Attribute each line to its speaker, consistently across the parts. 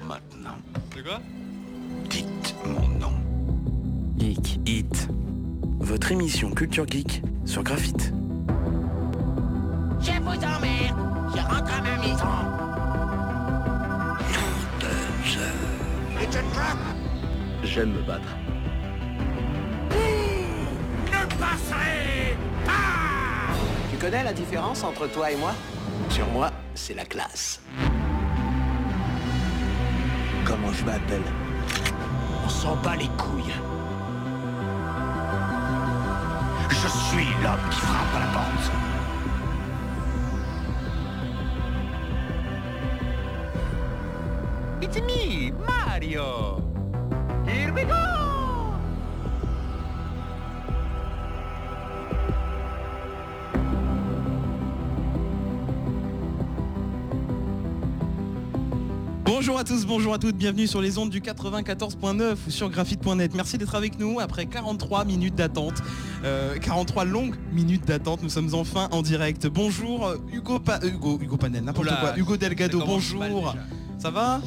Speaker 1: maintenant.
Speaker 2: De quoi
Speaker 1: Dites mon nom.
Speaker 3: Geek It. Votre émission Culture Geek sur Graphite.
Speaker 4: Je vous emmerde, je rentre à ma maison. Et tu te bats
Speaker 5: J'aime me battre.
Speaker 4: Ne passerez pas
Speaker 6: Tu connais la différence entre toi et moi
Speaker 5: Sur moi, c'est la classe. Comment je m'appelle
Speaker 4: On s'en bat les couilles. Je suis l'homme qui frappe à la porte.
Speaker 2: It's me, Mario. Here we go.
Speaker 7: Bonjour à tous, bonjour à toutes, bienvenue sur les ondes du 94.9 ou sur graphite.net. Merci d'être avec nous après 43 minutes d'attente, euh, 43 longues minutes d'attente, nous sommes enfin en direct. Bonjour euh, Hugo, Pa- euh, Hugo, Hugo Panel, n'importe
Speaker 2: Oula,
Speaker 7: quoi, Hugo Delgado,
Speaker 2: ça commence mal
Speaker 7: bonjour.
Speaker 2: déjà.
Speaker 7: Ça va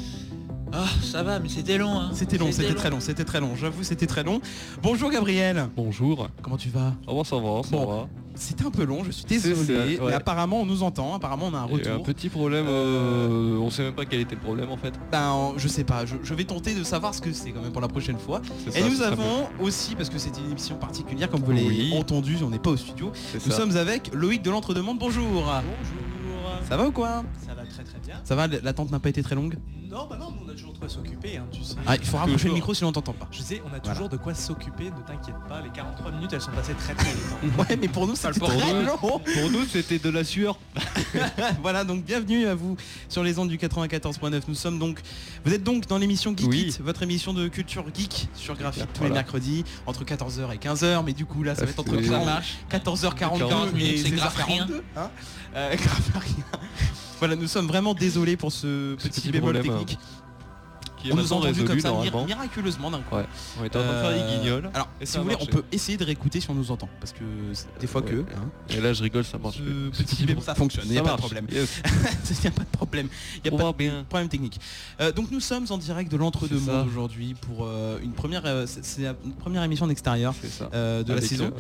Speaker 8: Ah, ça va, mais c'était long. Hein.
Speaker 7: C'était long, c'était très long, c'était très long, j'avoue c'était très long. Bonjour Gabriel,
Speaker 9: Bonjour.
Speaker 7: comment tu vas
Speaker 9: Oh, ça va, ça
Speaker 7: Bon,
Speaker 9: va.
Speaker 7: C'était un peu long, je suis
Speaker 9: C'est ça,
Speaker 7: désolé,
Speaker 9: ouais.
Speaker 7: mais apparemment on nous entend, apparemment on a un
Speaker 9: Il y a
Speaker 7: retour.
Speaker 9: un petit problème, euh, on sait même pas quel était le problème en fait.
Speaker 7: Ben, on- je sais pas, je, je vais tenter de savoir ce que c'est quand même pour la prochaine fois.
Speaker 9: C'est
Speaker 7: Et
Speaker 9: ça,
Speaker 7: nous
Speaker 9: c'est
Speaker 7: avons aussi, parce que c'était une émission particulière, comme vous l'avez
Speaker 9: Oui.
Speaker 7: entendu, on n'est pas au studio,
Speaker 9: ça. C'est
Speaker 7: nous
Speaker 9: ça.
Speaker 7: sommes avec Loïc de l'Entre-Demande, bonjour
Speaker 8: Bonjour.
Speaker 7: Ça va ou quoi
Speaker 8: Ça va très très bien.
Speaker 7: Ça va, l'attente n'a pas été très longue
Speaker 8: Non, bah non, mais on a toujours de quoi s'occuper, hein, tu sais.
Speaker 7: Ah, il faut rapprocher le
Speaker 8: Toujours.
Speaker 7: micro sinon on t'entend pas.
Speaker 8: Je sais, on a
Speaker 7: Voilà.
Speaker 8: toujours de quoi s'occuper, ne t'inquiète pas, les 43 minutes elles sont passées très très
Speaker 10: hein.
Speaker 8: vite.
Speaker 7: Ouais, mais pour nous c'était
Speaker 9: pour
Speaker 7: très
Speaker 9: nous.
Speaker 7: long
Speaker 9: Pour nous, c'était de la sueur.
Speaker 7: Voilà, donc bienvenue à vous sur les ondes du 94.9. Nous sommes donc, vous êtes donc dans l'émission Geek
Speaker 9: Oui.
Speaker 7: It, votre émission de culture geek sur Graphite tous les
Speaker 9: Voilà. Ah,
Speaker 7: mercredis entre 14h et 15h. Mais du coup là, ça va être entre
Speaker 9: Oui.
Speaker 8: Ça
Speaker 7: 14h
Speaker 8: marche.
Speaker 7: 14h45
Speaker 8: 40
Speaker 7: et
Speaker 8: minutes, c'est grave
Speaker 7: 16h42. hein. Euh, grave rien. Voilà, nous sommes vraiment désolés pour ce
Speaker 9: Ce
Speaker 7: petit,
Speaker 9: petit
Speaker 7: bémol
Speaker 9: problème, hein.
Speaker 7: technique.
Speaker 9: Qui est
Speaker 7: On nous a
Speaker 9: maintenant
Speaker 7: entendu
Speaker 9: résolu
Speaker 7: comme ça mir-
Speaker 9: normalement.
Speaker 7: miraculeusement d'un coup.
Speaker 9: Ouais. On était en train de faire
Speaker 7: Euh,
Speaker 9: les guignols.
Speaker 7: Alors,
Speaker 9: Et
Speaker 7: si
Speaker 9: ça
Speaker 7: vous
Speaker 9: a
Speaker 7: voulez, on
Speaker 9: marché.
Speaker 7: peut essayer de réécouter si on nous entend, parce que c'est- des fois que
Speaker 9: Ouais.
Speaker 7: hein,
Speaker 9: Et là, je rigole, ça marche.
Speaker 7: ce
Speaker 9: plus.
Speaker 7: petit bémol, ça fonctionne, il n'y a pas de problème. Il n'y a pas de problème. Il
Speaker 9: Il
Speaker 7: n'y a pas de
Speaker 9: bien.
Speaker 7: problème technique. Euh, donc nous sommes en direct de l'entre-deux
Speaker 9: C'est ça.
Speaker 7: mondes aujourd'hui pour euh, une première euh, c'est- c'est la une première émission d'extérieur
Speaker 9: C'est ça.
Speaker 7: euh, de la
Speaker 9: Avec,
Speaker 7: saison.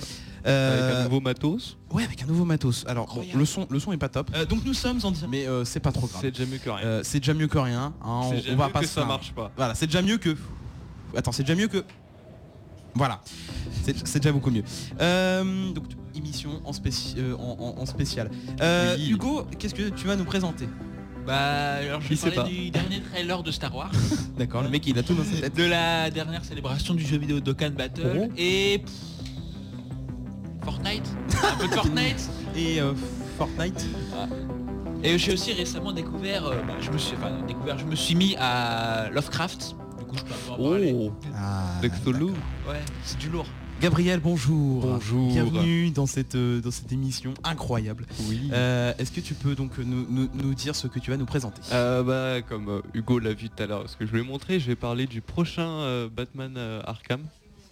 Speaker 9: euh, avec un
Speaker 7: Euh,
Speaker 9: nouveau matos,
Speaker 7: ouais, avec un nouveau matos. Alors bon,
Speaker 8: Incroyable.
Speaker 7: le son le son est pas top. Euh, donc nous sommes en direct mais euh, c'est pas trop grave.
Speaker 9: c'est déjà mieux que rien.
Speaker 7: Euh, c'est déjà mieux que rien. hein, on,
Speaker 9: c'est déjà
Speaker 7: on va
Speaker 9: mieux
Speaker 7: pas
Speaker 9: que
Speaker 7: se
Speaker 9: ça
Speaker 7: plaindre.
Speaker 9: marche pas.
Speaker 7: Voilà, c'est déjà mieux que. Attends, c'est déjà mieux que. Voilà, c'est c'est déjà beaucoup mieux. Euh, donc émission en, spéci- euh, en, en- en spécial. Euh,
Speaker 9: Oui.
Speaker 7: Hugo, qu'est-ce que tu vas nous présenter
Speaker 8: Bah alors je
Speaker 9: Il
Speaker 8: vais
Speaker 9: sait
Speaker 8: parler
Speaker 9: pas.
Speaker 8: du dernier trailer de Star Wars,
Speaker 7: D'accord, le mec il a tout dans sa tête.
Speaker 8: de la dernière célébration du jeu vidéo Dokkan Battle
Speaker 9: Oh.
Speaker 8: et pff, Fortnite, un peu de Fortnite. Ah.
Speaker 7: Et euh, Fortnite
Speaker 8: Et j'ai aussi récemment découvert, euh, bah, je me suis, enfin découvert, je me suis mis à Lovecraft. Du coup je peux encore parler.
Speaker 9: Oh,
Speaker 7: Ah,
Speaker 9: de Cthulhu.
Speaker 8: Ouais, c'est du lourd.
Speaker 7: Gabriel, bonjour.
Speaker 9: Bonjour.
Speaker 7: Bienvenue dans cette, euh, dans cette émission incroyable.
Speaker 9: Oui.
Speaker 7: Euh, Est-ce que tu peux donc nous, nous- nous dire ce que tu vas nous présenter
Speaker 9: Euh, bah, comme euh, Hugo l'a vu tout à l'heure, ce que je lui ai montré, je vais parler du prochain euh, Batman euh, Arkham,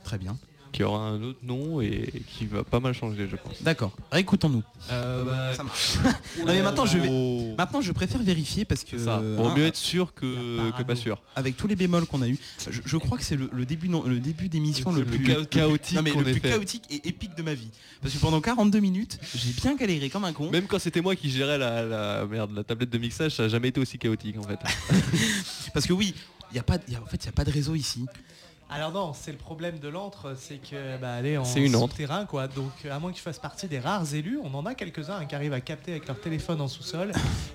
Speaker 7: Très bien.
Speaker 9: qui aura un autre nom et qui va pas mal changer, je pense.
Speaker 7: D'accord. Réécoutons-nous. Euh, Ça marche. non mais maintenant je vais.
Speaker 9: Euh, bah, Oh.
Speaker 7: Maintenant je préfère vérifier parce que
Speaker 9: C'est ça.
Speaker 7: euh,
Speaker 9: Vaut
Speaker 7: hein,
Speaker 9: mieux être sûr que,
Speaker 8: parano.
Speaker 9: que pas sûr.
Speaker 7: avec tous les bémols qu'on a eu, je, je crois que c'est le, le début non, le début d'émission le,
Speaker 9: Le
Speaker 7: plus
Speaker 9: plus cha- chaotique
Speaker 7: Non, mais
Speaker 9: qu'on
Speaker 7: le
Speaker 9: ait
Speaker 7: plus
Speaker 9: fait.
Speaker 7: chaotique et épique de ma vie. Parce que pendant 42 minutes, j'ai bien galéré comme un con.
Speaker 9: Même quand c'était moi qui gérais la, la- merde, la tablette de mixage, ça a jamais été aussi chaotique en fait.
Speaker 7: Parce que oui, il y a pas, y a- en fait, il y a pas de réseau ici.
Speaker 10: Alors non, c'est le problème de l'antre, c'est que bah, elle est en
Speaker 9: C'est une antre.
Speaker 10: souterrain quoi. Donc euh, à moins que je fasse partie des rares élus, on en a quelques-uns hein, qui arrivent à capter avec leur téléphone en sous-sol,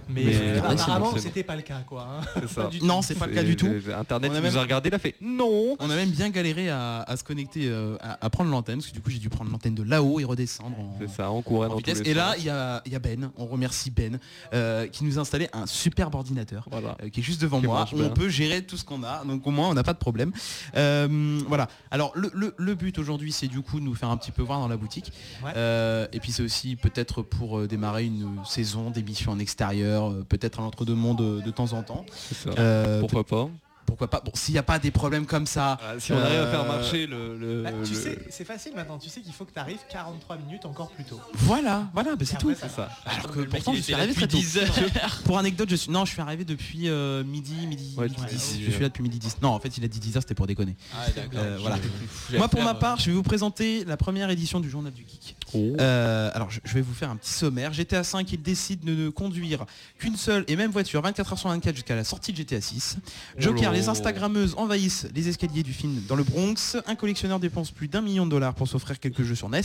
Speaker 10: mais,
Speaker 9: Mais
Speaker 10: euh,
Speaker 9: c'est bon, c'est
Speaker 10: apparemment
Speaker 9: bon.
Speaker 10: c'était pas le cas quoi. hein.
Speaker 9: C'est ça.
Speaker 10: du
Speaker 7: Non, c'est pas le cas du tout.
Speaker 9: Internet
Speaker 7: On a
Speaker 9: nous
Speaker 7: même-
Speaker 9: a regardé, il a fait non.
Speaker 7: On a même bien galéré à, à se connecter, euh, à, à prendre l'antenne, parce que du coup j'ai dû prendre l'antenne de là-haut et redescendre en,
Speaker 9: C'est ça, on courait
Speaker 7: en
Speaker 9: dans tous
Speaker 7: vitesse.
Speaker 9: les
Speaker 7: Et là
Speaker 9: sens.
Speaker 7: il y a, il y a Ben, on remercie Ben, euh, qui nous a installé un superbe ordinateur.
Speaker 9: voilà.
Speaker 7: euh, qui est juste devant
Speaker 9: Qui
Speaker 7: moi,
Speaker 9: marche
Speaker 7: où
Speaker 9: bien.
Speaker 7: on peut gérer tout ce qu'on a, donc au moins on n'a pas de problème. Euh, voilà, alors le, le- le but aujourd'hui c'est du coup de nous faire un petit peu voir dans la boutique,
Speaker 10: Ouais.
Speaker 7: Euh, et puis c'est aussi peut-être pour euh, démarrer une saison d'émission en extérieur, euh, peut-être à l'entre-deux-mondes euh, de temps en temps,
Speaker 9: C'est ça.
Speaker 7: Euh,
Speaker 9: Pourquoi pas
Speaker 7: pourquoi pas. Bon, s'il n'y a pas des problèmes comme ça.
Speaker 9: Ah, si on arrive à faire
Speaker 7: euh,
Speaker 9: marcher le. le-
Speaker 10: Bah, tu
Speaker 9: le-
Speaker 10: sais, c'est facile maintenant, tu sais qu'il faut que tu arrives 43 minutes encore plus tôt.
Speaker 7: Voilà, voilà, bah, c'est tout.
Speaker 10: Ah C'est
Speaker 9: ça.
Speaker 7: Alors que
Speaker 8: Le mec,
Speaker 7: pourtant
Speaker 8: il
Speaker 7: je
Speaker 8: était
Speaker 7: suis
Speaker 8: là
Speaker 7: arrivé
Speaker 8: depuis
Speaker 7: très tôt.
Speaker 8: 10 heures.
Speaker 7: Pour anecdote, je suis non, je suis arrivé depuis euh, midi, midi,
Speaker 9: Ouais,
Speaker 7: midi
Speaker 9: ouais,
Speaker 7: 10.
Speaker 9: ouais.
Speaker 7: Je suis là depuis midi 10. Non, en fait, il a dit 10 heures, c'était pour déconner.
Speaker 8: Ah, d'accord.
Speaker 7: Euh, voilà.
Speaker 8: Je vais
Speaker 7: Moi, pour
Speaker 8: faire,
Speaker 7: ma
Speaker 8: euh,
Speaker 7: part, je vais vous présenter la première édition du Journal du Geek.
Speaker 9: Oh.
Speaker 7: Euh, alors, je, je vais vous faire un petit sommaire. GTA 5, il décide de ne conduire qu'une seule et même voiture 24h sur 24 jusqu'à la sortie de GTA 6. Joker,
Speaker 9: Oh là.
Speaker 7: les Instagrammeuses envahissent les escaliers du film dans le Bronx. Un collectionneur dépense plus d'un million de dollars pour s'offrir quelques jeux sur NES.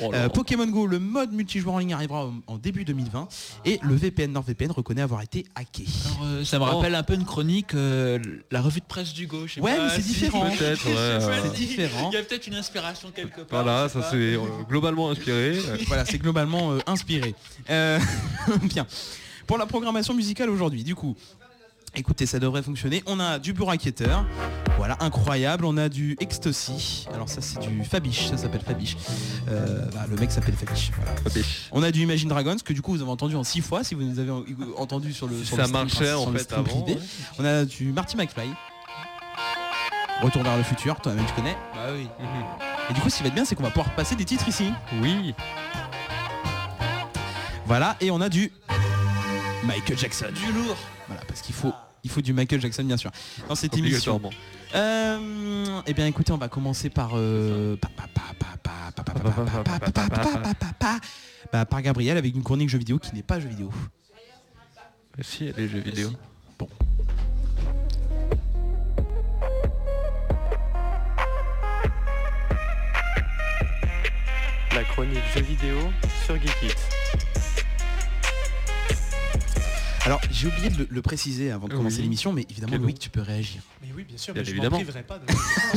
Speaker 9: Oh là
Speaker 7: Euh,
Speaker 9: là.
Speaker 7: Pokémon Go, le mode multijoueur en ligne arrivera en- en début 2020. Et le VPN NordVPN reconnaît avoir été hacké.
Speaker 8: alors, euh, ça me
Speaker 9: Oh.
Speaker 8: rappelle un peu une chronique, euh, la revue de presse du gauche.
Speaker 7: Ouais, mais c'est différent.
Speaker 9: Peut-être, ouais, euh,
Speaker 7: C'est différent.
Speaker 8: Il y a peut-être une inspiration quelque part.
Speaker 9: Voilà,
Speaker 8: je sais
Speaker 9: ça
Speaker 8: pas.
Speaker 9: c'est euh, globalement inspiré.
Speaker 7: voilà, c'est globalement euh, inspiré. Euh, bien. Pour la programmation musicale aujourd'hui, du coup. Écoutez, ça devrait fonctionner. On a du Burakieter, voilà, incroyable. On a du Ecstasy, alors ça c'est du Fabiche, ça s'appelle Fabiche. Euh, bah, le mec s'appelle Fabiche. voilà. On a du Imagine Dragons, que du coup vous avez entendu en six fois, si vous nous avez en- entendu sur le
Speaker 9: Si
Speaker 7: sur
Speaker 9: ça
Speaker 7: le stream,
Speaker 9: marchait,
Speaker 7: enfin,
Speaker 9: en
Speaker 7: sur le
Speaker 9: fait,
Speaker 7: stream
Speaker 9: avant, ouais.
Speaker 7: privé. On a du Marty McFly. Retour vers le futur, toi-même tu connais.
Speaker 8: Bah oui.
Speaker 7: Et du coup, ce qui va être bien, c'est qu'on va pouvoir passer des titres ici.
Speaker 9: Oui.
Speaker 7: Voilà, et on a du Michael Jackson. Du lourd. Voilà, parce qu'il faut, il faut du Michael Jackson, bien sûr, dans cette émission.
Speaker 9: Obligatoirement.
Speaker 7: Euh, Eh bien, écoutez, on va commencer par... euh, pa- pa- pa- pa- pa- pa- pa- pa- pa- pa- pa- pa- pa- pa- pa- pa- bah, Par Gabriel, avec une chronique jeux vidéo qui n'est pas jeu vidéo.
Speaker 9: Si, il y a les jeux vidéo.
Speaker 11: La chronique jeux vidéo sur Geekit.
Speaker 7: Alors, j'ai oublié de le, le préciser avant de
Speaker 9: Oui.
Speaker 7: commencer l'émission, mais évidemment,
Speaker 9: Quel
Speaker 7: Loïc, tu peux réagir.
Speaker 10: Mais oui, bien sûr,
Speaker 9: Bien
Speaker 10: mais je m'en
Speaker 9: évidemment. Bah,
Speaker 10: priverai pas de...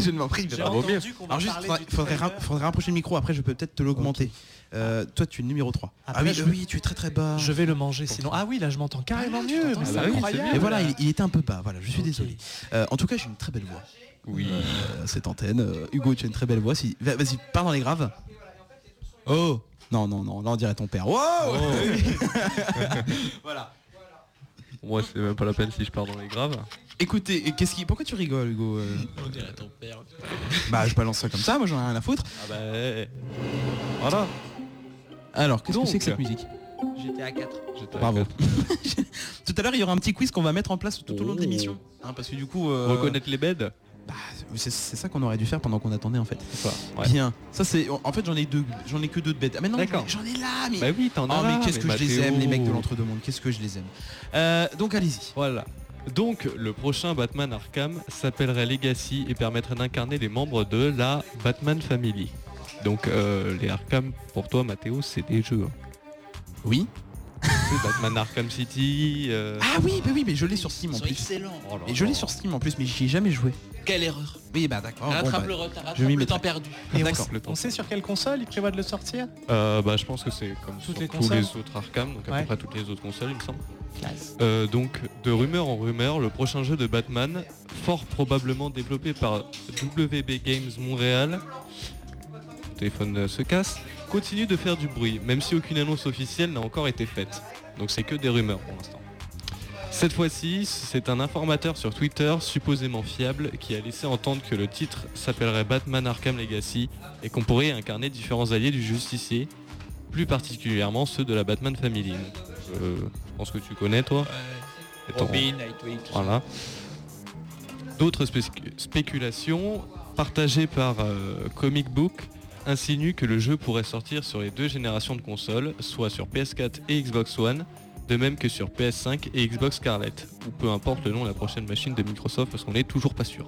Speaker 7: Je ne m'en prie,
Speaker 10: J'ai
Speaker 9: vaut mieux.
Speaker 10: entendu qu'on va
Speaker 7: Alors juste,
Speaker 10: parler
Speaker 7: faudrait,
Speaker 10: du
Speaker 7: faudrait ra-
Speaker 10: trailer.
Speaker 7: faudrait rapprocher le micro, après je peux peut-être te l'augmenter. Euh, toi tu es le numéro 3. ah
Speaker 10: Après,
Speaker 7: oui,
Speaker 10: je-
Speaker 7: bah oui, tu es très très bas.
Speaker 10: Je vais le manger sinon. Ah oui, là je m'entends carrément mieux. mais
Speaker 9: Ah
Speaker 10: c'est
Speaker 9: bah oui, c'est
Speaker 10: incroyable.
Speaker 9: bien.
Speaker 7: Et voilà, il, il était un peu bas, voilà, je suis
Speaker 10: Ok.
Speaker 7: désolé. Euh, en tout cas j'ai une très belle voix.
Speaker 9: Oui.
Speaker 7: Euh, cette antenne. euh, Hugo, tu as une très belle voix. Si... va- Vas-y, pars dans les graves. Oh Non, non, non, là on dirait ton père. Wow
Speaker 9: Oh.
Speaker 7: Voilà.
Speaker 9: Moi, c'est même pas la peine si je pars dans les graves.
Speaker 7: Écoutez, et qu'est-ce qui. Pourquoi tu rigoles Hugo euh
Speaker 8: On dirait ton père.
Speaker 7: Bah je balance ça comme ça, moi j'en ai rien à foutre.
Speaker 9: Ah bah. Voilà.
Speaker 7: Alors, qu'est-ce que
Speaker 9: Donc.
Speaker 7: c'est que cette musique
Speaker 8: GTA 4.
Speaker 9: J'étais à
Speaker 7: Bravo.
Speaker 9: quatre.
Speaker 7: tout à l'heure, il y aura un petit quiz qu'on va mettre en place tout au long
Speaker 9: Oh.
Speaker 7: de l'émission. Hein, parce que du coup, euh,
Speaker 9: Reconnaître les beds
Speaker 7: bah, c'est c'est ça qu'on aurait dû faire pendant qu'on attendait en fait.
Speaker 9: Enfin, ouais.
Speaker 7: Bien. Ça c'est. En fait, j'en ai deux. J'en ai que deux de bêtes. Ah mais non, j'en ai-
Speaker 9: D'accord.
Speaker 7: j'en ai là. Mais,
Speaker 9: Bah oui, t'en
Speaker 7: oh,
Speaker 9: as là,
Speaker 7: mais qu'est-ce que je les
Speaker 9: Mathéo.
Speaker 7: aime, les mecs de l'entre-deux mondes. Qu'est-ce que je les aime. Euh, donc allez-y.
Speaker 9: Voilà. Donc, le prochain Batman Arkham s'appellerait Legacy et permettrait d'incarner les membres de la Batman Family. Donc, euh, les Arkham, pour toi, Mathéo, c'est des jeux. hein.
Speaker 7: Oui.
Speaker 9: C'est Batman Arkham City. euh,
Speaker 7: Ah oui, bah oui, mais je l'ai sur Steam en
Speaker 8: Ils sont
Speaker 7: plus.
Speaker 8: excellents.
Speaker 9: oh là
Speaker 7: Mais je l'ai
Speaker 9: là.
Speaker 7: sur Steam en plus, mais j'y ai jamais joué.
Speaker 8: Quelle erreur.
Speaker 7: Oui, bah d'accord. bon,
Speaker 8: rattrape
Speaker 7: bah,
Speaker 8: le retard, rattrape
Speaker 7: je m'y
Speaker 8: le temps
Speaker 7: mettrai.
Speaker 8: perdu.
Speaker 10: Et on
Speaker 7: D'accord.
Speaker 10: sait-
Speaker 9: Le temps.
Speaker 10: On sait sur quelle console il prévoit de le sortir
Speaker 9: Euh, bah, je pense que c'est comme
Speaker 10: Toutes
Speaker 9: sur
Speaker 10: les
Speaker 9: tous
Speaker 10: consoles.
Speaker 9: les autres Arkham, donc à
Speaker 10: Ouais.
Speaker 9: peu près toutes les autres consoles, il me semble. Euh, donc, de rumeur en rumeur, le prochain jeu de Batman, fort probablement développé par WB Games Montréal, le téléphone euh, se casse, continue de faire du bruit, même si aucune annonce officielle n'a encore été faite. Donc c'est que des rumeurs pour l'instant. Cette fois-ci, c'est un informateur sur Twitter, supposément fiable, qui a laissé entendre que le titre s'appellerait Batman Arkham Legacy et qu'on pourrait y incarner différents alliés du justicier, plus particulièrement ceux de la Batman Family. Euh, je pense que tu connais toi étant-
Speaker 8: Robin, Nightwing, tout ça.
Speaker 9: voilà. D'autres spéc- spéculations partagées par euh, Comic Book insinuent que le jeu pourrait sortir sur les deux générations de consoles, soit sur PS4 et Xbox One, de même que sur PS5 et Xbox Scarlett, ou peu importe le nom de la prochaine machine de Microsoft parce qu'on n'est toujours pas sûr.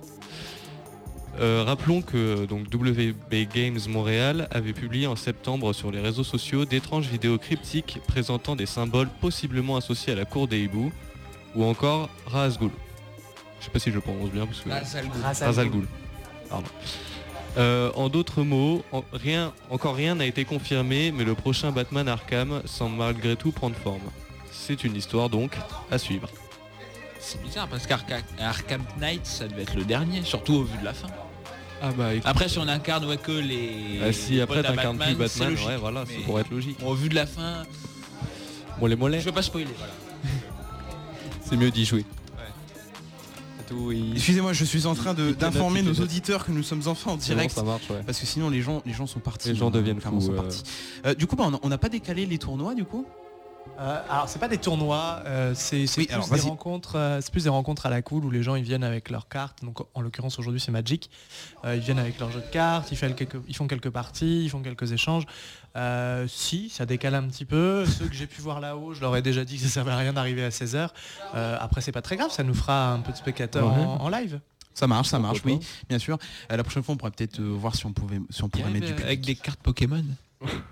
Speaker 9: Euh, rappelons que donc, WB Games Montréal avait publié en septembre sur les réseaux sociaux d'étranges vidéos cryptiques présentant des symboles possiblement associés à la cour des hiboux, ou encore Ra's Ghoul. Je sais pas si je le prononce bien parce que
Speaker 8: Ah, ça le goût.
Speaker 9: Ra's al Ghoul. Pardon. Euh, en d'autres mots, en- rien, encore rien n'a été confirmé, mais le prochain Batman Arkham semble malgré tout prendre forme. C'est une histoire donc à suivre.
Speaker 8: C'est bizarre parce qu'Arkham Arkham Knight, ça devait être le dernier, surtout au vu de la fin.
Speaker 9: Ah bah écoute.
Speaker 8: Après, si on incarne ouais, que les.
Speaker 9: Bah, si après
Speaker 8: potes à
Speaker 9: t'incarnes plus
Speaker 8: c'est
Speaker 9: Batman,
Speaker 8: logique,
Speaker 9: ouais voilà,
Speaker 8: mais
Speaker 9: ça pourrait être logique.
Speaker 8: Bon, au vu de la fin,
Speaker 9: Bon les mollets,
Speaker 8: je veux pas spoiler, voilà.
Speaker 9: c'est mieux d'y jouer.
Speaker 12: et tout. ils-
Speaker 7: Excusez-moi, je suis en train de-
Speaker 12: ils pianotent,
Speaker 7: d'informer
Speaker 12: ils
Speaker 7: nos
Speaker 12: pianotent.
Speaker 7: auditeurs que nous sommes enfin en
Speaker 12: Sinon,
Speaker 7: direct.
Speaker 12: ça marche, ouais.
Speaker 7: Parce que sinon les gens, les gens sont partis.
Speaker 12: Les gens
Speaker 7: hein,
Speaker 12: deviens
Speaker 7: clairement,
Speaker 12: fous,
Speaker 7: sont
Speaker 12: ouais.
Speaker 7: partis. Euh, du coup, bah, on a- on n'a pas décalé les tournois du coup
Speaker 10: Euh, alors c'est pas des tournois, euh, c'est c'est
Speaker 7: Oui,
Speaker 10: plus,
Speaker 7: alors,
Speaker 10: des
Speaker 7: vas-y.
Speaker 10: rencontres, euh, c'est plus des rencontres à la cool où les gens ils viennent avec leurs cartes. Donc en l'occurrence aujourd'hui c'est Magic. Euh, ils viennent avec leurs jeux de cartes, ils, font quelques- ils font quelques parties, ils font quelques échanges. Euh, si, ça décale un petit peu. Ceux que j'ai pu voir là-haut, je leur ai déjà dit que ça servait à rien d'arriver à 16h. après c'est pas très grave, ça nous fera un peu de spectateurs
Speaker 7: Ouais.
Speaker 10: en, en live.
Speaker 7: Ça marche, ça marche, oui, bien sûr. Euh, la prochaine fois, on pourrait peut-être euh, voir si on pouvait, si on pourrait
Speaker 8: Avec,
Speaker 7: mettre du
Speaker 8: euh,
Speaker 7: public.
Speaker 8: avec des cartes Pokémon.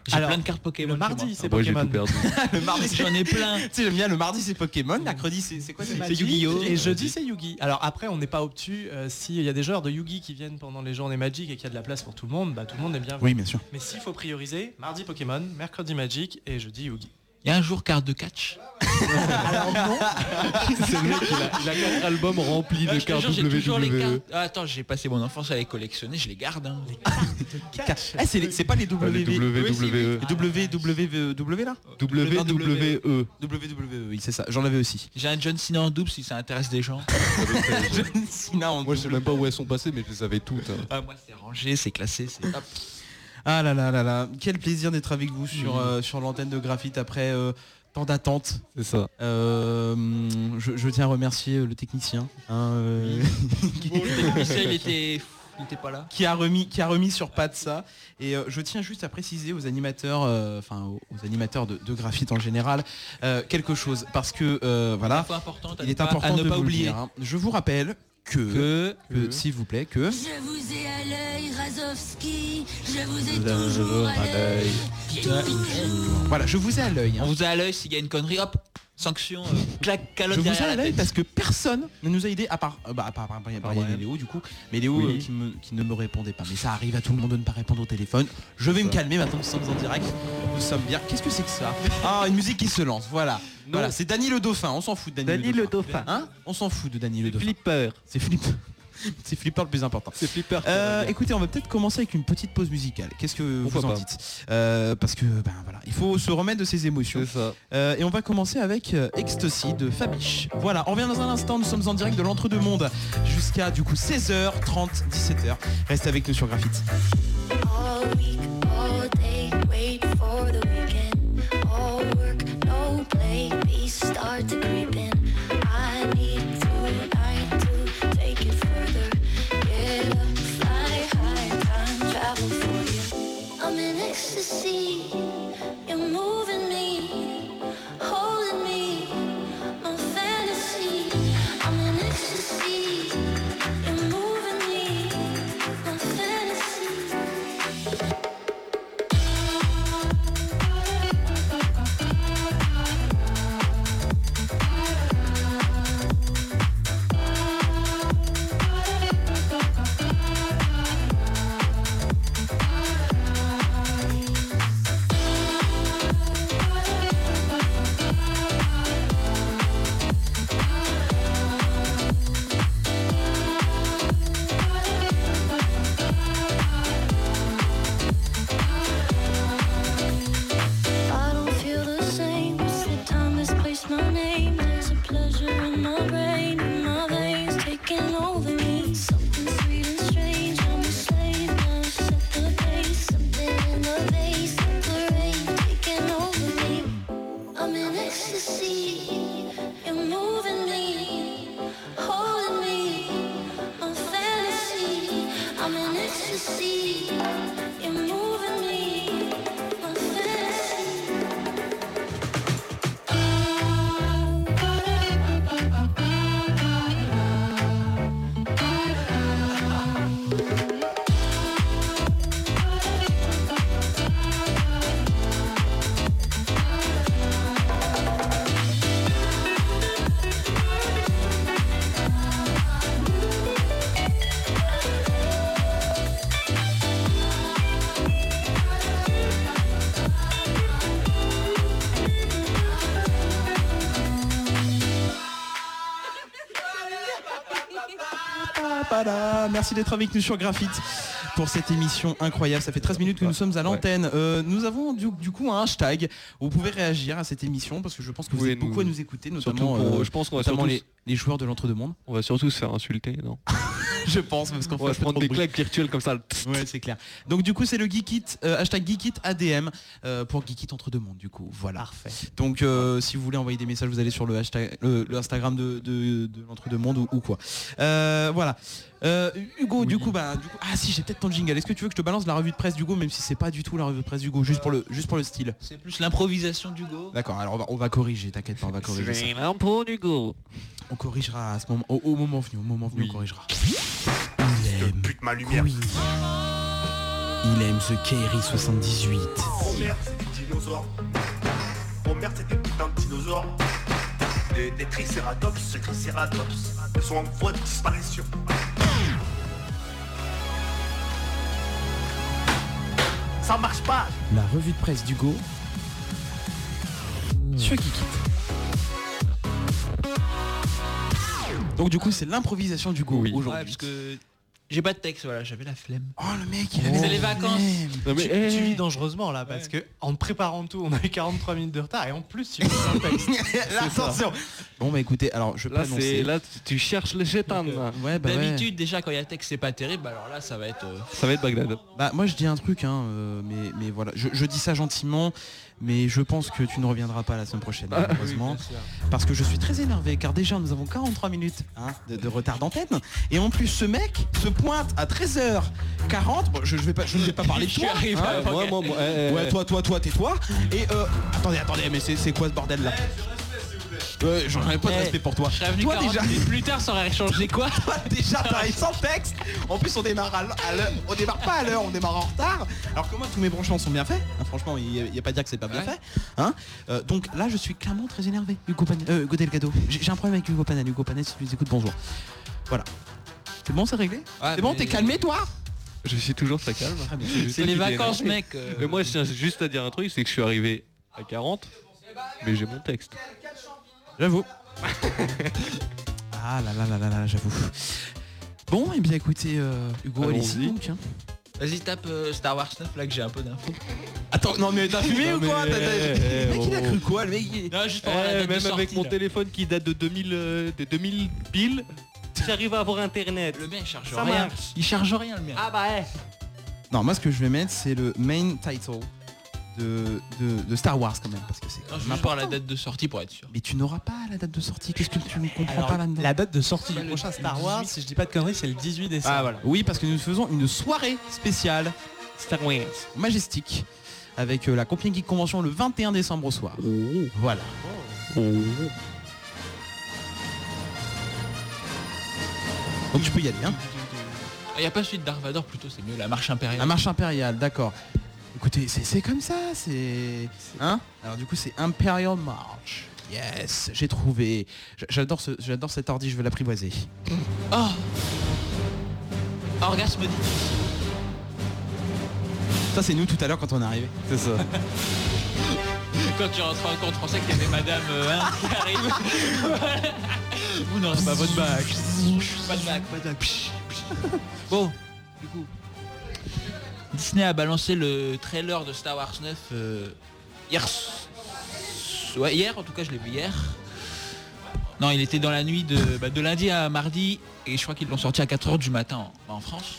Speaker 8: J'ai
Speaker 7: Alors,
Speaker 8: plein de cartes Pokémon.
Speaker 10: le mardi,
Speaker 8: chez moi.
Speaker 10: c'est Ah, moi, j'ai Pokémon. tout perdu.
Speaker 7: le mardi, c'est-
Speaker 8: J'en ai plein.
Speaker 7: Tu sais, j'aime bien le mardi c'est Pokémon, mercredi c'est c'est quoi
Speaker 10: C'est
Speaker 7: c'est-
Speaker 10: Yu-Gi-Oh Et jeudi
Speaker 7: jeudi
Speaker 10: c'est Yugi. Alors après on n'est pas obtus, euh, s'il y a des joueurs de Yugi qui viennent pendant les journées Magic et qu'il y a de la place pour tout le monde, bah tout le monde est bien
Speaker 7: Oui, bien sûr.
Speaker 10: Mais s'il faut prioriser, mardi Pokémon, mercredi Magic et jeudi Yugi.
Speaker 8: Il y a un jour carte de catch.
Speaker 10: Alors non
Speaker 9: C'est le mec, il a, il a quatre albums remplis
Speaker 8: Ah,
Speaker 9: de
Speaker 8: je te
Speaker 9: cartes
Speaker 8: jure, j'ai toujours les
Speaker 9: WWE.
Speaker 8: cartes. Ah, attends, j'ai passé mon enfance à les collectionner, je les garde. hein.
Speaker 7: Ah, c'est les- c'est pas les
Speaker 9: Ah, les
Speaker 7: WWE.
Speaker 8: E.
Speaker 9: WWE.
Speaker 7: E.
Speaker 9: E.
Speaker 7: WWW là
Speaker 9: Ah.
Speaker 8: Ah, E.
Speaker 7: E.
Speaker 9: WWE.
Speaker 7: WWE, oui, c'est ça. J'en avais aussi.
Speaker 8: J'ai un John Cena en double si ça intéresse des gens.
Speaker 7: John Cena en
Speaker 9: Moi, je sais même pas où elles sont passées, mais je les avais toutes. hein.
Speaker 8: Ah, moi c'est rangé, c'est classé, c'est top.
Speaker 7: Ah là là là là, quel plaisir d'être avec vous sur, euh, sur l'antenne de Graphite après euh, tant d'attente.
Speaker 9: C'est ça.
Speaker 7: Euh, je, je tiens à remercier euh, le technicien hein, euh,
Speaker 8: Le technicien, il était, il était pas là.
Speaker 7: qui a remis qui a remis sur pattes ça. Et euh, je tiens juste à préciser aux animateurs, euh, enfin aux, aux animateurs de, de Graphite en général, euh, quelque chose parce que euh, voilà,
Speaker 8: Info importante à
Speaker 7: il
Speaker 8: ne
Speaker 7: est
Speaker 8: pas-
Speaker 7: important
Speaker 8: à ne
Speaker 7: de
Speaker 8: pas
Speaker 7: vous le
Speaker 8: oublier.
Speaker 7: dire, hein. Je vous rappelle que,
Speaker 8: Que
Speaker 7: que, s'il vous plaît que
Speaker 4: Je vous ai à l'œil, Razovski. Je vous ai toujours à l'œil. Toujours.
Speaker 7: voilà, je vous ai à l'œil. hein.
Speaker 8: on vous a à l'œil s'il y a une connerie, hop, sanction, euh, claque,
Speaker 7: Je
Speaker 8: calotte
Speaker 7: vous ai
Speaker 8: derrière
Speaker 7: à
Speaker 8: la
Speaker 7: l'œil
Speaker 8: tête.
Speaker 7: parce que personne ne nous a aidé à part euh, bah, à part, à part- à part Brian et Léo du coup, mais Léo
Speaker 9: Oui.
Speaker 7: euh, qui, me- qui ne me répondait pas. Mais ça arrive à tout le monde de ne pas répondre au téléphone. Je vais me calmer maintenant, nous sommes en direct. Nous sommes bien. Qu'est-ce que c'est que ça Ah, une musique qui se lance. Voilà. Voilà, c'est Dany le dauphin. On s'en fout de Dany,
Speaker 12: Dany le dauphin.
Speaker 7: Hein On s'en fout de Dany le dauphin.
Speaker 12: Flipper.
Speaker 7: C'est Flip. C'est Flipper le plus important.
Speaker 12: C'est Flipper.
Speaker 7: Euh, écoutez, on va peut-être commencer avec une petite pause musicale. Qu'est-ce que
Speaker 9: Pourquoi
Speaker 7: vous en
Speaker 9: pas
Speaker 7: dites Euh, Parce que ben voilà, il faut se remettre de ses émotions.
Speaker 9: C'est ça.
Speaker 7: Euh, et on va commencer avec euh, Ecstasy de Fabiche. Voilà, on revient dans un instant, nous sommes en direct de l'entre-deux-mondes jusqu'à du coup 16h30, 17h. Reste avec nous sur Graphite.
Speaker 4: All week, all day, wait for the weekend. All work, no play, peace start to creep in. I need tonight to take it further. Get up, fly high, time travel for you. I'm in ecstasy, you're moving me, holding me, my fantasy. I'm in ecstasy, you're moving me, my fantasy. I don't feel the same. It's the time has placed my name. There's a pleasure in my brain, in my veins, taking over me. Something sweet and strange. I'm a slave now. Set the pace. Something in the vase, set the rain, taking over me. I'm in ecstasy. You're moving me, holding me. My fantasy. I'm in ecstasy. You're moving me. My fantasy.
Speaker 7: Voilà, Merci d'être avec nous sur Graphite pour cette émission incroyable. Ça fait 13 minutes que nous sommes à l'antenne. Euh, nous avons du, du coup un hashtag. Vous pouvez réagir à cette émission parce que je pense que vous
Speaker 9: Oui,
Speaker 7: êtes beaucoup
Speaker 9: nous-
Speaker 7: à nous écouter,
Speaker 9: surtout
Speaker 7: notamment,
Speaker 9: pour-
Speaker 7: euh,
Speaker 9: je pense qu'on va
Speaker 7: notamment
Speaker 9: surtout-
Speaker 7: les, les joueurs de l'entre-deux-mondes.
Speaker 9: On va surtout se faire insulter, non
Speaker 7: Je pense parce qu'on
Speaker 9: On va se prendre des claques
Speaker 7: virtuelles comme ça. Ouais, c'est clair. Donc du coup, c'est le Geekit, euh, hashtag Geekit ADM euh, pour Geekit entre deux mondes du coup. Voilà. Parfait. Donc euh, si vous voulez envoyer des messages, vous allez sur le hashtag, le, le Instagram de, de, de l'entre deux mondes ou, ou quoi. Euh, voilà. Euh, Hugo, du coup, bah, du coup- ah si, j'ai peut-être ton jingle. Est-ce que tu veux que je te balance la revue de presse d'Hugo, même si c'est pas du tout la revue de presse d'Hugo, juste pour le, juste pour le style.
Speaker 8: C'est plus l'improvisation d'Hugo.
Speaker 7: D'accord. Alors on va, on va corriger. T'inquiète pas, on va corriger. ça.
Speaker 8: l'impro d'Hugo.
Speaker 7: On corrigera à ce moment, au, au moment venu, au moment venu, on corrigera.
Speaker 10: Pute ma lumière.
Speaker 7: Il aime ce Kerry 78.
Speaker 10: Oh merde, c'est des dinosaures. Oh merde, c'est des putains de dinosaures. Des, des tricératops, tricératops. Ils sont en voie de disparition. Ça marche pas
Speaker 7: La revue de presse d'Hugo. Sur Geekit. Donc du coup c'est l'improvisation d'Hugo
Speaker 8: Ouais,
Speaker 7: aujourd'hui.
Speaker 8: parce que j'ai pas de texte, voilà, j'avais la flemme.
Speaker 7: Oh le mec,
Speaker 13: il a
Speaker 8: C'est
Speaker 13: la
Speaker 8: les vacances.
Speaker 13: tu,
Speaker 7: eh.
Speaker 13: tu vis dangereusement là parce que en préparant tout, on a eu 43 minutes de retard et en plus tu lis un texte.
Speaker 7: Attention. Bon bah écoutez, alors je vais
Speaker 13: Là,
Speaker 7: pas annoncer.
Speaker 13: c'est-
Speaker 9: là, tu- tu cherches les chétans.
Speaker 7: Ouais, bah ouais.
Speaker 8: D'habitude déjà quand il y a texte c'est pas terrible, bah alors là ça va être. euh,
Speaker 9: Ça va être Bagdad.
Speaker 7: Bah moi je dis un truc hein, euh, mais, mais voilà, je, je dis ça gentiment, mais je pense que tu ne reviendras pas la semaine prochaine
Speaker 14: Bah,
Speaker 9: Ah,
Speaker 7: malheureusement.
Speaker 9: oui, bien sûr.
Speaker 7: parce que je suis très énervé car déjà nous avons 43 minutes hein, de, de retard d'antenne. Et en plus ce mec se pointe à 13h40. Bon je, je vais pas je ne vais pas parler de
Speaker 9: Je
Speaker 7: toi.
Speaker 9: arrive,
Speaker 7: hein.
Speaker 9: moi, moi, moi, eh, eh,
Speaker 7: ouais
Speaker 9: eh.
Speaker 7: toi toi toi tais toi. Et euh, attendez, attendez, mais c'est c'est quoi ce bordel là Ouais, j'en avais pas de
Speaker 8: Eh,
Speaker 7: respect pour toi.
Speaker 8: je serais venu
Speaker 7: Toi
Speaker 8: 40
Speaker 7: déjà.
Speaker 8: minutes plus tard, ça aurait échangé quoi
Speaker 7: Toi, déjà t'arrives sans texte. En plus on démarre à l'heure- à l'heure- on démarre pas à l'heure, on démarre en retard. Alors que moi tous mes branchements sont bien faits. hein, franchement, il n'y a, il y a pas à dire que c'est pas bien fait. hein. Euh, donc là je suis clairement très énervé. Hugo Pan euh, Hugo Delgado. J'ai j'ai un problème avec Hugo Panel. Hugo Panel si tu nous écoutes, bonjour. Voilà. C'est bon c'est réglé C'est bon,
Speaker 9: mais-
Speaker 7: t'es calmé toi
Speaker 9: Je suis toujours très calme.
Speaker 7: bien.
Speaker 9: juste
Speaker 7: C'est
Speaker 9: toi
Speaker 7: les
Speaker 9: qui t'es
Speaker 7: vacances,
Speaker 9: énervé.
Speaker 7: mec, euh.
Speaker 9: Mais moi, je tiens juste à dire un truc, c'est que je suis arrivé à 40, mais j'ai mon texte.
Speaker 7: J'avoue. Ah là là là là là, j'avoue. Bon, et bien écoutez, euh, Hugo, allez-y
Speaker 8: Allons-y.
Speaker 7: donc. hein.
Speaker 8: Vas-y tape euh, Star Wars 9 là que j'ai un peu d'infos.
Speaker 7: Attends, non mais t'as fumé
Speaker 8: Non,
Speaker 7: ou quoi
Speaker 8: mais-
Speaker 7: T'as- t'as-
Speaker 8: eh,
Speaker 7: Le mec il a
Speaker 8: oh.
Speaker 7: cru quoi le mec il-
Speaker 8: Non, juste pour
Speaker 9: Eh,
Speaker 8: voir la date de
Speaker 9: même
Speaker 8: sortie,
Speaker 9: avec mon
Speaker 8: là.
Speaker 9: téléphone qui date de 2000, euh, de 2000 piles, j'arrive à avoir internet.
Speaker 8: Le mec charge
Speaker 9: Ça
Speaker 8: rien.
Speaker 9: marche.
Speaker 8: Il charge rien le mien. Ah bah
Speaker 7: Non, moi ce que je vais mettre c'est le main title de, de, de Star Wars quand même. Parce que c'est quand
Speaker 8: Je
Speaker 7: même
Speaker 8: vais voir la
Speaker 7: important.
Speaker 8: date de sortie pour être sûr.
Speaker 7: Mais tu n'auras pas la date de sortie, qu'est-ce que tu ne comprends
Speaker 13: Alors,
Speaker 7: pas là-dedans
Speaker 13: la date de sortie
Speaker 7: C'est
Speaker 13: du
Speaker 7: le
Speaker 13: prochain
Speaker 7: 18,
Speaker 13: Star Wars, si je dis pas de conneries, c'est le 18 décembre.
Speaker 7: Ah voilà. Oui, parce que nous faisons une soirée spéciale Star Wars majestique avec euh, la Compiègne Geek Convention le 21 décembre au soir. Voilà.
Speaker 14: Oh.
Speaker 7: Oh. Donc tu peux y aller. Hein.
Speaker 8: Il Ah, y a pas celui de Dark Vador plutôt, c'est mieux la marche impériale.
Speaker 7: La marche impériale, d'accord. Écoutez, c'est c'est comme ça, c'est... Hein Alors du coup, c'est Imperial March. Yes, j'ai trouvé. J- J'adore ce, j'adore cet ordi, je vais l'apprivoiser.
Speaker 8: Oh Orgasme dit.
Speaker 7: Ça, c'est nous tout à l'heure quand on est arrivé. C'est ça.
Speaker 8: Quand tu rentres en compte, je pensais qu'il y avait madame euh, hein, qui arrive. Ou non, c'est pas votre bac. Pas de bac, pas de bac. Psh, psh. Bon, du coup. Disney a balancé le trailer de Star Wars 9 euh, hier. s- Ouais, hier, en tout cas, je l'ai vu hier. Non, il était dans la nuit de, bah, de lundi à mardi, et je crois qu'ils l'ont sorti à 4h du matin
Speaker 7: Bah,
Speaker 8: en, en France.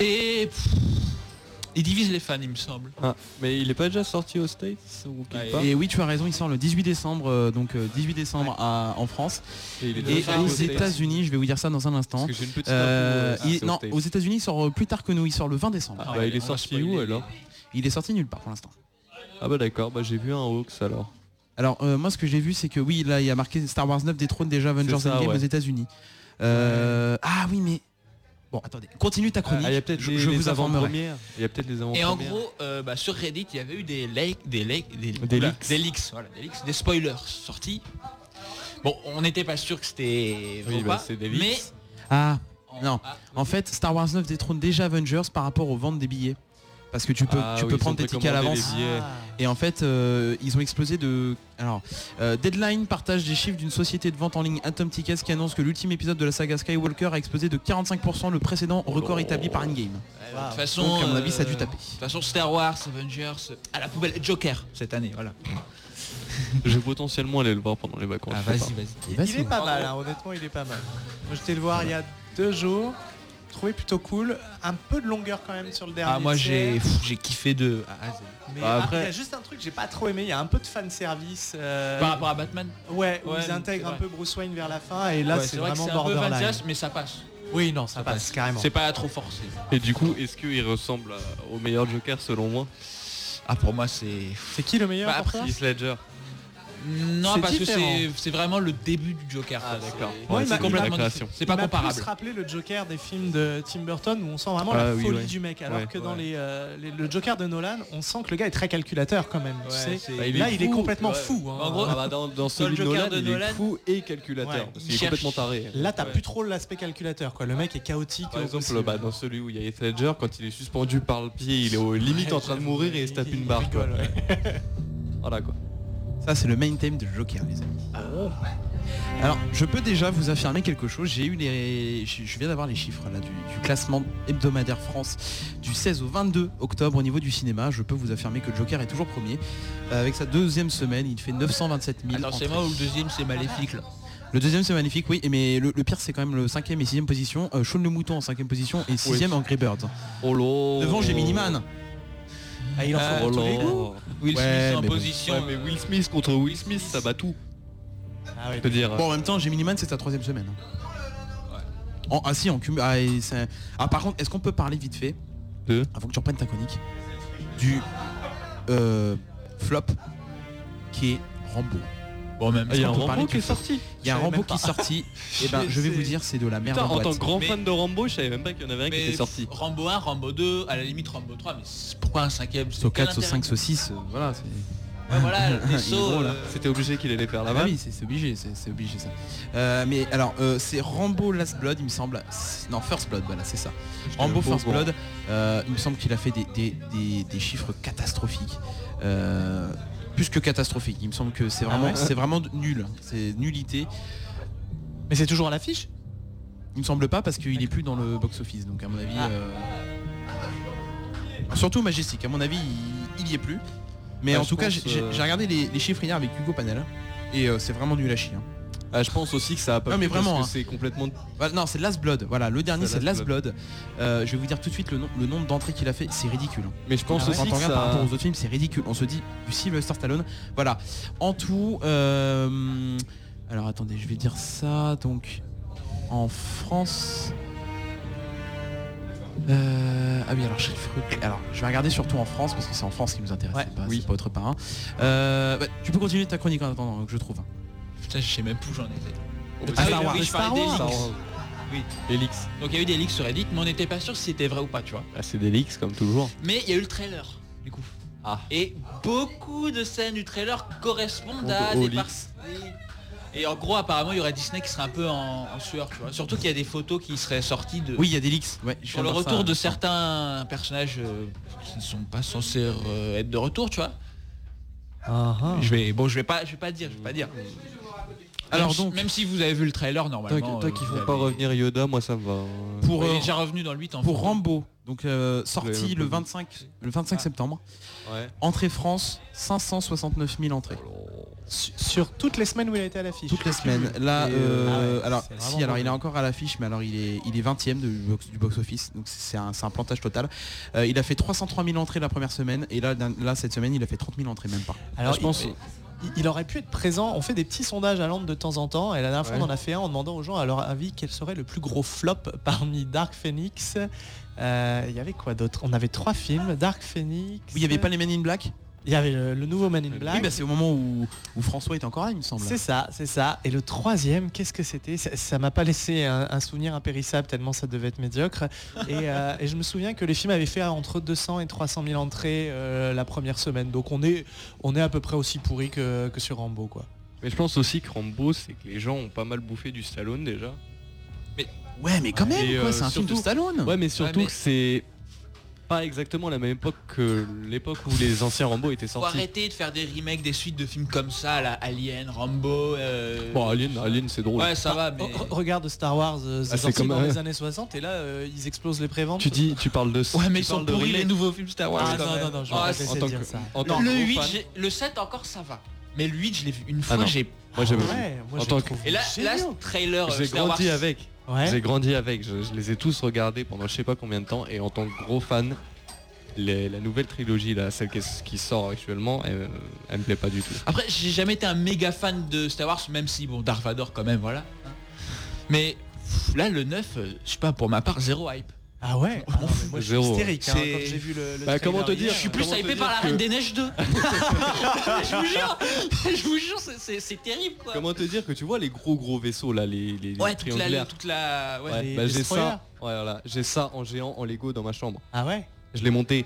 Speaker 8: Et pff, ils divisent les fans, il me semble.
Speaker 9: Ah. mais il est pas déjà sorti aux States ou quelque part
Speaker 7: Bah, Et oui, tu as raison, il sort le 18 décembre, euh, donc euh, 18 décembre à- en France.
Speaker 9: Ah. Et
Speaker 7: Et,
Speaker 9: il est déjà
Speaker 7: aux
Speaker 9: aux States.
Speaker 7: États-Unis, je vais vous dire ça dans un instant.
Speaker 9: Parce que j'ai une petite
Speaker 7: Euh,
Speaker 9: info, euh,
Speaker 7: il-
Speaker 9: c'est aux
Speaker 7: non,
Speaker 9: States.
Speaker 7: aux États-Unis, il sort euh, plus tard que nous, il sort le 20 décembre.
Speaker 9: Ah, bah, il est sorti où alors
Speaker 7: Il est sorti nulle part pour l'instant.
Speaker 9: Ah bah d'accord, bah j'ai vu un Hawks alors.
Speaker 7: Alors euh, moi ce que j'ai vu c'est que oui là il y a marqué Star Wars 9 détrône déjà Avengers
Speaker 9: ça,
Speaker 7: Endgame
Speaker 9: ouais.
Speaker 7: aux États-Unis. Euh, Ah oui mais bon attendez continue ta chronique.
Speaker 9: Ah, il y a peut-être
Speaker 7: je,
Speaker 9: les,
Speaker 7: je
Speaker 9: les
Speaker 7: vous informerai.
Speaker 9: avant-premières. Il y a peut-être les
Speaker 8: Et
Speaker 9: avant-premières.
Speaker 8: en gros, euh, bah, sur Reddit, il y avait eu des leaks, des leaks, des,
Speaker 9: Des
Speaker 8: oula,
Speaker 9: leaks.
Speaker 8: des voilà, des leaks, des spoilers sortis. Bon, on n'était pas sûr que c'était vrai
Speaker 9: Oui,
Speaker 8: ou
Speaker 9: bah,
Speaker 8: pas,
Speaker 9: c'est des leaks.
Speaker 8: mais euh,
Speaker 7: Ah non en fait Star Wars 9 détrône déjà Avengers par rapport aux ventes des billets. parce que tu peux,
Speaker 9: Ah
Speaker 7: tu
Speaker 9: oui,
Speaker 7: peux
Speaker 9: ils
Speaker 7: prendre
Speaker 9: ont
Speaker 7: tes tickets à
Speaker 9: précommandé
Speaker 7: l'avance. Ah.
Speaker 9: les billets.
Speaker 7: Et en fait, euh, ils ont explosé de. Alors, euh, Deadline partage des chiffres d'une société de vente en ligne Atom Tickets qui annonce que l'ultime épisode de la saga Skywalker a explosé de 45% le précédent record établi par Endgame.
Speaker 8: De toute façon,
Speaker 7: Donc, à mon avis, ça a
Speaker 8: euh,
Speaker 7: dû taper.
Speaker 8: De toute façon, Star Wars, Avengers, à la poubelle, Joker cette année, voilà.
Speaker 9: Je vais potentiellement aller le voir pendant les vacances.
Speaker 8: Ah,
Speaker 9: je sais
Speaker 8: vas-y,
Speaker 9: pas.
Speaker 8: vas-y.
Speaker 10: Il est pas mal, hein, honnêtement,
Speaker 8: Ah,
Speaker 10: il est pas mal. Moi, j'étais le voir il y a deux jours, trouvé plutôt cool. Un peu de longueur quand même sur le dernier.
Speaker 8: Ah moi j'ai
Speaker 10: tiers.
Speaker 8: pff, j'ai kiffé de A à Z.
Speaker 10: Mais
Speaker 8: Bah,
Speaker 10: après, il y
Speaker 8: après
Speaker 10: a juste un truc que j'ai pas trop aimé, il y a un peu de fanservice. service
Speaker 8: Par rapport à Batman
Speaker 10: Ouais, où
Speaker 8: Ouais,
Speaker 10: ils intègrent
Speaker 8: c'est
Speaker 10: un
Speaker 8: vrai.
Speaker 10: peu Bruce Wayne vers la fin, et là
Speaker 8: Ouais,
Speaker 10: c'est
Speaker 8: vrai que
Speaker 10: vraiment
Speaker 8: un peu
Speaker 10: borderline.
Speaker 8: Vanjas, mais ça passe.
Speaker 10: Oui, non, ça, passe, carrément.
Speaker 8: C'est pas trop forcé.
Speaker 9: Et du coup, est-ce qu'il ressemble à- au meilleur Joker selon moi
Speaker 8: Ah pour moi c'est.
Speaker 10: C'est qui le meilleur
Speaker 8: Bah,
Speaker 10: pour
Speaker 8: après,
Speaker 10: toi
Speaker 9: Heath Ledger.
Speaker 8: Non
Speaker 10: C'est
Speaker 8: parce
Speaker 10: différent.
Speaker 8: que c'est- c'est vraiment le début du Joker. Ah d'accord.
Speaker 10: Moi, il m'a-
Speaker 8: c'est
Speaker 10: il
Speaker 8: complètement
Speaker 10: m'a-
Speaker 8: différent. C'est pas
Speaker 10: il m'a plus
Speaker 8: comparable.
Speaker 10: rappelé le Joker des films de Tim Burton où on sent vraiment
Speaker 8: Ah
Speaker 10: la
Speaker 8: oui,
Speaker 10: folie
Speaker 8: ouais.
Speaker 10: du mec, alors
Speaker 8: Ouais.
Speaker 10: que dans les, euh, les- le Joker de Nolan, on sent que le gars est très calculateur quand même. tu sais. Là, il est complètement fou. hein.
Speaker 9: Ah bah, dans,
Speaker 10: Dans
Speaker 9: dans celui
Speaker 10: le
Speaker 9: de
Speaker 10: Joker
Speaker 9: Nolan,
Speaker 10: de
Speaker 9: il est
Speaker 10: Nolan,
Speaker 9: fou et calculateur.
Speaker 10: Ouais, il
Speaker 9: parce qu'il est
Speaker 10: cherche.
Speaker 9: complètement taré.
Speaker 10: Là, t'as
Speaker 9: Ouais.
Speaker 10: plus trop l'aspect calculateur, quoi. Le mec est chaotique.
Speaker 9: Par
Speaker 10: au
Speaker 9: exemple,
Speaker 10: possible.
Speaker 9: bah, dans celui où il y a Heath Ledger, quand il est suspendu par le pied, il est au limite en train de mourir et il se tape une barre. quoi. voilà quoi.
Speaker 7: Ça c'est le main theme de Joker les amis.
Speaker 8: Ah
Speaker 7: Alors je peux déjà vous affirmer quelque chose, j'ai eu les. Je je viens d'avoir les chiffres là du, du classement hebdomadaire France du 16 au 22 octobre au niveau du cinéma. Je peux vous affirmer que Joker est toujours premier. Euh, avec sa deuxième semaine, il fait 927 000.
Speaker 8: Attends c'est
Speaker 7: entrées.
Speaker 8: moi ou le deuxième c'est Maléfique là.
Speaker 7: Le deuxième c'est magnifique, oui, et mais le, le pire c'est quand même le cinquième et sixième position. Euh, Shaun le Mouton en cinquième position et sixième en Angry Birds.
Speaker 9: Oh là
Speaker 7: Devant j'ai Miniman.
Speaker 10: Ah, il en
Speaker 7: Ah,
Speaker 10: faut pour tous les
Speaker 7: là.
Speaker 10: goûts.
Speaker 9: oh Will
Speaker 7: Ouais,
Speaker 9: Smith en
Speaker 7: mais bon.
Speaker 9: position. euh, mais Will Smith contre Will Smith, ça bat tout.
Speaker 10: Ah ouais.
Speaker 9: Je peux dire. euh,
Speaker 7: Bon, en même temps, Gemini Man, c'est sa troisième semaine. En- ah si, en cumul. Ah, et c'est- ah, par contre, est-ce qu'on peut parler vite fait
Speaker 9: De
Speaker 7: Avant que tu reprennes ta chronique. Du euh, flop qui est Rambo.
Speaker 8: Bon même.
Speaker 9: Ah, il y a un Rambo qui est sorti.
Speaker 7: Il y a un
Speaker 9: Je savais
Speaker 7: Rambo
Speaker 9: même
Speaker 7: qui
Speaker 9: pas.
Speaker 7: est sorti.
Speaker 8: Eh
Speaker 7: Et ben
Speaker 9: C'est-
Speaker 7: je vais vous dire c'est de la merde.
Speaker 9: Putain, en
Speaker 7: boîte.
Speaker 9: tant que grand fan de Rambo, je savais même pas qu'il y en avait un qui
Speaker 8: Mais
Speaker 9: était sorti.
Speaker 8: Rambo 1, Rambo 2, à la limite Rambo 3, mais c'est- pourquoi un cinquième
Speaker 7: Saut 4, saut
Speaker 8: saut
Speaker 7: 5, saut
Speaker 10: euh,
Speaker 7: 6, voilà, c'est.
Speaker 8: Ouais, voilà,
Speaker 7: Il
Speaker 8: les
Speaker 7: est
Speaker 8: sauts,
Speaker 7: gros, là.
Speaker 8: euh,
Speaker 9: C'était obligé qu'il allait faire
Speaker 7: Ah
Speaker 9: là-bas.
Speaker 7: oui, c'est c'est obligé, c'est c'est obligé ça. Euh, mais alors, euh, c'est Rambo Last Blood, il me semble. C'est- Non, First Blood, voilà, c'est ça. Rambo
Speaker 9: Rambo,
Speaker 7: First
Speaker 9: bon.
Speaker 7: Blood, euh, il me semble qu'il a fait des, des- des- des chiffres catastrophiques. Euh, plus que catastrophiques, il me semble que c'est vraiment,
Speaker 10: ouais
Speaker 7: c'est vraiment de- nul. C'est nullité.
Speaker 10: Mais c'est toujours à l'affiche
Speaker 7: Il me semble pas parce qu'il est plus dans le box-office, donc à mon avis.
Speaker 9: Ah.
Speaker 7: euh, Surtout Majestic, à mon avis, il, il y est plus. Mais
Speaker 9: Ah,
Speaker 7: en
Speaker 9: je
Speaker 7: tout cas,
Speaker 9: pense,
Speaker 7: j'ai j'ai-
Speaker 9: euh,
Speaker 7: j'ai regardé les, les chiffres hier avec Hugo Panel. Et euh, c'est vraiment nul à chier. hein.
Speaker 9: Ah, je pense aussi que ça a pas
Speaker 7: Non, mais
Speaker 9: plu parce
Speaker 7: vraiment,
Speaker 9: que
Speaker 7: hein.
Speaker 9: c'est complètement
Speaker 7: Voilà, non, c'est Last Blood. Voilà, le dernier
Speaker 9: C'est
Speaker 7: c'est
Speaker 9: Last
Speaker 7: Last Blood. Euh, je vais vous dire tout de suite le, nom- le nombre d'entrées qu'il a fait, c'est ridicule. hein.
Speaker 9: Mais je pense
Speaker 7: Quand
Speaker 9: aussi
Speaker 7: on
Speaker 9: que
Speaker 7: regarde
Speaker 9: ça-
Speaker 7: par rapport aux autres films, c'est ridicule. On se dit du Sylvester Stallone. Voilà. En tout, euh, alors attendez, je vais dire ça. Donc, en France. Euh, ah oui alors je, alors je vais regarder surtout en France parce que c'est en France qui nous intéresse c'est pas, c'est pas autre part hein. Euh, bah, tu peux continuer ta chronique en attendant que je trouve hein.
Speaker 8: Putain, je sais même plus où j'en étais.
Speaker 7: Ah,
Speaker 8: oui,
Speaker 7: Star Wars.
Speaker 8: oui, je parlais
Speaker 7: Star
Speaker 8: des
Speaker 7: Wars.
Speaker 8: leaks. Oui.
Speaker 9: Les leaks.
Speaker 8: Donc il y a eu des leaks sur Reddit, mais on n'était pas sûr si c'était vrai ou pas, tu vois.
Speaker 9: Ah, c'est des leaks comme toujours.
Speaker 8: Mais il y a eu le trailer, du coup.
Speaker 9: Ah.
Speaker 8: Et beaucoup de scènes du trailer correspondent à
Speaker 9: Aux
Speaker 8: des
Speaker 9: leaks.
Speaker 8: parties. Et en gros, apparemment, il y aurait Disney qui serait un peu en, en sueur, tu vois. Surtout qu'il y a des photos qui seraient sorties de.
Speaker 7: oui il y a des leaks ouais, je
Speaker 8: sur
Speaker 7: viens
Speaker 8: le
Speaker 7: voir ça,
Speaker 8: retour de
Speaker 7: euh,
Speaker 8: certains personnages euh, qui ne sont pas censés euh, être de retour, tu vois.
Speaker 7: Ah,
Speaker 8: Je vais, bon, je vais pas, je vais pas dire, je vais pas dire.
Speaker 7: Alors
Speaker 8: Même si-
Speaker 7: donc-
Speaker 8: même si vous avez vu le trailer normalement.
Speaker 9: Toi
Speaker 8: euh,
Speaker 9: qui
Speaker 8: vous
Speaker 9: font
Speaker 8: avez-
Speaker 9: pas revenir Yoda, moi ça me va. hein.
Speaker 7: pour
Speaker 8: Ouais, il
Speaker 7: euh,
Speaker 8: est déjà revenu dans le hein. 8 en
Speaker 7: pour
Speaker 8: photo.
Speaker 7: Rambo, donc euh,
Speaker 9: Je l'avais
Speaker 7: sorti
Speaker 9: pas
Speaker 7: le
Speaker 9: vu.
Speaker 7: 25, le 25
Speaker 8: Ah.
Speaker 7: septembre.
Speaker 9: Ouais.
Speaker 7: Entrée France, 569 000 entrées.
Speaker 9: Oh
Speaker 10: Su- Sur toutes les semaines où il a été à l'affiche.
Speaker 7: Toutes les semaines. Là,
Speaker 10: Et,
Speaker 7: euh,
Speaker 10: ah ouais,
Speaker 7: alors,
Speaker 10: c'est vraiment
Speaker 7: si, alors il est
Speaker 10: mauvais.
Speaker 7: encore à l'affiche, mais alors il est, il est 20ème du box, du box office, donc c'est un, c'est un plantage total. Euh, il a fait 303 000 entrées la première semaine, et là, d'un- là cette semaine, il a fait 30 000 entrées, même pas.
Speaker 10: Alors,
Speaker 9: je pense-
Speaker 10: il, il- il aurait pu être présent. On fait des petits sondages à Londres de temps en temps. Et la dernière fois,
Speaker 9: Ouais.
Speaker 10: on en a fait un en demandant aux gens à leur avis quel serait le plus gros flop parmi Dark Phoenix. Euh, Il y avait quoi d'autre On avait trois films. Dark Phoenix.
Speaker 7: Oui, il n'y avait pas les Men in Black
Speaker 10: Il y avait le, le nouveau Man in Black.
Speaker 7: Oui, bah, c'est au moment où, où François est encore là, il me semble.
Speaker 10: C'est ça, c'est ça. Et le troisième, qu'est-ce que c'était Ça- Ça m'a pas laissé un, un souvenir impérissable tellement ça devait être médiocre. Et, euh, et je me souviens que les films avaient fait entre 200 et 300 000 entrées euh, la première semaine. Donc on est, on est à peu près aussi pourri que, que sur Rambo, quoi.
Speaker 9: Mais je pense aussi que Rambo, c'est que les gens ont pas mal bouffé du Stallone déjà.
Speaker 7: Ouais, mais quand même,
Speaker 9: Et,
Speaker 7: quoi,
Speaker 9: euh,
Speaker 7: c'est un film de
Speaker 9: surtout-
Speaker 7: Stallone.
Speaker 9: Ouais, mais surtout
Speaker 8: mais-
Speaker 9: que c'est pas exactement la même époque que l'époque où les anciens Rambo étaient
Speaker 8: Faut
Speaker 9: sortis.
Speaker 8: arrêter de faire des remakes, des suites de films comme ça, là, Alien, Rambo. euh,
Speaker 9: Bon, Alien, Alien c'est drôle.
Speaker 8: Ouais, ça va, mais.
Speaker 10: Ah, Re- Regarde Star Wars, euh, c'est
Speaker 9: Ah, c'est
Speaker 10: sorti
Speaker 9: comme,
Speaker 10: dans
Speaker 9: euh,
Speaker 10: les années 60 et là euh, ils explosent les préventes.
Speaker 9: Tu dis, tu parles de
Speaker 10: Ouais, mais
Speaker 9: tu
Speaker 10: ils sont
Speaker 9: parles de
Speaker 10: pourris,
Speaker 9: remake.
Speaker 10: les nouveaux films Star Wars, Ah, quand non, même. non, non, je vais
Speaker 8: Ah,
Speaker 10: pas
Speaker 8: c'est-
Speaker 10: laisser
Speaker 8: en tant
Speaker 10: dire
Speaker 8: que-
Speaker 10: ça.
Speaker 8: en
Speaker 10: Non.
Speaker 8: tant que
Speaker 10: Le
Speaker 8: gros
Speaker 10: 8,
Speaker 8: fan-
Speaker 10: j'ai-
Speaker 8: le 7 encore ça va. Mais le 8 je l'ai vu une
Speaker 9: Ah
Speaker 8: fois,
Speaker 9: non.
Speaker 8: j'ai.
Speaker 9: Moi j'avais
Speaker 8: Ouais, moi,
Speaker 9: en
Speaker 8: je
Speaker 9: tant
Speaker 8: le
Speaker 9: que-
Speaker 8: trouve Et là- génial. là, ce trailer, euh,
Speaker 9: J'ai
Speaker 8: Star
Speaker 9: grandi
Speaker 8: Wars-
Speaker 9: avec.
Speaker 8: Ouais.
Speaker 9: J'ai grandi avec. Je, je les ai tous regardés pendant je sais pas combien de temps et en tant que gros fan, les- la nouvelle trilogie là, celle qui, qui sort actuellement, elle, elle me plaît pas du tout.
Speaker 8: Après, j'ai jamais été un méga fan de Star Wars, même si, bon, Darth Vader quand même, voilà. hein. Mais pff, là, le 9, euh, je sais pas, pour ma part, zéro hype.
Speaker 10: Ah ouais
Speaker 8: Ah non, mais
Speaker 10: moi, je suis
Speaker 8: Zéro.
Speaker 10: hystérique, hein,
Speaker 8: C'est-
Speaker 10: quand j'ai vu le- le
Speaker 8: Bah,
Speaker 10: trailer
Speaker 8: comment te
Speaker 10: hier,
Speaker 8: dire Je suis plus
Speaker 10: comment te
Speaker 8: hypé
Speaker 10: dire
Speaker 8: par la
Speaker 10: que-
Speaker 8: Reine des Neiges 2. je vous jure, je vous jure, c'est- c'est c'est terrible quoi.
Speaker 9: Comment te dire que tu vois les gros gros vaisseaux là, les, les, les
Speaker 8: Ouais, toute la,
Speaker 9: triangulaires.
Speaker 8: toute la, ouais,
Speaker 9: Ouais, bah, j'ai ça, ouais, voilà, j'ai ça en géant en Lego dans ma chambre.
Speaker 10: Ah ouais
Speaker 9: Je l'ai monté.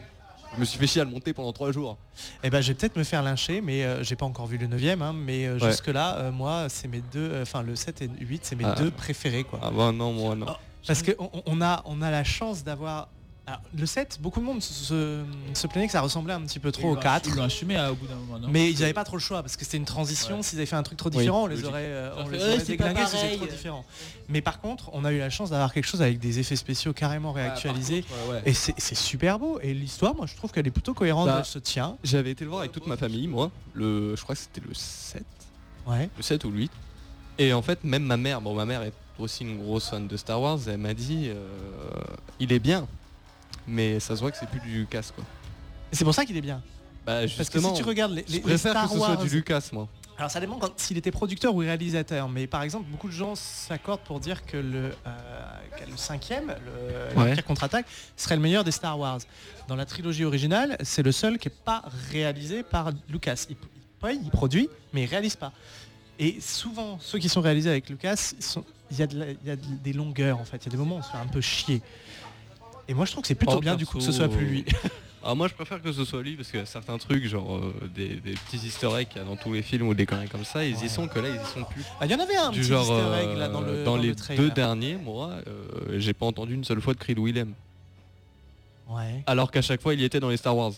Speaker 9: Je me suis fait chier à le monter pendant trois jours.
Speaker 10: Eh ben, je vais peut-être me faire lyncher, mais euh, j'ai pas encore vu le 9ème, hein, mais euh,
Speaker 9: Ouais.
Speaker 10: jusque-là, euh, moi, c'est mes deux, euh, enfin le 7 et le 8, c'est mes
Speaker 9: Ah.
Speaker 10: deux préférés, quoi.
Speaker 9: Ah bah non, moi non.
Speaker 10: Parce que on, on a, on a la chance d'avoir... alors, Le 7, beaucoup de monde se, se, se plaignait que ça ressemblait un petit peu trop au 4.
Speaker 8: Ils l'ont assumé à- au bout d'un moment, non
Speaker 10: Mais ils n'avaient pas trop le choix parce que c'était une transition. S'ils avaient fait un truc trop
Speaker 8: Oui,
Speaker 10: différent, on les
Speaker 8: logique.
Speaker 10: aurait, euh,
Speaker 8: Ça
Speaker 10: on
Speaker 8: fait,
Speaker 10: les
Speaker 8: ouais,
Speaker 10: aurait
Speaker 8: c'est pas
Speaker 10: déglingués parce que c'était
Speaker 8: pareil.
Speaker 10: trop différent. Mais par contre, on a eu la chance d'avoir quelque chose avec des effets spéciaux carrément réactualisés.
Speaker 9: par contre, ouais, ouais.
Speaker 10: Et c'est c'est super beau. Et l'histoire, moi, je trouve qu'elle est plutôt cohérente.
Speaker 9: Bah,
Speaker 10: elle se tient.
Speaker 9: J'avais été le voir avec toute ma famille, moi. Le, je crois que c'était le 7.
Speaker 10: Ouais.
Speaker 9: Le 7 ou le 8. Et en fait, même ma mère, bon, ma mère est aussi une grosse fan de Star Wars, elle m'a dit, euh, il est bien, mais ça se voit que c'est plus du Lucas, quoi.
Speaker 10: Et C'est pour ça qu'il est bien.
Speaker 9: Bah,
Speaker 10: parce que si
Speaker 9: justement,
Speaker 10: tu regardes les,
Speaker 9: je
Speaker 10: les- les
Speaker 9: préfère
Speaker 10: Star
Speaker 9: que ce
Speaker 10: Wars,
Speaker 9: soit du Lucas, moi.
Speaker 10: Alors ça dépend quand- s'il était producteur ou réalisateur, mais par exemple beaucoup de gens s'accordent pour dire que le, euh, que le cinquième, le
Speaker 9: Ouais.
Speaker 10: l'Empire contre-attaque, serait le meilleur des Star Wars. Dans la trilogie originale, c'est le seul qui n'est pas réalisé par Lucas. Il, il paye, il produit, mais il réalise pas. Et souvent, ceux qui sont réalisés avec Lucas, ils sont- il y, a de la- il y a de- des longueurs en fait, il y a des moments où on se fait un peu chier. Et moi je trouve que c'est plutôt
Speaker 9: Oh,
Speaker 10: bien du coup que ce
Speaker 9: perso,
Speaker 10: soit plus lui.
Speaker 9: Ah, moi je préfère que ce soit lui parce que certains trucs, genre euh, des, des petits easter eggs qu'il y a dans tous les films ou des conneries comme ça, ils y sont que là ils y sont plus.
Speaker 10: Ah, il y en avait un
Speaker 9: du
Speaker 10: petit
Speaker 9: genre
Speaker 10: easter egg, là, dans le-
Speaker 9: euh,
Speaker 10: dans le
Speaker 9: les
Speaker 10: trailer.
Speaker 9: deux derniers, moi, euh, j'ai pas entendu une seule fois de cri de Willem.
Speaker 10: Ouais.
Speaker 9: Alors qu'à chaque fois il y était dans les Star Wars.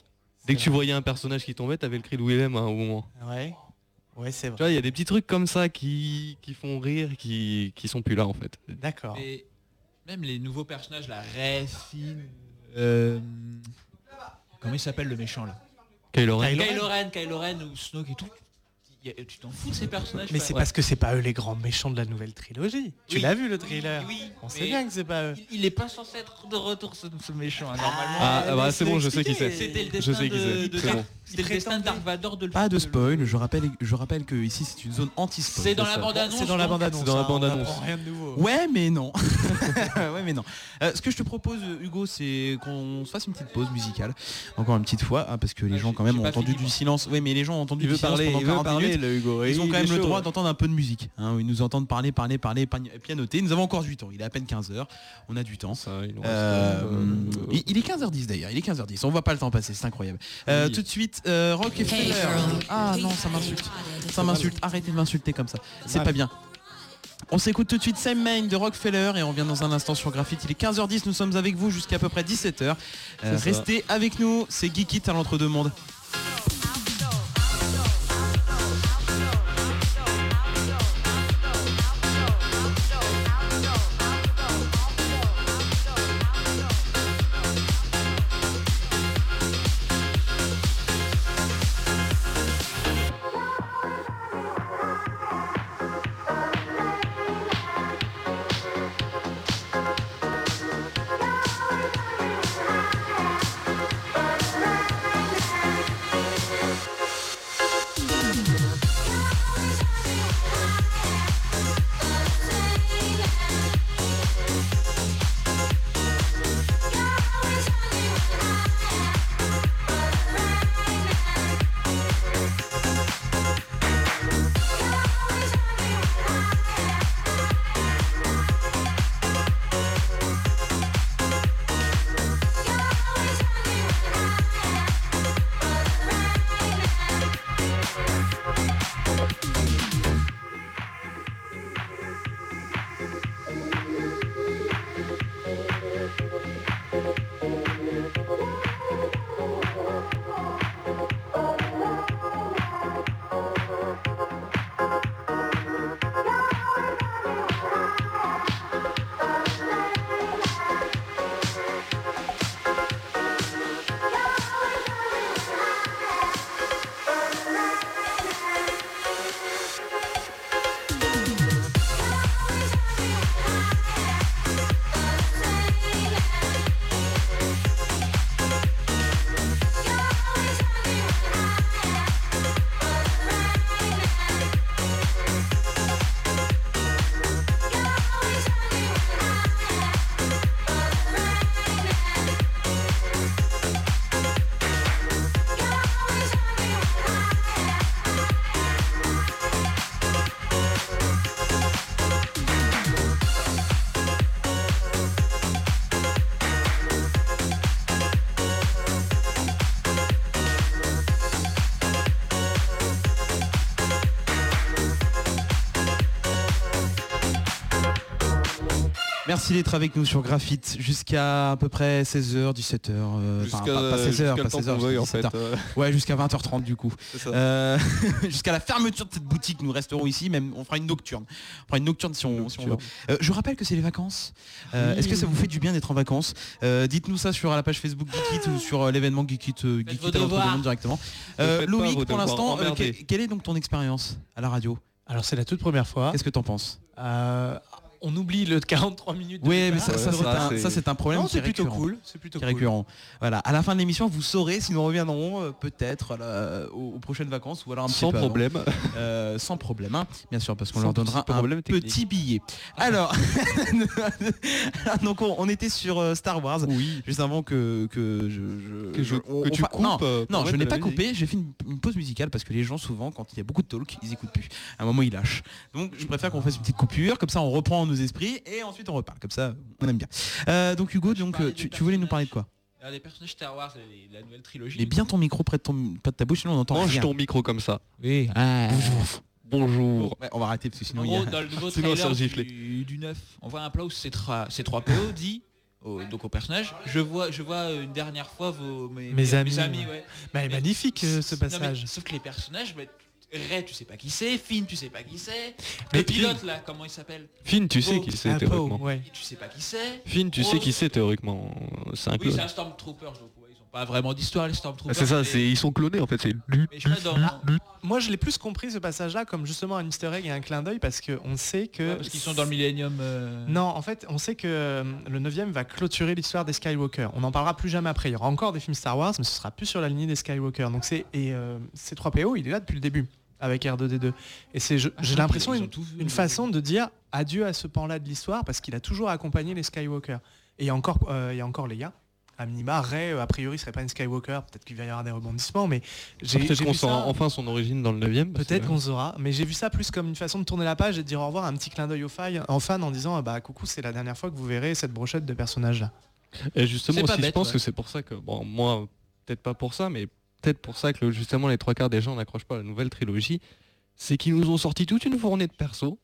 Speaker 9: Dès que tu voyais un personnage qui tombait, t'avais le cri de Willem à un moment.
Speaker 10: Ouais. Ouais, c'est
Speaker 9: Tu vois, il y a des petits trucs comme ça qui, qui font rire, qui, qui sont plus là en fait.
Speaker 10: D'accord.
Speaker 8: Et même les nouveaux personnages, la Refine. Euh... Comment il s'appelle le méchant là
Speaker 9: Kylo Ren.
Speaker 8: Kylo Ren, Kylo Ren ou Snoke et tout. Il y a- Tu t'en fous de ces personnages
Speaker 10: Mais
Speaker 8: quoi.
Speaker 10: c'est parce que c'est pas eux les grands méchants de la nouvelle trilogie. Tu
Speaker 8: Oui,
Speaker 10: l'as vu le trailer
Speaker 8: oui,
Speaker 10: On sait
Speaker 8: mais
Speaker 10: bien que c'est pas eux.
Speaker 8: Il, il est pas censé être de retour ce, ce méchant hein, normalement.
Speaker 9: Ah, ah, bah, c'est bon, je sais qui c'est.
Speaker 8: C'était le
Speaker 9: Je
Speaker 8: destin
Speaker 9: sais qui
Speaker 8: de,
Speaker 9: c'est.
Speaker 8: de
Speaker 9: C'est
Speaker 8: Dark-
Speaker 9: bon.
Speaker 8: c'était le destin de Darth Vador de le
Speaker 7: Pas de spoil, je rappelle, je rappelle que ici c'est une zone anti-spoil.
Speaker 8: C'est dans la
Speaker 7: Ça.
Speaker 8: bande-annonce,
Speaker 7: C'est dans la
Speaker 8: donc.
Speaker 7: bande-annonce.
Speaker 8: C'est dans la
Speaker 7: hein,
Speaker 8: bande-annonce.
Speaker 7: on apprend
Speaker 10: rien de nouveau.
Speaker 7: Ouais mais non. ouais mais non. Euh, ce que je te propose Hugo c'est qu'on se fasse une petite pause musicale. Encore une petite fois, hein, parce
Speaker 8: Ah,
Speaker 7: que les gens quand même ont entendu du silence. Oui mais les gens ont entendu
Speaker 9: Il
Speaker 7: du
Speaker 9: veut
Speaker 7: silence
Speaker 9: parler,
Speaker 7: pendant
Speaker 9: il veut
Speaker 7: 40
Speaker 9: parler,
Speaker 7: minutes.
Speaker 9: le Hugo.
Speaker 7: Ils ont
Speaker 9: Il
Speaker 7: quand
Speaker 9: est
Speaker 7: même le
Speaker 9: chaud,
Speaker 7: droit
Speaker 9: ouais.
Speaker 7: d'entendre un peu de musique. hein, où Ils nous entendent parler, parler, parler, parler, pianoter. Nous avons encore du temps. Il est à peine 15h. On a du temps. Euh, il- il est 15h10 d'ailleurs. Il est 15h10. On voit pas le temps passer. C'est incroyable. Euh, Tout de suite, euh, Rock et Ah non, ça m'insulte. Ça m'insulte. Arrêtez de m'insulter comme ça. C'est pas bien. On s'écoute tout de suite Same Main de Rockefeller et on revient dans un instant sur Graphite. Il est 15h10, nous sommes avec vous jusqu'à à peu près 17h. Euh,
Speaker 9: C'est ça.
Speaker 7: restez avec nous, c'est Geek It à l'entre-deux mondes.
Speaker 15: Thank
Speaker 7: Merci d'être avec nous sur Graphite jusqu'à à peu près 16h, 17h. euh, enfin,
Speaker 9: Jusqu'à-
Speaker 7: pas, pas 16h,
Speaker 9: jusqu'à
Speaker 7: pas
Speaker 9: le temps
Speaker 7: 16h,
Speaker 9: qu'on veuille, en
Speaker 7: 17h.
Speaker 9: fait, euh.
Speaker 7: Ouais, jusqu'à 20h30 du coup.
Speaker 9: C'est ça.
Speaker 7: Euh, jusqu'à la fermeture de cette boutique, nous resterons ici, même on fera une nocturne. On fera une nocturne si on, si on veut. Euh, je rappelle que c'est les vacances. Euh,
Speaker 16: Oui.
Speaker 7: Est-ce que ça vous fait du bien d'être en vacances Euh, Dites-nous ça sur la page Facebook Geekit ou sur euh, l'événement Geekit, euh, Geekit
Speaker 16: vos
Speaker 7: à votre
Speaker 16: devoirs.
Speaker 7: demande directement.
Speaker 16: Ne
Speaker 7: Euh,
Speaker 16: faites pas
Speaker 7: Loïc,
Speaker 16: vos
Speaker 7: pour
Speaker 16: devoirs,
Speaker 7: l'instant, euh,
Speaker 16: emmerdez.
Speaker 7: que- quelle est donc ton expérience à la radio
Speaker 10: Alors c'est la toute première fois.
Speaker 7: Qu'est-ce que t'en penses
Speaker 10: Euh, on oublie le 43 minutes. de
Speaker 7: Oui, mais
Speaker 10: départ.
Speaker 7: ça, ça, c'est un- ça, c'est un problème.
Speaker 10: Non,
Speaker 7: qui est
Speaker 10: c'est plutôt
Speaker 7: récurrent.
Speaker 10: cool. C'est plutôt
Speaker 7: Qui est
Speaker 10: cool.
Speaker 7: récurrent. Voilà. À la fin de l'émission, vous saurez si nous reviendrons euh, peut-être euh, aux, aux prochaines vacances ou alors un petit
Speaker 9: Sans
Speaker 7: peu avant.
Speaker 9: problème.
Speaker 7: Euh, sans problème, hein, bien sûr, parce qu'on
Speaker 9: Sans
Speaker 7: leur donnera
Speaker 9: petit
Speaker 7: un
Speaker 9: problème technique.
Speaker 7: petit billet. Alors, alors, donc on, on était sur euh, Star Wars. Oui. Juste avant que que je,
Speaker 9: Que je-
Speaker 7: on-
Speaker 9: que
Speaker 7: on
Speaker 9: tu
Speaker 7: fa-
Speaker 9: coupes,
Speaker 7: Non,
Speaker 9: euh, pour
Speaker 7: non, je
Speaker 9: mettre
Speaker 7: n'ai
Speaker 9: de
Speaker 7: pas
Speaker 9: la
Speaker 7: coupé. J'ai fait une, une pause musicale parce que les gens souvent, quand il y a beaucoup de talk, ils écoutent plus. À un moment, ils lâchent. Donc, je préfère qu'on fasse une petite coupure. Comme ça, on reprend nos esprits et ensuite on repart. Comme ça, on aime bien. Euh, donc
Speaker 8: Bah,
Speaker 7: Hugo, donc euh, tu, tu voulais nous parler de quoi
Speaker 8: Alors, les personnages Star Wars, les- la nouvelle trilogie.
Speaker 7: Mais bien ton micro près de, ton, près de ta bouche, sinon on entend
Speaker 9: Mange
Speaker 7: rien.
Speaker 9: ton micro comme ça.
Speaker 10: Oui.
Speaker 7: Bonjour.
Speaker 9: Bonjour.
Speaker 7: Ouais, on va arrêter parce que sinon
Speaker 8: En
Speaker 7: il y
Speaker 8: gros,
Speaker 7: a-
Speaker 8: Ah. Oh, dans le nouveau
Speaker 9: Sinon, on
Speaker 8: trailer
Speaker 9: se fait gifler.
Speaker 8: du, du 9, on voit un plan où ces trois, ces trois PO dit au- donc au personnage, je vois, je vois une dernière fois vos, mes,
Speaker 10: Mes amis, ouais.
Speaker 8: ouais.
Speaker 10: Bah, elle est magnifique euh, ce
Speaker 8: Non, mais
Speaker 10: passage.
Speaker 8: sauf que les personnages, mais, Ray, tu sais pas qui c'est, Finn, tu sais pas qui c'est,
Speaker 9: Mais
Speaker 8: le pilote là, comment il s'appelle
Speaker 9: Finn, tu sais
Speaker 8: Poe.
Speaker 9: qui c'est, Ah, Poe, théoriquement. ouais.
Speaker 8: Tu sais pas qui c'est.
Speaker 9: Finn, tu sais
Speaker 8: Rose.
Speaker 9: qui c'est théoriquement C'est un
Speaker 8: Oui,
Speaker 9: clone.
Speaker 8: c'est un Stormtrooper, donc ouais, ils ont pas vraiment d'histoire les
Speaker 9: Ah,
Speaker 8: Stormtroopers.
Speaker 9: c'est ça,
Speaker 8: mais-
Speaker 9: c'est ils sont clonés en fait. C'est lui.
Speaker 8: mais je sais pas, dans-
Speaker 10: Moi, je l'ai plus compris ce passage-là comme justement un Easter egg et un clin d'œil parce que on sait que.
Speaker 8: Ouais, parce qu'ils sont dans le Millennium. euh,
Speaker 10: Non, en fait, on sait que euh, le 9 va clôturer l'histoire des Skywalker. On n'en parlera plus jamais après. Il y aura encore des films Star Wars, mais ce sera plus sur la lignée des Skywalker. Donc c'est et euh, C3PO, il est là depuis le début avec R2D2. Et c'est je-
Speaker 8: Ah,
Speaker 10: j'ai l'impression une, une façon de dire adieu à ce pan-là de l'histoire parce qu'il a toujours accompagné les Skywalker. Et il y a encore euh, il y a encore les gars. À minima, Ray, euh, a priori, serait pas une Skywalker. Peut-être qu'il va y avoir des rebondissements, mais j'ai
Speaker 9: Peut-être
Speaker 10: j'ai
Speaker 9: qu'on
Speaker 10: vu
Speaker 9: saura
Speaker 10: ça-
Speaker 9: enfin son origine dans le 9ème.
Speaker 10: Peut-être qu'on saura, mais j'ai vu ça plus comme une façon de tourner la page et de dire au revoir, un petit clin d'œil aux failles, en fan en disant ah bah coucou, c'est la dernière fois que vous verrez cette brochette de personnages là.
Speaker 9: Et justement,
Speaker 10: C'est pas
Speaker 9: aussi, je
Speaker 10: bête,
Speaker 9: pense
Speaker 10: ouais.
Speaker 9: que c'est pour ça que, bon, moi, peut-être pas pour ça, mais peut-être pour ça que justement les trois quarts des gens n'accrochent pas à la nouvelle trilogie, c'est qu'ils nous ont sorti toute une fournée de persos.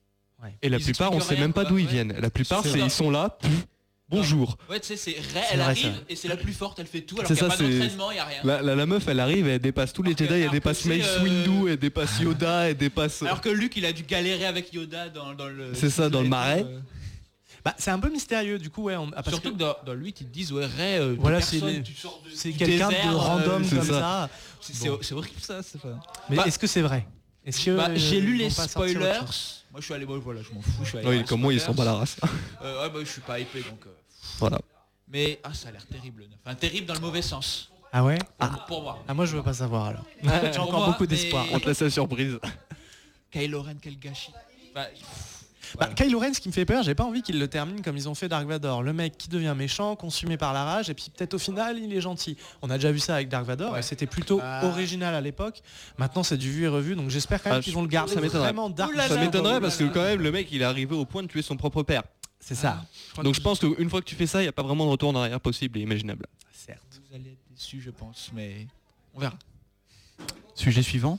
Speaker 9: Et la
Speaker 8: Ils
Speaker 9: plupart, on
Speaker 8: expliquent
Speaker 9: sait
Speaker 8: rien,
Speaker 9: même pas
Speaker 8: quoi,
Speaker 9: d'où ils
Speaker 8: ouais.
Speaker 9: viennent. La plupart,
Speaker 8: C'est
Speaker 9: c'est
Speaker 8: ça.
Speaker 9: ils sont là. pff, Bonjour.
Speaker 8: Ouais, tu sais, c'est Rey,
Speaker 9: C'est
Speaker 8: elle
Speaker 9: vrai,
Speaker 8: arrive
Speaker 9: ça.
Speaker 8: et c'est la plus forte, elle fait tout, alors
Speaker 9: C'est
Speaker 8: qu'il n'y a
Speaker 9: ça,
Speaker 8: pas
Speaker 9: c'est Bah,
Speaker 8: d'entraînement, il n'y a rien.
Speaker 9: la, la- la meuf, elle arrive, elle dépasse tous les Jedi, elle dépasse
Speaker 8: c'est,
Speaker 9: Mace
Speaker 8: euh,
Speaker 9: Windu, elle dépasse Yoda, elle dépasse. euh,
Speaker 8: Alors que Luke, il a dû galérer avec Yoda dans, dans le.
Speaker 9: C'est ça, dans le marais.
Speaker 8: euh,
Speaker 10: Bah c'est un peu mystérieux du coup ouais. On, ah, parce
Speaker 8: Surtout que,
Speaker 10: que-
Speaker 8: dans, dans le 8, ils te disent, ouais, Ray, euh,
Speaker 10: Voilà,
Speaker 8: personne,
Speaker 10: c'est les-
Speaker 8: tu sors de-
Speaker 10: c'est
Speaker 8: du
Speaker 10: quelqu'un de
Speaker 8: désert, euh,
Speaker 10: random
Speaker 8: c'est
Speaker 10: comme ça.
Speaker 8: C'est- C'est
Speaker 10: Bon.
Speaker 8: c'est horrible ça, c'est pas.
Speaker 10: Mais
Speaker 8: Bah,
Speaker 10: est-ce que c'est vrai Est-ce que,
Speaker 8: bah,
Speaker 10: euh,
Speaker 8: j'ai lu
Speaker 10: ils
Speaker 8: les
Speaker 10: vont pas sortir autre
Speaker 8: spoilers.
Speaker 10: chose
Speaker 8: Moi, je suis allé, bon, voilà, je m'en fous, je suis allé.
Speaker 9: Oui,
Speaker 8: voir les
Speaker 9: comme moi, ils s'en
Speaker 8: spoilers.
Speaker 9: bat la race.
Speaker 8: Euh, ouais, bah, je suis pas hypé donc. euh,
Speaker 9: Voilà.
Speaker 8: Mais ah, ça a l'air terrible. le neuf. Enfin, terrible dans le mauvais sens.
Speaker 10: Ah ouais
Speaker 8: Ah. Pour moi.
Speaker 10: Ah moi je veux pas savoir alors.
Speaker 8: Ouais.
Speaker 10: J'ai
Speaker 8: Pour
Speaker 10: encore
Speaker 8: moi,
Speaker 10: beaucoup
Speaker 8: mais-
Speaker 10: d'espoir.
Speaker 8: On te laisse
Speaker 9: la surprise.
Speaker 8: Kylo Ren, quel gâchis. Bah,
Speaker 10: Bah, Kylo Ren, ce qui me fait peur, j'ai pas envie qu'il le termine comme ils ont fait Dark Vador. Le mec qui devient méchant, consumé par la rage, et puis peut-être au final, il est gentil. On a déjà vu ça avec Dark Vador, et c'était plutôt
Speaker 8: Ah.
Speaker 10: original à l'époque. Maintenant, c'est du vu et revu, donc j'espère quand même
Speaker 9: Ah,
Speaker 10: qu'ils vont le garder.
Speaker 9: Ça m'étonnerait.
Speaker 10: vraiment Dark
Speaker 9: Ça
Speaker 10: Vador.
Speaker 9: m'étonnerait parce que quand même le mec il est arrivé au point de tuer son propre père.
Speaker 10: C'est ça.
Speaker 9: Donc Ah, je pense qu'une fois que tu fais ça, il n'y a pas vraiment de retour en arrière possible et imaginable.
Speaker 8: Certes. Vous allez être déçus, je pense, mais on verra.
Speaker 7: Sujet suivant,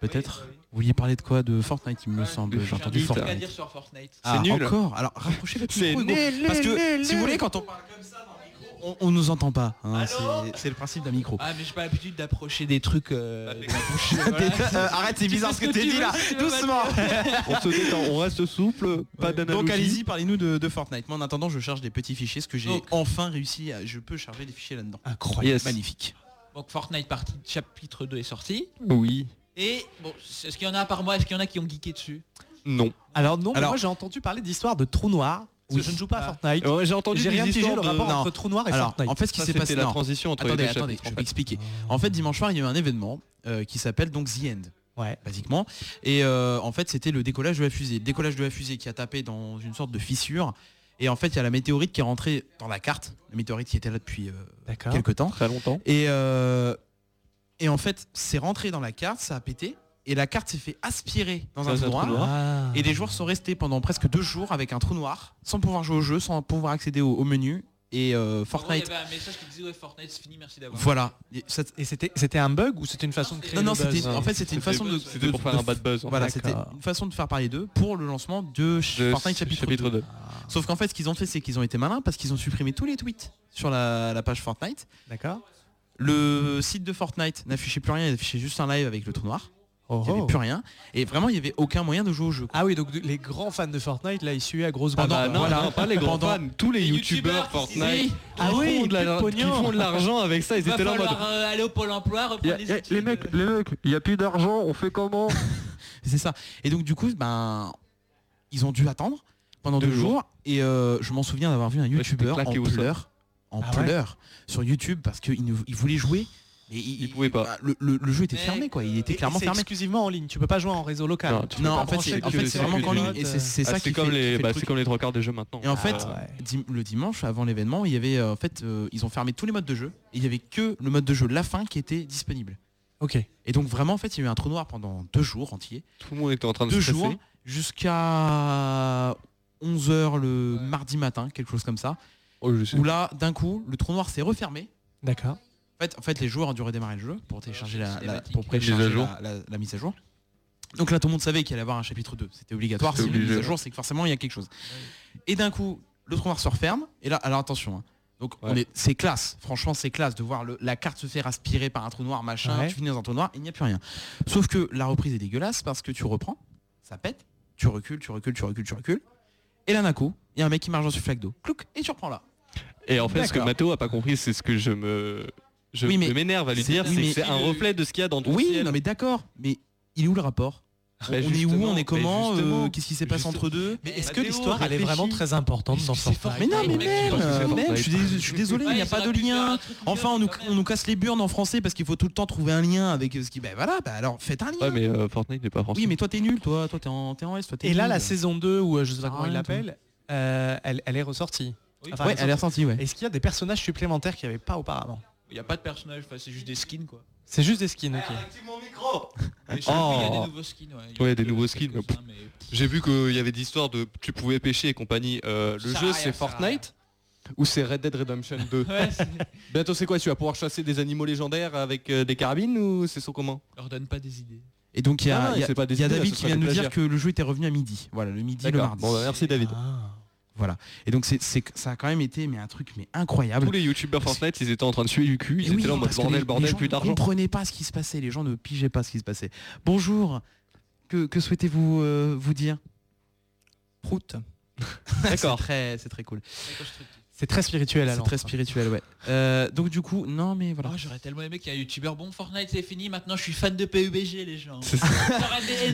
Speaker 7: peut-être. Vous vouliez parler de quoi De Fortnite, il me semble. J'ai entendu
Speaker 8: J'ai un truc à
Speaker 7: Fortnite.
Speaker 8: dire sur Fortnite.
Speaker 7: Ah, Encore. Alors rapprochez votre
Speaker 8: C'est
Speaker 7: micro. Hugo,
Speaker 8: nul,
Speaker 7: parce
Speaker 8: nul,
Speaker 7: que
Speaker 8: nul,
Speaker 7: si vous
Speaker 8: nul.
Speaker 7: voulez, quand on parle comme ça dans le micro, on, on nous entend pas.
Speaker 10: Ah,
Speaker 7: hein, c'est- c'est le principe d'un micro.
Speaker 8: Ah mais j'ai pas l'habitude d'approcher des trucs
Speaker 10: Ah,
Speaker 8: euh, de la bouche.
Speaker 7: Des- euh, arrête, c'est
Speaker 8: Tu
Speaker 7: bizarre
Speaker 8: fais
Speaker 7: ce que t'as
Speaker 8: tu
Speaker 7: dit,
Speaker 8: veux,
Speaker 7: là.
Speaker 8: si tu veux,
Speaker 7: Doucement.
Speaker 8: Mathieu.
Speaker 9: On se détend, on reste souple, pas d'analogie.
Speaker 7: Donc allez-y, parlez-nous de, de Fortnite. Moi en attendant, je charge des petits fichiers, ce que j'ai
Speaker 8: Donc.
Speaker 7: enfin réussi à... Je peux charger des fichiers là-dedans.
Speaker 9: Oh,
Speaker 8: Incroyable. Yes.
Speaker 7: Magnifique.
Speaker 8: Donc Fortnite partie chapitre 2 est sorti.
Speaker 9: Oui.
Speaker 8: Et bon, est-ce qu'il y en a par mois Est-ce qu'il y en a qui ont geeké dessus
Speaker 9: Non.
Speaker 10: Alors non, mais
Speaker 8: Alors-
Speaker 10: moi j'ai entendu parler d'histoire de trou noir. Parce que je ne joue pas
Speaker 7: Ah.
Speaker 10: à Fortnite.
Speaker 9: Ouais, j'ai entendu
Speaker 10: J'ai
Speaker 9: des
Speaker 10: rien pigé
Speaker 9: histoires
Speaker 10: le
Speaker 9: de-
Speaker 10: rapport
Speaker 9: Non.
Speaker 10: entre trou noir et
Speaker 7: Alors,
Speaker 10: Fortnite.
Speaker 7: en fait, ce qui s'est passé, non. attendez, attendez, je vais expliquer. En fait, dimanche soir, il y a eu un événement euh, qui s'appelle donc The End.
Speaker 10: Ouais.
Speaker 7: Basiquement. Et euh, en fait, c'était le décollage de la fusée. Le décollage de la fusée qui a tapé dans une sorte de fissure. Et en fait, il y a la météorite qui est rentrée dans la carte. La météorite qui était là depuis euh, quelques temps.
Speaker 9: Très longtemps.
Speaker 7: Et, euh, et en fait, c'est rentré dans la carte, ça a pété. Et la carte s'est fait aspirer dans
Speaker 9: Dans
Speaker 7: un
Speaker 9: un
Speaker 7: trou
Speaker 9: trou
Speaker 7: noir.
Speaker 9: noir.
Speaker 10: Ah.
Speaker 7: Et les joueurs sont restés pendant presque deux jours avec un trou noir, sans pouvoir jouer au jeu, sans pouvoir accéder au, au menu. et euh,
Speaker 8: En gros, il y
Speaker 7: Fortnite.
Speaker 8: avait Eh ben, un message qui disait ouais, Fortnite c'est fini, merci d'avoir.
Speaker 7: Voilà. Et,
Speaker 10: c'était c'était un bug ou c'était une façon de créer
Speaker 7: Ah. Non, non,
Speaker 10: le buzz
Speaker 7: c'était en fait c'était une façon de
Speaker 9: C'était
Speaker 7: de-
Speaker 9: pour faire
Speaker 7: de-
Speaker 9: un bad
Speaker 10: hein.
Speaker 9: buzz, en
Speaker 7: Voilà,
Speaker 9: fait.
Speaker 7: c'était une façon de faire parler d'eux pour le lancement de
Speaker 9: De
Speaker 7: Fortnite chapitre,
Speaker 9: chapitre
Speaker 7: 2.
Speaker 9: deux.
Speaker 7: Sauf qu'en fait ce qu'ils ont fait c'est qu'ils ont été malins parce qu'ils ont supprimé tous les tweets sur la, la page Fortnite.
Speaker 10: D'accord.
Speaker 7: Le site de Fortnite n'affichait plus rien, il affichait juste un live avec le trou noir.
Speaker 10: Oh,
Speaker 7: il n'y
Speaker 10: oh.
Speaker 7: avait plus rien. Et vraiment il n'y avait aucun moyen de jouer au jeu.
Speaker 10: Ah oui, donc les grands fans de Fortnite, là, ils suivaient à grosse
Speaker 7: Ah
Speaker 10: barbe.
Speaker 7: bah non, non, pas les grands fans, tous les Les
Speaker 9: youtubeurs youtubeurs qui Fortnite disent-
Speaker 10: ah
Speaker 9: qui
Speaker 10: oui,
Speaker 9: font de la-
Speaker 10: plus
Speaker 9: qui
Speaker 10: pognon.
Speaker 9: font de l'argent avec ça, ils
Speaker 8: Va
Speaker 9: étaient là en
Speaker 8: falloir
Speaker 9: mode-
Speaker 8: euh, aller au pôle emploi, reprendre les études.
Speaker 9: les mecs, les mecs, il n'y a plus d'argent, on fait comment
Speaker 7: C'est ça. Et donc du coup, ben, ils ont dû attendre pendant deux,
Speaker 9: Deux
Speaker 7: jours.
Speaker 9: jours.
Speaker 7: Et euh, je m'en souviens d'avoir vu un youtubeur en
Speaker 9: claqué au sol.
Speaker 7: pleurs, en
Speaker 9: Ah ouais
Speaker 7: pleurs sur YouTube parce qu'il ne- il voulait jouer. Mais il, pouvait pas. le, le- le jeu était fermé quoi, il était clairement
Speaker 10: c'est
Speaker 7: fermé.
Speaker 10: exclusivement en ligne, tu peux pas jouer en réseau local.
Speaker 7: Non, tu peux Non, pas en fait, brancher c'est- en le fait, c'est circuit vraiment qu'en ligne, et c'est- c'est ça
Speaker 9: Ah, c'est
Speaker 7: qui
Speaker 9: comme
Speaker 7: fait- qui fait
Speaker 9: les
Speaker 7: le
Speaker 9: bah,
Speaker 7: truc.
Speaker 9: c'est comme les trois quarts des jeux maintenant. Ah,
Speaker 7: Et en fait, dim- le dimanche avant l'événement, il y avait euh, en fait, euh, ils ont fermé tous les modes de jeu. et il y avait que le mode de jeu la fin qui était disponible.
Speaker 10: Ok.
Speaker 7: Et donc vraiment, en fait, il y a eu un trou noir pendant deux jours entiers.
Speaker 9: tout le monde était en train de
Speaker 7: deux
Speaker 9: stresser.
Speaker 7: jours jusqu'à 11h le mardi matin, quelque chose comme ça.
Speaker 9: Oh,
Speaker 7: où là, d'un coup, le trou noir s'est refermé.
Speaker 10: D'accord.
Speaker 7: En fait, en fait, les joueurs ont dû redémarrer le jeu pour télécharger la, la- pour
Speaker 9: Mise à
Speaker 7: précharger
Speaker 9: jour.
Speaker 7: la, la- la mise à jour. Donc là, tout le monde savait qu'il allait y avoir un chapitre 2. C'était obligatoire.
Speaker 9: C'était
Speaker 7: Si il y a une
Speaker 9: obligé.
Speaker 7: mise à jour, c'est que forcément, il y a quelque chose. Et d'un coup, le trou noir se referme. Et là, alors attention. hein. Donc on est, c'est classe, franchement c'est classe de voir le- la carte se faire aspirer par un trou noir, machin,
Speaker 10: Ouais.
Speaker 7: tu finis dans un trou noir, il n'y a plus rien. Sauf que la reprise est dégueulasse parce que tu reprends, ça pète, tu recules, tu recules, tu recules, tu recules, et là d'un coup, il y a un mec qui marche dans une flaque d'eau, clouc, et tu reprends là.
Speaker 9: Et en fait, ce que
Speaker 7: D'accord.
Speaker 9: Matteo a pas compris, c'est ce que je me je
Speaker 7: Oui, mais-
Speaker 9: je m'énerve à lui
Speaker 7: c'est-
Speaker 9: dire,
Speaker 7: oui,
Speaker 9: c'est
Speaker 7: mais-
Speaker 9: que c'est un reflet de ce qu'il y a dans ton
Speaker 7: Oui,
Speaker 9: ciel.
Speaker 7: non mais d'accord, mais il est où le rapport On
Speaker 9: Bah,
Speaker 7: est où,
Speaker 9: justement,
Speaker 7: on est
Speaker 9: mais
Speaker 7: comment,
Speaker 9: justement,
Speaker 7: euh, qu'est-ce qui s'est passé entre deux
Speaker 10: Mais est-ce que l'histoire elle est vraiment très importante dans Fortnite
Speaker 7: Mais
Speaker 10: Parce que c'est
Speaker 7: non, mais même, même,
Speaker 10: Fortnite.
Speaker 7: je suis dés- je suis désolé, il n'y a pas de lien. Enfin, on nous, on nous casse les burnes en français parce qu'il faut tout le temps trouver un lien avec euh, ce qui. Ben voilà, bah alors faites un lien.
Speaker 9: Ouais, mais euh, Fortnite n'est pas français.
Speaker 7: Oui, mais toi t'es nul, toi, toi t'es en, t'es en S, toi t'es
Speaker 10: Et là,
Speaker 7: nul. Ah,
Speaker 10: la saison 2, ou euh, je sais pas comment il
Speaker 7: rien,
Speaker 10: l'appelle, euh, elle, elle est ressortie.
Speaker 7: Ouais, elle est ressortie, ouais.
Speaker 10: Est-ce qu'il y a des personnages supplémentaires qu'il n'y avait pas auparavant
Speaker 8: Il n'y a pas de personnage, enfin, c'est juste des skins quoi.
Speaker 10: C'est juste des skins, ok.
Speaker 8: Mais je sais plus, il y a des nouveaux skins, ouais.
Speaker 9: Ah, Ouais, des nouveaux skins. mais pff. J'ai vu qu'il y avait des histoires de tu pouvais pêcher et compagnie. Euh, le
Speaker 8: Ça a
Speaker 9: jeu
Speaker 8: rien,
Speaker 9: c'est
Speaker 8: ça a
Speaker 9: Fortnite ou c'est Red Dead Redemption 2 Bientôt c'est quoi Tu vas pouvoir chasser des animaux légendaires avec euh, des carabines ou c'est sur comment
Speaker 8: Leur donne pas des idées.
Speaker 7: Et donc il y a,
Speaker 9: Ah,
Speaker 7: il y a-
Speaker 9: c'est pas des
Speaker 7: il y a
Speaker 9: idées, là,
Speaker 7: David
Speaker 9: ce
Speaker 7: qui
Speaker 9: serait
Speaker 7: vient de
Speaker 9: du
Speaker 7: nous dire
Speaker 9: plagiat.
Speaker 7: que le jeu était revenu à midi. Voilà, le midi, le
Speaker 9: D'accord.
Speaker 7: mardi.
Speaker 9: Bon, bah, merci, David.
Speaker 8: Ah.
Speaker 7: Voilà. Et donc c'est, c'est- ça a quand même été mais un truc mais incroyable.
Speaker 9: Tous les youtubeurs Fortnite ils étaient en train de suer du cul, ils
Speaker 7: Et oui,
Speaker 9: étaient là en mode
Speaker 7: parce que
Speaker 9: bordel,
Speaker 7: les- les
Speaker 9: bordel,
Speaker 7: gens
Speaker 9: plus
Speaker 7: Ne
Speaker 9: d'argent.
Speaker 7: comprenaient pas ce qui se passait, les gens ne pigeaient pas ce qui se passait. Bonjour, que, que souhaitez-vous euh, vous dire Prout. D'accord. c'est, très, c'est très cool.
Speaker 10: C'est très spirituel
Speaker 7: C'est
Speaker 10: alors.
Speaker 7: très spirituel, ouais. Euh, donc du coup, non mais voilà.
Speaker 8: Oh, j'aurais tellement aimé qu'il y ait un youtubeur bon Fortnite c'est fini maintenant je suis fan de PUBG les gens.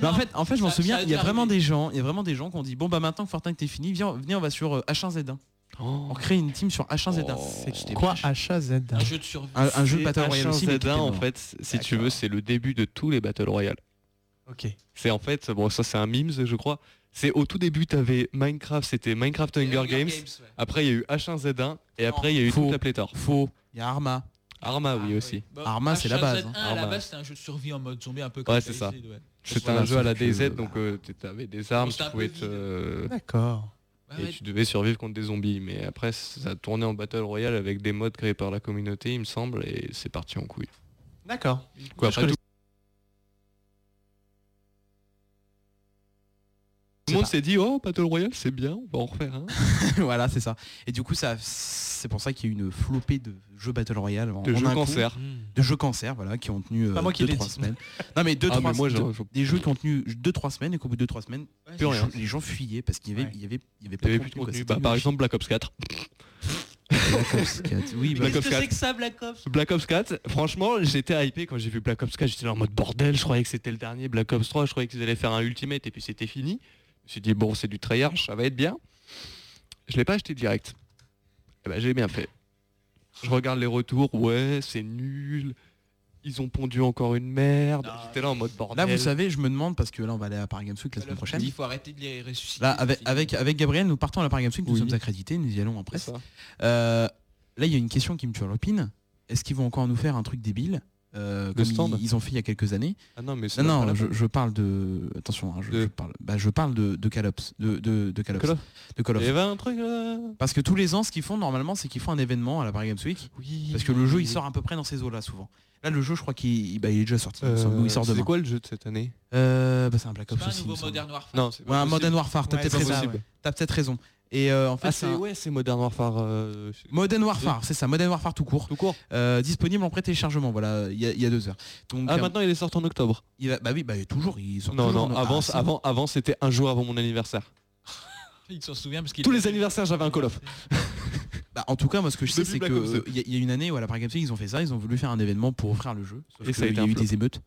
Speaker 7: Bah, en fait, en fait je m'en
Speaker 8: Ça-
Speaker 7: souviens,
Speaker 8: ça
Speaker 7: il y a
Speaker 8: va
Speaker 7: vraiment des gens, il y a vraiment des gens qui ont dit bon bah maintenant que Fortnite est fini, viens, venez on va sur euh, H1Z1.
Speaker 9: Oh.
Speaker 7: On crée une team sur H1Z1.
Speaker 10: C'est quoi HAZ
Speaker 8: Un jeu de survie.
Speaker 7: un, un jeu de Battle Royale aussi. mais
Speaker 9: Z1
Speaker 7: qui était
Speaker 9: en
Speaker 7: mort.
Speaker 9: fait, si tu veux, c'est le début de tous les Battle Royale.
Speaker 10: Ok.
Speaker 9: C'est en fait, bon ça c'est un memes je crois. C'est au tout début t'avais Minecraft, c'était Minecraft Hunger Games. Après il y a eu H1Z1 et après il y a eu toute la pléthore.
Speaker 7: Faux. Il y a Arma. Ah, Bah,
Speaker 9: Arma oui aussi.
Speaker 8: Bon,
Speaker 9: Arma c'est la base. hein.
Speaker 8: H1Z1, à la base c'était un jeu de survie en mode zombie un peu comme
Speaker 9: Ouais c'est ça.
Speaker 8: Battlefield, ouais.
Speaker 9: C'était
Speaker 8: Voilà,
Speaker 9: un jeu à la
Speaker 8: sauf que-
Speaker 9: DZ donc euh, t- t'avais des armes, tu
Speaker 8: C'était un peu
Speaker 9: pouvais te...
Speaker 8: vide.
Speaker 9: euh,
Speaker 10: D'accord.
Speaker 9: Et tu devais survivre contre des zombies, mais après ça tournait en Battle Royale avec des modes créés par la communauté il me semble et c'est parti en couille.
Speaker 10: D'accord.
Speaker 9: Quoi,
Speaker 10: Je
Speaker 9: après,
Speaker 10: connais-
Speaker 9: tout le monde s'est dit oh Battle Royale c'est bien, on va en refaire un.
Speaker 7: voilà, c'est ça. Et du coup, ça, c'est pour ça qu'il y a eu une flopée de jeux Battle Royale. en-
Speaker 9: De
Speaker 7: en
Speaker 9: jeux
Speaker 7: un coup. Mmh.
Speaker 9: cancer.
Speaker 7: De jeux cancer, voilà, qui ont tenu
Speaker 9: Pas moi qui
Speaker 7: 2
Speaker 9: l'ai
Speaker 7: 3
Speaker 9: dit.
Speaker 7: semaines. Non mais 2
Speaker 9: Ah,
Speaker 7: 3
Speaker 9: mais moi, j'en-
Speaker 7: des jeux qui ont tenu 2 3 semaines et qu'au bout de 3 semaines,
Speaker 9: Plus
Speaker 7: les,
Speaker 9: rien.
Speaker 7: gens, les gens fuyaient parce qu'il y avait il y avait il y avait
Speaker 9: Il
Speaker 7: pas
Speaker 9: y avait
Speaker 7: de
Speaker 9: plus de
Speaker 7: contenu, quoi.
Speaker 9: contenu.
Speaker 7: C'était
Speaker 9: Bah, par
Speaker 7: nul.
Speaker 9: exemple Black Ops 4.
Speaker 7: Black Ops 4. Oui,
Speaker 9: Black Ops
Speaker 8: Qu'est-ce que c'est
Speaker 9: 4.
Speaker 8: que ça Black Ops
Speaker 9: Black Ops 4, franchement j'étais hypé quand j'ai vu Black Ops 4, j'étais là en mode bordel, je croyais que c'était le dernier Black Ops 3, je croyais qu'ils allaient faire un Ultimate et puis c'était fini. Je me suis dit bon c'est du Treyarch, ça va être bien. Je l'ai pas acheté direct. Eh ben, j'ai bien fait. Je regarde les retours, ouais c'est nul, ils ont pondu encore une merde, Ah,
Speaker 8: Ah,
Speaker 9: j'étais là en mode bordel. Bah,
Speaker 7: Là, vous savez, je me demande parce que là on va aller à Paris Games Week la semaine prochaine.
Speaker 8: Il faut arrêter de les ressusciter.
Speaker 7: Là, avec, avec, avec Gabriel, nous partons à la Paris Games Week, nous sommes accrédités, nous y allons en presse. Euh, là, il y a une question qui me tue à l'opine. Est-ce qu'ils vont encore nous faire un truc débile euh,
Speaker 9: Le
Speaker 7: comme
Speaker 9: stand
Speaker 7: ils, ils ont fait il y a quelques années.
Speaker 9: Ah non, mais c'est
Speaker 7: non,
Speaker 9: dans
Speaker 7: non,
Speaker 9: Call
Speaker 7: je,
Speaker 9: of.
Speaker 7: je parle de attention, hein, je, je parle, bah, je parle de, de Call Ops, de de, de Call Ops,
Speaker 9: Call of.
Speaker 7: de Call of.
Speaker 9: Il y avait un truc euh, là
Speaker 7: Parce que tous les ans, ce qu'ils font normalement, c'est qu'ils font un événement à la Paris Games Week. parce que le jeu, il sort à peu près dans ces
Speaker 9: Oh,
Speaker 7: eaux-là souvent. Là, le jeu, je crois qu'il il- bah, il est déjà sorti. il me semble, ou il sort
Speaker 9: Euh, c'est
Speaker 7: demain.
Speaker 9: quoi le jeu de cette année
Speaker 7: Euh, bah, c'est un Black Ops
Speaker 9: pas un
Speaker 7: aussi. il me
Speaker 9: nouveau
Speaker 7: semble.
Speaker 9: Modern Warfare.
Speaker 7: Non,
Speaker 9: C'est
Speaker 7: c'est
Speaker 9: pas
Speaker 7: ouais, un
Speaker 9: possible.
Speaker 7: Modern Warfare. T'as
Speaker 9: Ouais,
Speaker 7: peut-être
Speaker 9: c'est
Speaker 7: raison.
Speaker 9: possible.
Speaker 7: T'as peut-être raison. Et euh, en fait,
Speaker 9: Ah, c'est-
Speaker 7: un-
Speaker 9: ouais, c'est Modern Warfare. euh, je-
Speaker 7: Modern Warfare, c'est ça, Modern Warfare tout court. Euh, disponible en pré-téléchargement, voilà, il y, a- il y a deux heures. Donc, euh,
Speaker 9: Ah, maintenant,
Speaker 7: il est sorti en octobre. bah oui, bah toujours, il sort
Speaker 9: Non,
Speaker 7: toujours
Speaker 9: non,
Speaker 7: en-
Speaker 9: avant,
Speaker 7: Ah, c'est
Speaker 9: avant, avant c'était un jour avant mon anniversaire.
Speaker 8: Il s'en souvient parce qu'il
Speaker 9: Tous les anniversaires, j'avais un Call of.
Speaker 7: Bah, en tout cas, moi, ce que je sais,
Speaker 9: Depuis
Speaker 7: c'est
Speaker 9: Black
Speaker 7: qu'il
Speaker 9: Ops deux.
Speaker 7: y, a- il y a une année où à la Paris Games Week, ils ont fait ça, ils ont voulu faire un événement pour offrir le jeu. Sauf
Speaker 9: Et
Speaker 7: que
Speaker 9: ça a été
Speaker 7: il y a
Speaker 9: un
Speaker 7: eu
Speaker 9: flop.
Speaker 7: des émeutes.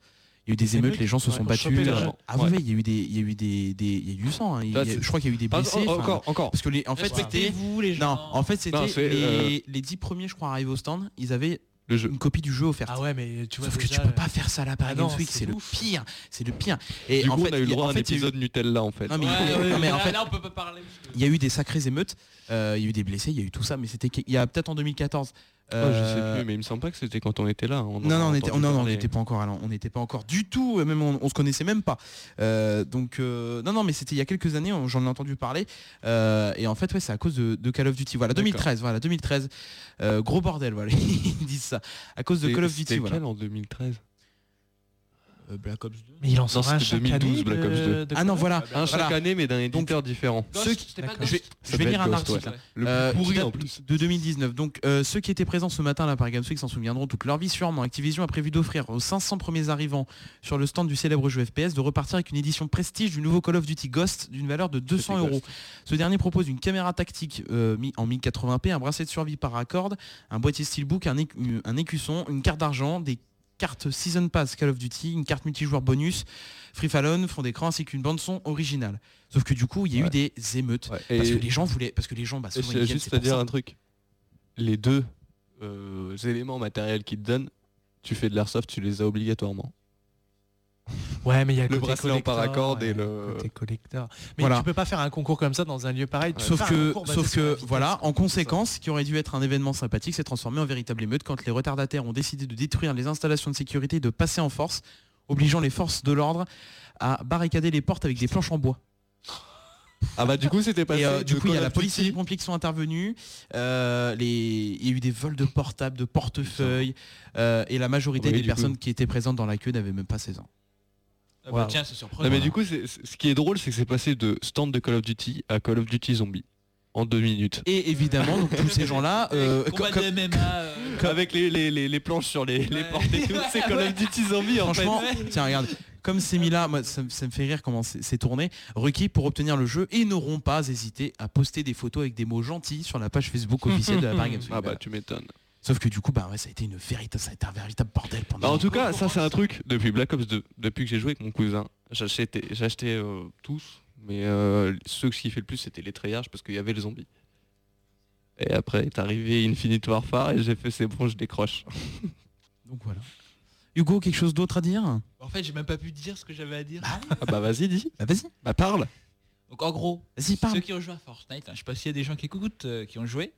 Speaker 7: Il y a eu des émeutes,
Speaker 9: Émeutes,
Speaker 7: les gens se
Speaker 9: ouais,
Speaker 7: sont
Speaker 9: pour choper
Speaker 7: battus.
Speaker 9: les gens.
Speaker 7: Ah oui, oui, il y a eu des, il y a eu des, des- il y a eu du sang. hein. Il y a-
Speaker 9: Là, c'est-
Speaker 7: je crois qu'il y a eu des
Speaker 9: Ah,
Speaker 7: blessés.
Speaker 8: oh,
Speaker 9: en-
Speaker 7: enfin,
Speaker 9: encore, encore.
Speaker 7: Parce que les, en fait, c'était,
Speaker 9: Respectez-vous, les gens.
Speaker 7: non, en fait, c'était
Speaker 9: Non, c'est, euh,
Speaker 7: les, les dix premiers, je crois, arrivés au stand, ils avaient
Speaker 9: jeu.
Speaker 7: une copie du jeu offerte.
Speaker 10: Ah ouais, mais tu vois
Speaker 7: Sauf que
Speaker 10: déjà,
Speaker 7: tu peux
Speaker 10: euh,
Speaker 7: pas faire ça à la Paris
Speaker 10: Ah
Speaker 7: Games
Speaker 10: non,
Speaker 7: Week,
Speaker 10: c'est
Speaker 7: c'est le
Speaker 10: ouf.
Speaker 7: pire, c'est le pire. Et
Speaker 9: du
Speaker 7: en
Speaker 9: coup,
Speaker 7: fait,
Speaker 9: on a eu
Speaker 7: il y
Speaker 9: le
Speaker 7: en
Speaker 9: droit à un
Speaker 7: fait, il y a eu-
Speaker 9: épisode Nutella en fait.
Speaker 7: Non, mais, il faut- non, mais en fait, il y a eu des sacrées émeutes, euh, il y a eu des blessés, il y a eu tout ça, mais c'était qu'il y a peut-être en 2014.
Speaker 9: Ah, je
Speaker 7: euh,
Speaker 9: sais plus, mais il me semble pas que c'était quand on était là. hein. On en
Speaker 7: Non,
Speaker 9: a
Speaker 7: non, on était,
Speaker 9: entendu
Speaker 7: non, non, on
Speaker 9: parler.
Speaker 7: n'était pas encore, alors, on n'était pas encore du tout, euh, même on, on se connaissait même pas. Euh, donc, euh, non, non, mais c'était il y a quelques années, on- j'en ai entendu parler, euh, et en fait, ouais, c'est à cause de, de Call of Duty. Voilà,
Speaker 9: D'accord.
Speaker 7: 2013, voilà, 2013, euh, gros bordel, voilà, ils disent ça, à cause de
Speaker 9: C'était-
Speaker 7: Call of
Speaker 9: c'était
Speaker 7: Duty, voilà.
Speaker 9: quel en 2013
Speaker 7: Euh, Black Ops 2.
Speaker 10: Mais il en
Speaker 9: Non,
Speaker 10: sort un
Speaker 9: c'était
Speaker 10: chaque
Speaker 9: 2012,
Speaker 10: année
Speaker 9: Black Ops
Speaker 10: de-
Speaker 9: 2.
Speaker 10: de
Speaker 7: Ah
Speaker 10: Call
Speaker 7: non,
Speaker 10: of.
Speaker 7: voilà.
Speaker 9: Un chaque
Speaker 7: Voilà.
Speaker 9: année, mais d'un éditeur différent.
Speaker 7: Ceux qui- D'accord. je vais, je vais lire un article hein,
Speaker 9: Le
Speaker 7: euh,
Speaker 9: plus
Speaker 7: qui
Speaker 9: pourri
Speaker 7: date
Speaker 9: en plus.
Speaker 7: de 2019. Donc euh, ceux qui étaient présents ce matin à la Paris Games Week s'en souviendront toute leur vie. Sûrement, Activision a prévu d'offrir aux 500 premiers arrivants sur le stand du célèbre jeu FPS de repartir avec une édition prestige du nouveau Call of Duty Ghost d'une valeur de 200 euros. Ce dernier propose une caméra tactique euh, mis en 1080p, un bracelet de survie par raccord, un boîtier steelbook, un, écu- un écusson, une carte d'argent, des cartes Season Pass Call of Duty, une carte multijoueur bonus, Free Fallon, fond d'écran ainsi qu'une bande son originale. Sauf que du coup, il y a eu des émeutes parce
Speaker 9: et-
Speaker 7: que les gens voulaient parce que les gens bah,
Speaker 9: Et
Speaker 7: souvent, ils
Speaker 9: j'ai
Speaker 7: viennent,
Speaker 9: juste
Speaker 7: c'est
Speaker 9: à
Speaker 7: pour
Speaker 9: dire
Speaker 7: ça.
Speaker 9: un truc. Les deux euh, éléments matériels qu'ils te donnent, tu fais de l'airsoft, tu les as obligatoirement.
Speaker 10: Ouais, mais il y a
Speaker 9: le
Speaker 10: côté
Speaker 9: bracelet en
Speaker 10: collector,
Speaker 9: paracord
Speaker 10: ouais,
Speaker 9: et le.
Speaker 10: collector. Mais
Speaker 7: Voilà.
Speaker 10: tu peux pas faire un concours comme ça dans un lieu pareil. tu peux
Speaker 7: Sauf
Speaker 10: faire un
Speaker 7: que,
Speaker 10: concours basé
Speaker 7: sauf
Speaker 10: sur la
Speaker 7: que
Speaker 10: vitesse.
Speaker 7: voilà, en conséquence, ce qui aurait dû être un événement sympathique s'est transformé en véritable émeute quand les retardataires ont décidé de détruire les installations de sécurité et de passer en force, obligeant les forces de l'ordre à barricader les portes avec des planches en bois.
Speaker 9: Ah bah du coup c'était passé.
Speaker 7: Et euh, du
Speaker 9: de
Speaker 7: coup, il y a
Speaker 9: Call
Speaker 7: la
Speaker 9: of
Speaker 7: police et
Speaker 9: Duty.
Speaker 7: les pompiers qui sont intervenus. euh, les... Il y a eu des vols de portables, de portefeuilles. euh, et la majorité
Speaker 9: Oui,
Speaker 7: des
Speaker 9: du
Speaker 7: personnes
Speaker 9: coup.
Speaker 7: qui étaient présentes dans la queue n'avaient même pas 16 ans.
Speaker 8: Ah bah tiens, c'est surprenant.
Speaker 9: Non, mais du coup, c'est- c'est- ce qui est drôle, c'est que c'est passé de stand de Call of Duty à Call of Duty Zombie en deux minutes.
Speaker 7: Et évidemment, donc tous ces gens-là, euh,
Speaker 8: Combat
Speaker 7: co-
Speaker 8: de MMA. euh,
Speaker 9: Avec les, les, les, les planches sur les, les portes et tout, c'est Call of Duty Zombie en fait.
Speaker 7: Franchement, tiens, regarde. Comme c'est mis là, moi, ça, me- ça me fait rire comment c'est c'est tourné. Requis pour obtenir le jeu et n'auront pas hésité à poster des photos avec des mots gentils sur la page Facebook officielle de la Paris Games Week.
Speaker 9: Ah bah
Speaker 7: Voilà.
Speaker 9: tu m'étonnes.
Speaker 7: Sauf que du coup, bah ouais, ça a été une véritable, ça a été un véritable bordel pendant.
Speaker 9: Bah, en tout cas, ça c'est un truc depuis Black Ops 2, depuis que j'ai joué avec mon cousin, j'achetais j'achetais euh, tous, mais euh, ceux qui fait le plus c'était les treillages parce qu'il y avait les zombies. Et après est arrivé Infinite Warfare et j'ai fait c'est bon, je décroche.
Speaker 7: Donc voilà. Hugo, quelque chose d'autre à dire
Speaker 8: En fait, j'ai même pas pu dire ce que j'avais à dire.
Speaker 9: Ah bah vas-y dis.
Speaker 7: Bah vas-y.
Speaker 9: Bah parle.
Speaker 8: Donc en gros,
Speaker 7: Vas-y, parle.
Speaker 8: ceux qui ont joué à Fortnite, hein, je sais pas s'il y a des gens qui écoutent, euh, qui ont joué,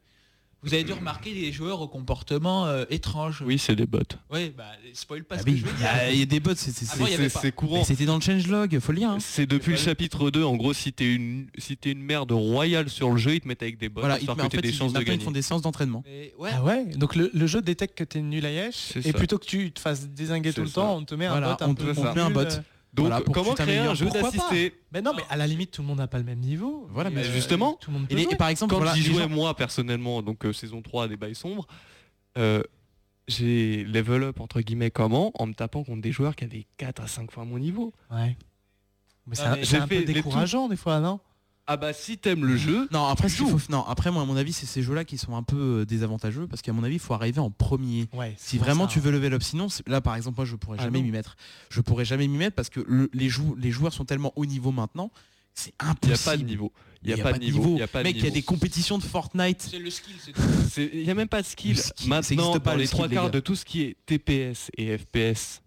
Speaker 8: vous avez dû remarquer des joueurs au comportement euh, étrange.
Speaker 9: Oui, c'est des bots.
Speaker 8: Ouais, bah spoil pas
Speaker 7: Ah
Speaker 8: ce que
Speaker 7: oui,
Speaker 8: je veux
Speaker 7: il y
Speaker 8: dire.
Speaker 7: a- il y a des bots, c'est c'est-
Speaker 8: Avant, il y
Speaker 7: c'est-
Speaker 8: avait
Speaker 7: c'est-
Speaker 8: pas.
Speaker 7: c'est courant. C'était dans le changelog, faut le lire. hein.
Speaker 9: C'est depuis le chapitre 2, en gros, si t'es une, si t'es une merde royale sur le jeu, ils te mettent avec des bots,
Speaker 7: Voilà, ils te
Speaker 9: histoire
Speaker 7: mettent-
Speaker 9: que
Speaker 7: en
Speaker 9: t'aies
Speaker 7: fait,
Speaker 9: des
Speaker 7: ils-
Speaker 9: chances de
Speaker 7: maintenant, ils
Speaker 9: gagner.
Speaker 7: font des séances d'entraînement.
Speaker 10: Ah ouais Donc le, le jeu détecte que t'es nul à Yesh
Speaker 9: C'est
Speaker 10: et
Speaker 9: ça.
Speaker 10: plutôt que tu te fasses désinguer tout
Speaker 9: C'est
Speaker 10: le
Speaker 9: ça.
Speaker 10: temps, on te met
Speaker 9: Voilà,
Speaker 10: un bot.
Speaker 9: on
Speaker 10: un
Speaker 9: te-
Speaker 10: peu
Speaker 9: on te
Speaker 10: nul,
Speaker 9: met un bot.
Speaker 10: euh,
Speaker 9: Donc,
Speaker 10: pour que
Speaker 9: comment
Speaker 10: tu
Speaker 9: créer un
Speaker 10: t'améliores.
Speaker 9: jeu
Speaker 10: Pourquoi pas
Speaker 9: d'assisté
Speaker 10: Mais non, mais à la limite, tout le monde n'a pas le même niveau.
Speaker 7: Voilà,
Speaker 10: mais
Speaker 9: justement.
Speaker 10: tout le monde peut
Speaker 9: Et, les-
Speaker 10: jouer.
Speaker 9: et par exemple, quand
Speaker 10: Voilà,
Speaker 9: j'y
Speaker 10: les
Speaker 9: jouais
Speaker 10: gens-
Speaker 9: moi personnellement, donc euh, saison 3 des bails sombres, euh, j'ai level up entre guillemets comment en me tapant contre des joueurs qui avaient 4 à 5 fois mon niveau.
Speaker 10: Ouais. Mais c'est
Speaker 9: Ah,
Speaker 10: un-
Speaker 9: mais
Speaker 10: c'est
Speaker 9: j'ai
Speaker 10: un
Speaker 9: fait
Speaker 10: peu
Speaker 9: les
Speaker 10: décourageant des fois, non
Speaker 9: Ah bah si t'aimes le jeu.
Speaker 7: Non, après, ce qu'il faut- non, après, moi, à mon avis, c'est ces jeux-là qui sont un peu euh, désavantageux parce qu'à mon avis, il faut arriver en premier.
Speaker 10: Ouais,
Speaker 7: si
Speaker 10: pour
Speaker 7: vraiment
Speaker 10: ça,
Speaker 7: tu veux level up, sinon, c'est- là, par exemple, moi, je pourrais
Speaker 10: Ah
Speaker 7: jamais
Speaker 10: non.
Speaker 7: m'y mettre. Je pourrais jamais m'y mettre parce que le- les, jou- les joueurs sont tellement haut niveau maintenant, c'est
Speaker 9: Il
Speaker 7: impossible.
Speaker 9: n'y a pas de niveau. Il n'y a, pas de niveau. y a pas de
Speaker 7: Mec, il y a
Speaker 9: niveau.
Speaker 7: des compétitions de Fortnite.
Speaker 8: C'est le skill, c'est
Speaker 9: C'est- Il n'y a même pas de skill.
Speaker 7: skill, ça
Speaker 9: Maintenant,
Speaker 7: existe pas,
Speaker 9: dans
Speaker 7: le
Speaker 9: les
Speaker 7: skill,
Speaker 9: trois
Speaker 7: les
Speaker 9: quarts
Speaker 7: gars.
Speaker 9: de tout ce qui est TPS et FPS,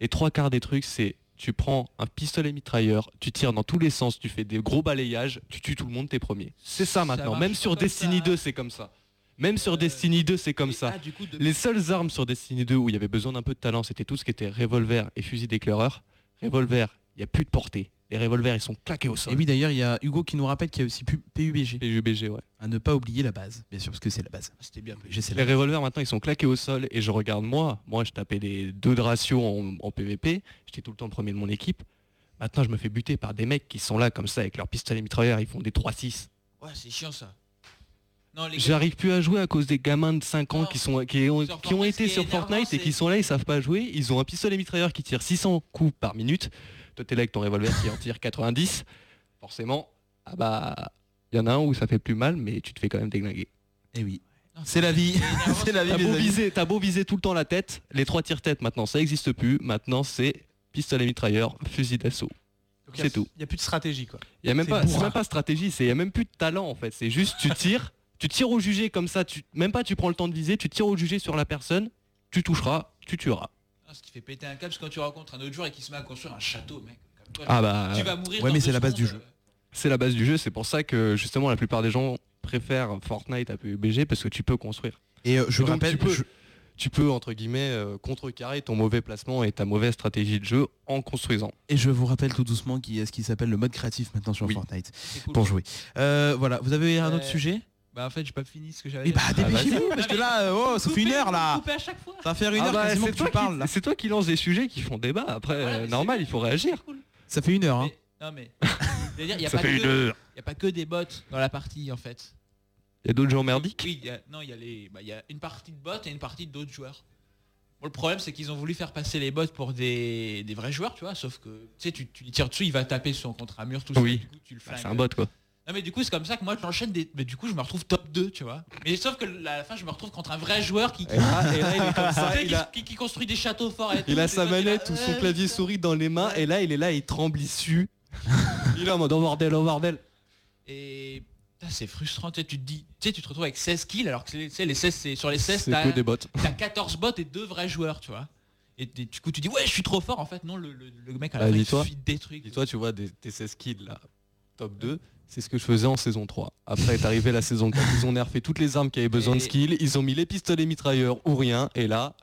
Speaker 9: les trois quarts des trucs, c'est tu prends un pistolet mitrailleur, tu tires dans tous les sens, tu fais des gros balayages, tu tues tout le monde, t'es premier. C'est ça maintenant.
Speaker 8: marche
Speaker 9: Même sur
Speaker 8: comme
Speaker 9: Destiny
Speaker 8: ça. Euh,
Speaker 9: 2, c'est comme ça. Même sur Destiny 2, c'est comme ça.
Speaker 8: ah, du coup, de-
Speaker 9: Les seules armes sur Destiny 2 où il y avait besoin d'un peu de talent, c'était tout ce qui était revolver et fusil d'éclaireur. Revolver, il n'y a plus de portée. Les revolvers, ils sont claqués au sol.
Speaker 7: Et oui, d'ailleurs, il y a Hugo qui nous rappelle qu'il y a aussi pu- PUBG.
Speaker 9: PUBG, ouais.
Speaker 7: À ne pas oublier la base, bien sûr, parce que c'est la base.
Speaker 8: C'était bien
Speaker 7: PUBG. c'est la
Speaker 9: Les
Speaker 7: base.
Speaker 9: revolvers maintenant ils sont claqués au sol et je regarde moi, moi je tapais des deux de ratio en, en PVP, j'étais tout le temps le premier de mon équipe. Maintenant je me fais buter par des mecs qui sont là comme ça avec leurs pistolets mitrailleurs, ils font des 3-6.
Speaker 8: Ouais, c'est chiant ça. Non, les gars,
Speaker 9: J'arrive plus à jouer à cause des gamins de 5 ans qui, sont, qui, ont,
Speaker 8: Sur
Speaker 9: qui ont été
Speaker 8: Fortnite, ce qui est
Speaker 9: sur
Speaker 8: énervant,
Speaker 9: Fortnite et
Speaker 8: c'est-
Speaker 9: qui sont là, ils savent pas jouer, ils ont un pistolet mitrailleur qui tire 600 coups par minute, toi t'es là avec ton revolver qui en tire 90, forcément, ah bah il y en a un où ça fait plus mal mais tu te fais quand même déglinguer.
Speaker 7: Et Eh oui. C'est la vie. c'est la vie.
Speaker 9: T'as
Speaker 7: les
Speaker 9: beau,
Speaker 7: amis.
Speaker 9: viser, t'as beau viser tout le temps la tête, les trois tirs tête maintenant ça existe plus, maintenant c'est pistolet mitrailleur, fusil d'assaut.
Speaker 10: Donc, y a-
Speaker 9: C'est tout.
Speaker 10: Il n'y a plus de stratégie quoi.
Speaker 9: Il y a même
Speaker 10: C'est
Speaker 9: pas, c'est
Speaker 10: bourrin.
Speaker 9: même pas stratégie, c'est y a même plus de talent en fait, c'est juste tu tires, tu tires au jugé comme ça, tu même pas tu prends le temps de viser, tu tires au jugé sur la personne, tu toucheras, tu tueras.
Speaker 8: non, ce qui fait péter un câble, c'est quand tu rencontres un autre joueur et qu'il se met à construire un château, mec. Comme toi,
Speaker 9: Ah bah
Speaker 8: tu vas mourir.
Speaker 9: ouais,
Speaker 8: dans
Speaker 9: mais
Speaker 8: deux
Speaker 9: c'est la base
Speaker 8: secondes.
Speaker 9: du jeu. C'est la base du jeu, c'est pour ça que justement la plupart des gens préfèrent Fortnite à PUBG parce que tu peux construire.
Speaker 7: Et euh, je
Speaker 9: donc, tu
Speaker 7: rappelle-
Speaker 9: peux,
Speaker 7: je-
Speaker 9: tu peux, entre guillemets euh, contrecarrer ton mauvais placement et ta mauvaise stratégie de jeu en construisant.
Speaker 7: Et je vous rappelle tout doucement qu'il y a ce qui s'appelle le mode créatif maintenant sur Fortnite pour jouer. Euh, voilà, vous avez un autre
Speaker 10: Euh,
Speaker 7: sujet
Speaker 10: Bah en fait j'ai pas fini ce que j'avais.
Speaker 7: Oui, bah
Speaker 8: Ah,
Speaker 10: dire.
Speaker 7: dépêchez-vous parce que là, euh, oh, ça fait une heure là.
Speaker 10: coupez à chaque fois.
Speaker 7: Ça va faire une
Speaker 9: Ah
Speaker 7: heure
Speaker 9: bah,
Speaker 7: quasiment
Speaker 9: c'est
Speaker 7: que tu
Speaker 9: toi qui-
Speaker 7: parles. là.
Speaker 9: C'est toi qui lance des sujets qui font débat. Après, euh, normal, il faut réagir.
Speaker 7: Ça fait une heure. hein.
Speaker 8: Non mais. Je veux dire, il y a
Speaker 9: Ça
Speaker 8: pas
Speaker 9: fait une
Speaker 8: que
Speaker 9: heure.
Speaker 8: il y a pas que des bots dans la partie en fait.
Speaker 9: Il y a d'autres gens merdiques.
Speaker 8: Oui, il y a- non, il y a les bah, il y a une partie de bots et une partie d'autres joueurs. Bon, le problème c'est qu'ils ont voulu faire passer les bots pour des, des vrais joueurs, tu vois, sauf que tu sais tu, tu lui tires dessus, il va taper son contre un mur tout
Speaker 9: Oui.
Speaker 8: seul, du coup, tu le
Speaker 9: Bah, c'est
Speaker 8: flingues.
Speaker 9: un bot quoi.
Speaker 8: Non mais du coup c'est comme ça que moi j'enchaîne des mais du coup je me retrouve top 2, tu vois. Mais sauf que à la fin je me retrouve contre un vrai joueur qui qui,
Speaker 9: Et là- et là, il est comme ça,
Speaker 8: Tu sais,
Speaker 9: il
Speaker 8: qui-
Speaker 9: a-
Speaker 8: qui- qui construit des châteaux forts et
Speaker 9: Il
Speaker 8: tout,
Speaker 9: a
Speaker 8: et
Speaker 9: sa
Speaker 8: toi, t'es là,
Speaker 9: manette ou son
Speaker 8: ouais,
Speaker 9: clavier souris dans les mains et là il est là, il tremble, il sue. Il est en mode oh bordel, oh bordel.
Speaker 8: Et putain, c'est frustrant, tu sais, tu te dis, tu sais, tu te retrouves avec 16 kills alors que c'est- tu sais, les 16, c'est- sur les 16,
Speaker 9: C'est
Speaker 8: t'as
Speaker 9: que des bots.
Speaker 8: t'as 14 bots et deux vrais joueurs, tu vois. Et t'es- du coup, tu dis, ouais, je suis trop fort. En fait, non, le, le- le mec à la
Speaker 9: Bah,
Speaker 8: fin, il
Speaker 9: dis-toi,
Speaker 8: suit des trucs.
Speaker 9: dis-toi, tu vois, des, tes 16 kills là, top 2, c'est ce que je faisais en saison 3. Après est arrivé la saison 4, ils ont nerfé toutes les armes qui avaient besoin de
Speaker 8: Et-
Speaker 9: skills, ils ont mis les pistolets mitrailleurs ou rien, et là,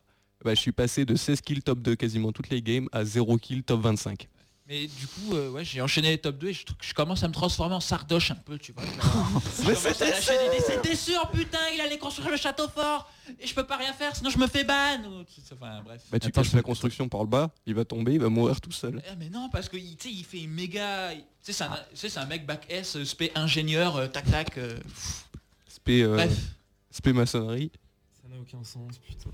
Speaker 9: bah, je suis passé de 16 kills top 2 quasiment toutes les games à 0 kills top 25.
Speaker 8: Mais du coup, euh, ouais, j'ai enchaîné les top 2 et je, trouve que je commence à me transformer en sardoche un peu, tu vois. Je
Speaker 9: Mais
Speaker 8: commence à
Speaker 9: c'était
Speaker 8: lâcher des idées, C'était sûr, putain, il allait construire le château fort et je peux pas rien faire, sinon je me fais ban. ou- Enfin, bref.
Speaker 9: Bah, tu caches la construction par le bas, il va tomber, il va mourir tout seul.
Speaker 8: Ah, mais non, parce que il- tu sais, il fait une méga. Tu sais, c'est un, tu sais, c'est un mec bac S, euh, spé ingénieur, euh, tac tac. euh, pff.
Speaker 9: SP, euh,
Speaker 8: Bref.
Speaker 9: SP maçonnerie.
Speaker 17: Ça n'a aucun sens, putain.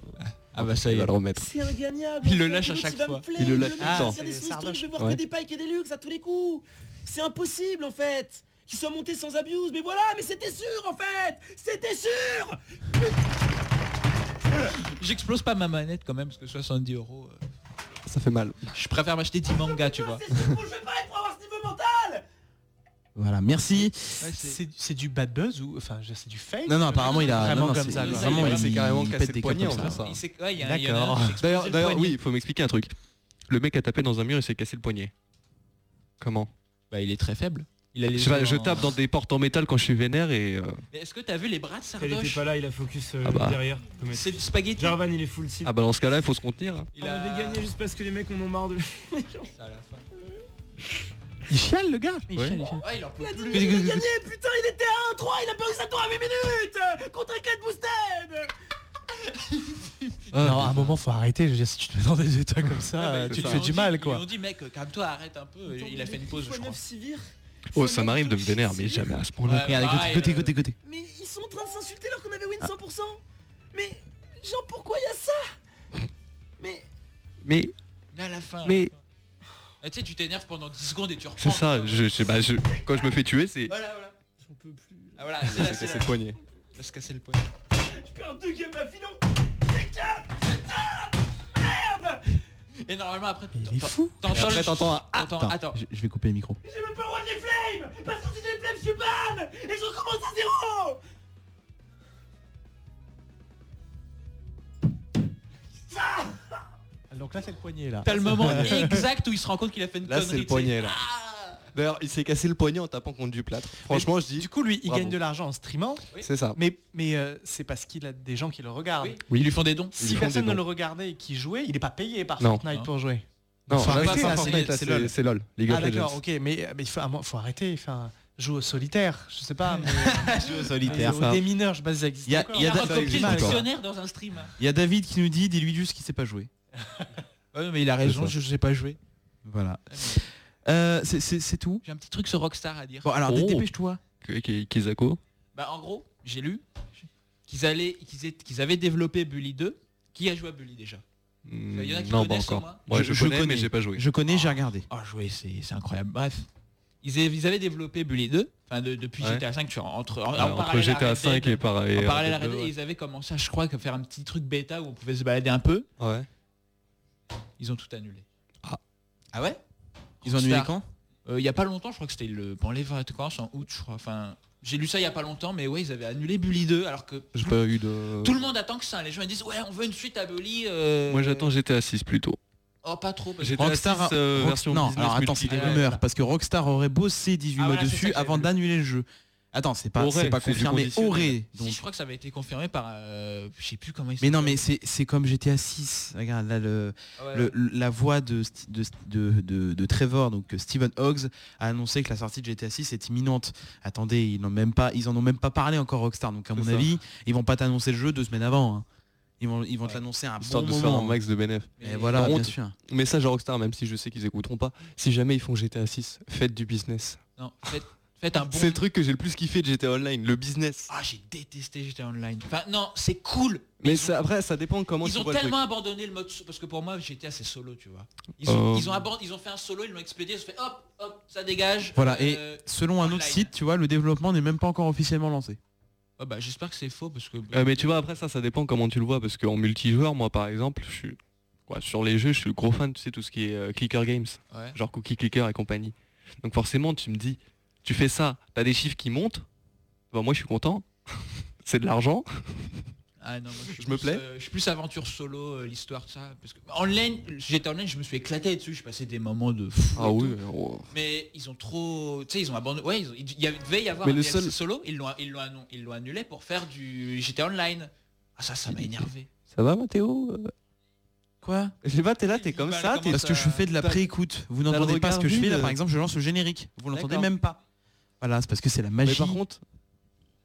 Speaker 9: Ah bah ça
Speaker 17: y
Speaker 9: il va
Speaker 17: est.
Speaker 9: le remettre.
Speaker 14: C'est ingagnable.
Speaker 17: Il
Speaker 14: en
Speaker 17: le
Speaker 14: fait,
Speaker 17: lâche
Speaker 14: Deluxe,
Speaker 17: à chaque
Speaker 14: il va me
Speaker 17: fois.
Speaker 14: plaire,
Speaker 9: Il le lâche
Speaker 14: Deluxe,
Speaker 9: tout le temps.
Speaker 14: tire des sous,
Speaker 9: Ah,
Speaker 14: trucs, je vais voir
Speaker 9: ouais.
Speaker 14: que des pikes et des luxe à tous les coups. C'est impossible en fait. Qu'ils soient montés sans abuse. Mais voilà, mais c'était sûr en fait. C'était sûr.
Speaker 8: J'explose pas ma manette quand même, parce que 70 euros. euh,
Speaker 9: Ça fait mal.
Speaker 8: Je préfère m'acheter 10 mangas, tu vois.
Speaker 14: Je vais pas être pour avoir ce niveau mental.
Speaker 7: Voilà, merci.
Speaker 10: c'est c'est du bad buzz ou enfin je- c'est du fake
Speaker 7: Non, non, apparemment, il a-
Speaker 10: vraiment
Speaker 7: non, non,
Speaker 10: comme
Speaker 7: c'est-
Speaker 10: ça. quoi.
Speaker 7: vraiment, il s'est carrément
Speaker 10: Il
Speaker 7: cassé
Speaker 10: pète
Speaker 7: le
Speaker 10: des
Speaker 7: poignet
Speaker 10: câbles
Speaker 7: en
Speaker 10: comme
Speaker 7: faisant ça.
Speaker 8: Il s'est- ouais, il y a- il y en a un
Speaker 9: D'accord.
Speaker 8: qui s'est explosé
Speaker 9: D'ailleurs,
Speaker 8: le
Speaker 9: d'ailleurs,
Speaker 8: poignet.
Speaker 9: oui, il faut m'expliquer un truc. Le mec a tapé dans un mur et s'est cassé le poignet. Comment
Speaker 8: Bah il est très faible. Il a les
Speaker 9: je, sais pas,
Speaker 8: os
Speaker 9: je
Speaker 8: en-
Speaker 9: tape dans des portes en métal quand je suis vénère et... euh,
Speaker 8: Mais est-ce que t'as vu les bras de
Speaker 17: Elle était
Speaker 8: Sardoche
Speaker 17: pas là, il a focus euh,
Speaker 9: Ah bah.
Speaker 17: derrière.
Speaker 8: C'est du spaghetti.
Speaker 17: Jarvan, il est full cible.
Speaker 9: Ah bah dans ce cas-là, il faut se contenir.
Speaker 17: Il avait gagné juste parce que les mecs en ont marre de lui.
Speaker 7: Il chiale le gars
Speaker 17: Ouais.
Speaker 8: Ah, il en peut
Speaker 14: Il a gagné, putain, il était à 1-3, il a perdu sa tour à 8 minutes Contre un 4 boosted
Speaker 10: Non, à un moment faut arrêter. Je veux dire, si tu te mets dans des états comme ça,
Speaker 8: Ouais,
Speaker 10: euh,
Speaker 8: bah,
Speaker 10: tu te
Speaker 8: ils
Speaker 10: fais
Speaker 8: ont
Speaker 10: du
Speaker 8: dit-
Speaker 10: mal
Speaker 8: Ils
Speaker 10: quoi.
Speaker 8: lui ont dit mec, euh, calme-toi, arrête un peu. Et Il a fait une pause, je crois.
Speaker 9: Oh, ça m'arrive de me vénère, mais jamais à ce point-là.
Speaker 8: Ouais, Regarde, écoute, pareil, écoute, euh, écoute,
Speaker 14: Mais ils sont en train de s'insulter alors qu'on avait win 100% Mais genre pourquoi il y a ça Mais
Speaker 9: Mais...
Speaker 8: Mais à la fin.
Speaker 9: Mais...
Speaker 8: Ah, tu sais, tu t'énerves pendant 10 secondes et tu reprends.
Speaker 9: C'est ça, je, je sais pas, je- quand je me fais tuer, c'est...
Speaker 8: Voilà, voilà. Ah, voilà, c'est
Speaker 9: Il
Speaker 8: là,
Speaker 9: s'est
Speaker 8: c'est
Speaker 9: cassé
Speaker 8: là.
Speaker 9: le poignet.
Speaker 8: Il se casser le poignet.
Speaker 14: je perds deux games Ah, à filon
Speaker 8: Et normalement après,
Speaker 7: Il est fou.
Speaker 8: t'entends
Speaker 7: Et après,
Speaker 8: le-
Speaker 7: t'entends un- Ah,
Speaker 8: t'entends-
Speaker 7: attends,
Speaker 8: attends.
Speaker 7: Je, je vais couper le micro.
Speaker 14: J'ai même pas le droit de les flames Parce que si je les flames, je suis ban Et je recommence à zéro
Speaker 10: Donc là c'est le poignet là.
Speaker 8: T'as le moment exact où il se rend compte qu'il a fait une
Speaker 9: Là,
Speaker 8: connerie.
Speaker 9: c'est le
Speaker 8: tu sais.
Speaker 9: Ah, poignet,
Speaker 8: Ah
Speaker 9: là. D'ailleurs, il s'est cassé le poignet en tapant contre du plâtre. Franchement, je dis.
Speaker 10: Du coup, lui, il
Speaker 9: bravo.
Speaker 10: gagne de l'argent en streamant.
Speaker 9: C'est ça.
Speaker 10: Mais, mais euh, c'est parce qu'il a des gens qui le regardent. Oui,
Speaker 9: Oui, ils lui font des dons. Ils lui
Speaker 10: Si
Speaker 9: font
Speaker 10: personne
Speaker 9: des
Speaker 10: ne
Speaker 9: dons.
Speaker 10: le regardait et qu'il jouait, il n'est pas payé par
Speaker 9: Non.
Speaker 10: Fortnite pour jouer.
Speaker 9: Non,
Speaker 10: Faut
Speaker 9: là,
Speaker 10: arrêter,
Speaker 9: c'est pas
Speaker 10: là,
Speaker 9: Fortnite, là, c'est- c'est LOL, League of
Speaker 10: ah d'accord,
Speaker 9: Legends.
Speaker 10: ok, mais, mais il faut, à moi- faut arrêter. Enfin, joue au solitaire, je sais pas.
Speaker 7: Joue au solitaire.
Speaker 10: Ou des mineurs, je base ça existe
Speaker 7: Il y a-
Speaker 10: encore.
Speaker 7: il y a
Speaker 10: Faut
Speaker 7: David
Speaker 10: arrêter,
Speaker 7: qui
Speaker 10: mal,
Speaker 7: dit
Speaker 10: quoi.
Speaker 7: dictionnaire
Speaker 8: dans un stream.
Speaker 7: Il y a David qui nous dit, dis-lui juste qu'il sait pas jouer.
Speaker 8: Ouais, non, mais il a raison, je sais pas jouer.
Speaker 7: Voilà. Euh, c'est- c'est c'est tout.
Speaker 8: J'ai un petit truc sur Rockstar à dire.
Speaker 7: Bon, alors dé-
Speaker 8: Oh.
Speaker 7: dépêche-toi.
Speaker 9: K- K- Kizako
Speaker 8: Bah, en gros, j'ai lu qu'ils allaient, qu'ils étaient- qu'ils avaient développé Bully 2. Qui a joué à Bully déjà Il y en a qui
Speaker 9: Hmm, Non, pas
Speaker 8: connaissent au
Speaker 9: encore.
Speaker 8: moins
Speaker 9: Moi, je, connais, mais j'ai pas joué.
Speaker 7: Je connais, j'ai regardé.
Speaker 8: Ah, jouer, c'est c'est incroyable. Bref. Ils, avaient- ils avaient développé Bully 2, enfin de- depuis
Speaker 9: Ouais.
Speaker 8: GTA 5, tu vois, entre, en,
Speaker 9: Ouais,
Speaker 8: en
Speaker 9: entre
Speaker 8: parallèle à
Speaker 9: GTA
Speaker 8: Red Dead,
Speaker 9: V et par- et
Speaker 8: en parallèle à
Speaker 9: Red Dead
Speaker 8: Red Dead,
Speaker 9: deux,
Speaker 8: et ils avaient commencé, à, je crois, à faire un petit truc bêta où on pouvait se balader un peu.
Speaker 9: Ouais.
Speaker 8: Ils ont tout annulé. Ah ouais
Speaker 7: Ils ont annulé
Speaker 8: Rockstar.
Speaker 7: quand
Speaker 8: Euh, Il y a pas longtemps, je crois que c'était le bon, les vacances en août, je crois. Enfin, j'ai lu ça il y a pas longtemps, mais ouais, ils avaient annulé Bully 2 alors que
Speaker 9: J'ai pas eu de.
Speaker 8: tout le monde attend que ça. Les gens ils disent ouais, on veut une suite à Bully. euh,
Speaker 9: Moi, j'attends GTA 6 plutôt.
Speaker 8: Oh, pas trop. parce que-
Speaker 9: J'étais à
Speaker 7: Rockstar,
Speaker 9: 6, euh,
Speaker 7: Rock-
Speaker 9: version
Speaker 7: non,
Speaker 9: business
Speaker 7: alors attends,
Speaker 9: multi.
Speaker 7: c'est des
Speaker 9: Ouais,
Speaker 7: rumeurs
Speaker 9: voilà.
Speaker 7: parce que Rockstar aurait bossé
Speaker 8: Ah,
Speaker 7: 18 mois
Speaker 8: voilà, c'est ça
Speaker 7: dessus
Speaker 8: que j'ai
Speaker 7: avant
Speaker 8: vu.
Speaker 7: d'annuler le jeu. Attends, c'est pas,
Speaker 8: Aurait,
Speaker 7: c'est pas
Speaker 8: c'est du
Speaker 7: confirmé,
Speaker 8: conditionnel.
Speaker 7: aurait.
Speaker 8: Si, je crois que ça avait été confirmé par, euh, je sais plus comment il
Speaker 7: Mais non,
Speaker 8: s'appelle.
Speaker 7: mais c'est c'est comme GTA 6. Regarde là le,
Speaker 8: Ah ouais.
Speaker 7: le- le- la voix de, Sti- de, de, de- de Trevor, donc euh, Stephen Hoggs, a annoncé que la sortie de GTA 6 est imminente. Attendez, ils n'ont même pas, ils en ont même pas parlé encore Rockstar. Donc à mon
Speaker 9: ça.
Speaker 7: avis, ils vont pas t'annoncer le jeu deux semaines avant. hein. Ils vont, ils vont te l'annoncer à un
Speaker 9: Histoire
Speaker 7: bon
Speaker 9: de se faire
Speaker 7: moment.
Speaker 9: un max de bénéf.
Speaker 7: Et voilà,
Speaker 9: Par
Speaker 7: bien
Speaker 9: contre,
Speaker 7: sûr.
Speaker 9: Message à Rockstar, même si je sais qu'ils écouteront pas. Si jamais ils font GTA 6, faites du business.
Speaker 8: Non, faites, faites un bon.
Speaker 9: C'est le truc que j'ai le plus kiffé de GTA Online, le business.
Speaker 8: Ah, j'ai détesté GTA Online. Enfin, non, c'est cool.
Speaker 9: Mais ça- après, ça dépend comment
Speaker 8: ils
Speaker 9: tu
Speaker 8: ont
Speaker 9: vois le truc.
Speaker 8: tellement abandonné le mode so- parce que pour moi GTA c'est solo, tu vois. Ils ont,
Speaker 7: Euh.
Speaker 8: ils ont, abord- ils ont fait un solo, ils l'ont expédié, ils se fait hop, hop, ça dégage.
Speaker 7: Voilà, et
Speaker 8: Euh,
Speaker 7: selon un autre site, tu vois, le développement n'est même pas encore officiellement lancé.
Speaker 8: ah bah, j'espère que c'est faux parce que.
Speaker 9: Euh, mais tu vois, après ça, ça dépend comment tu le vois, parce qu'en multijoueur, moi par exemple, je suis quoi, sur les jeux, je suis gros fan, tu sais, tout ce qui est euh, clicker games,
Speaker 8: Ouais.
Speaker 9: genre Cookie Clicker et compagnie. Donc forcément, tu me dis, tu fais ça, t'as des chiffres qui montent, bah moi je suis content, c'est de l'argent.
Speaker 8: Ah non, moi, je, suis
Speaker 9: Je me
Speaker 8: plus,
Speaker 9: plais.
Speaker 8: euh, je suis plus aventure solo, euh, l'histoire de ça. Parce que en ligne, j'étais en ligne, je me suis éclaté dessus, je passais des moments de fou.
Speaker 9: Ah
Speaker 8: et
Speaker 9: oui,
Speaker 8: tout.
Speaker 9: oh.
Speaker 8: Mais ils ont trop, tu sais, ils ont abandonné. Ouais, ils ont- il y avait- devait y avoir
Speaker 9: Mais
Speaker 8: un
Speaker 9: le
Speaker 8: DLC
Speaker 9: seul-
Speaker 8: solo, ils l'ont, ils l'ont, annon- ils l'ont annulé pour faire du GTA Online. Ah ça, ça m'a énervé.
Speaker 9: ça va Mathéo Euh,
Speaker 7: Quoi
Speaker 9: Je sais pas, t'es là, t'es comme Bah, ça, t'es-
Speaker 7: Parce que je fais de la
Speaker 9: t'as-
Speaker 7: pré-écoute. Vous
Speaker 9: t'as le
Speaker 7: n'entendez pas ce
Speaker 9: regard
Speaker 7: que je fais là,
Speaker 9: vide.
Speaker 7: par exemple, je lance le générique. Vous l'entendez
Speaker 9: D'accord.
Speaker 7: même pas. Voilà, c'est parce que c'est la magie.
Speaker 9: Mais par contre,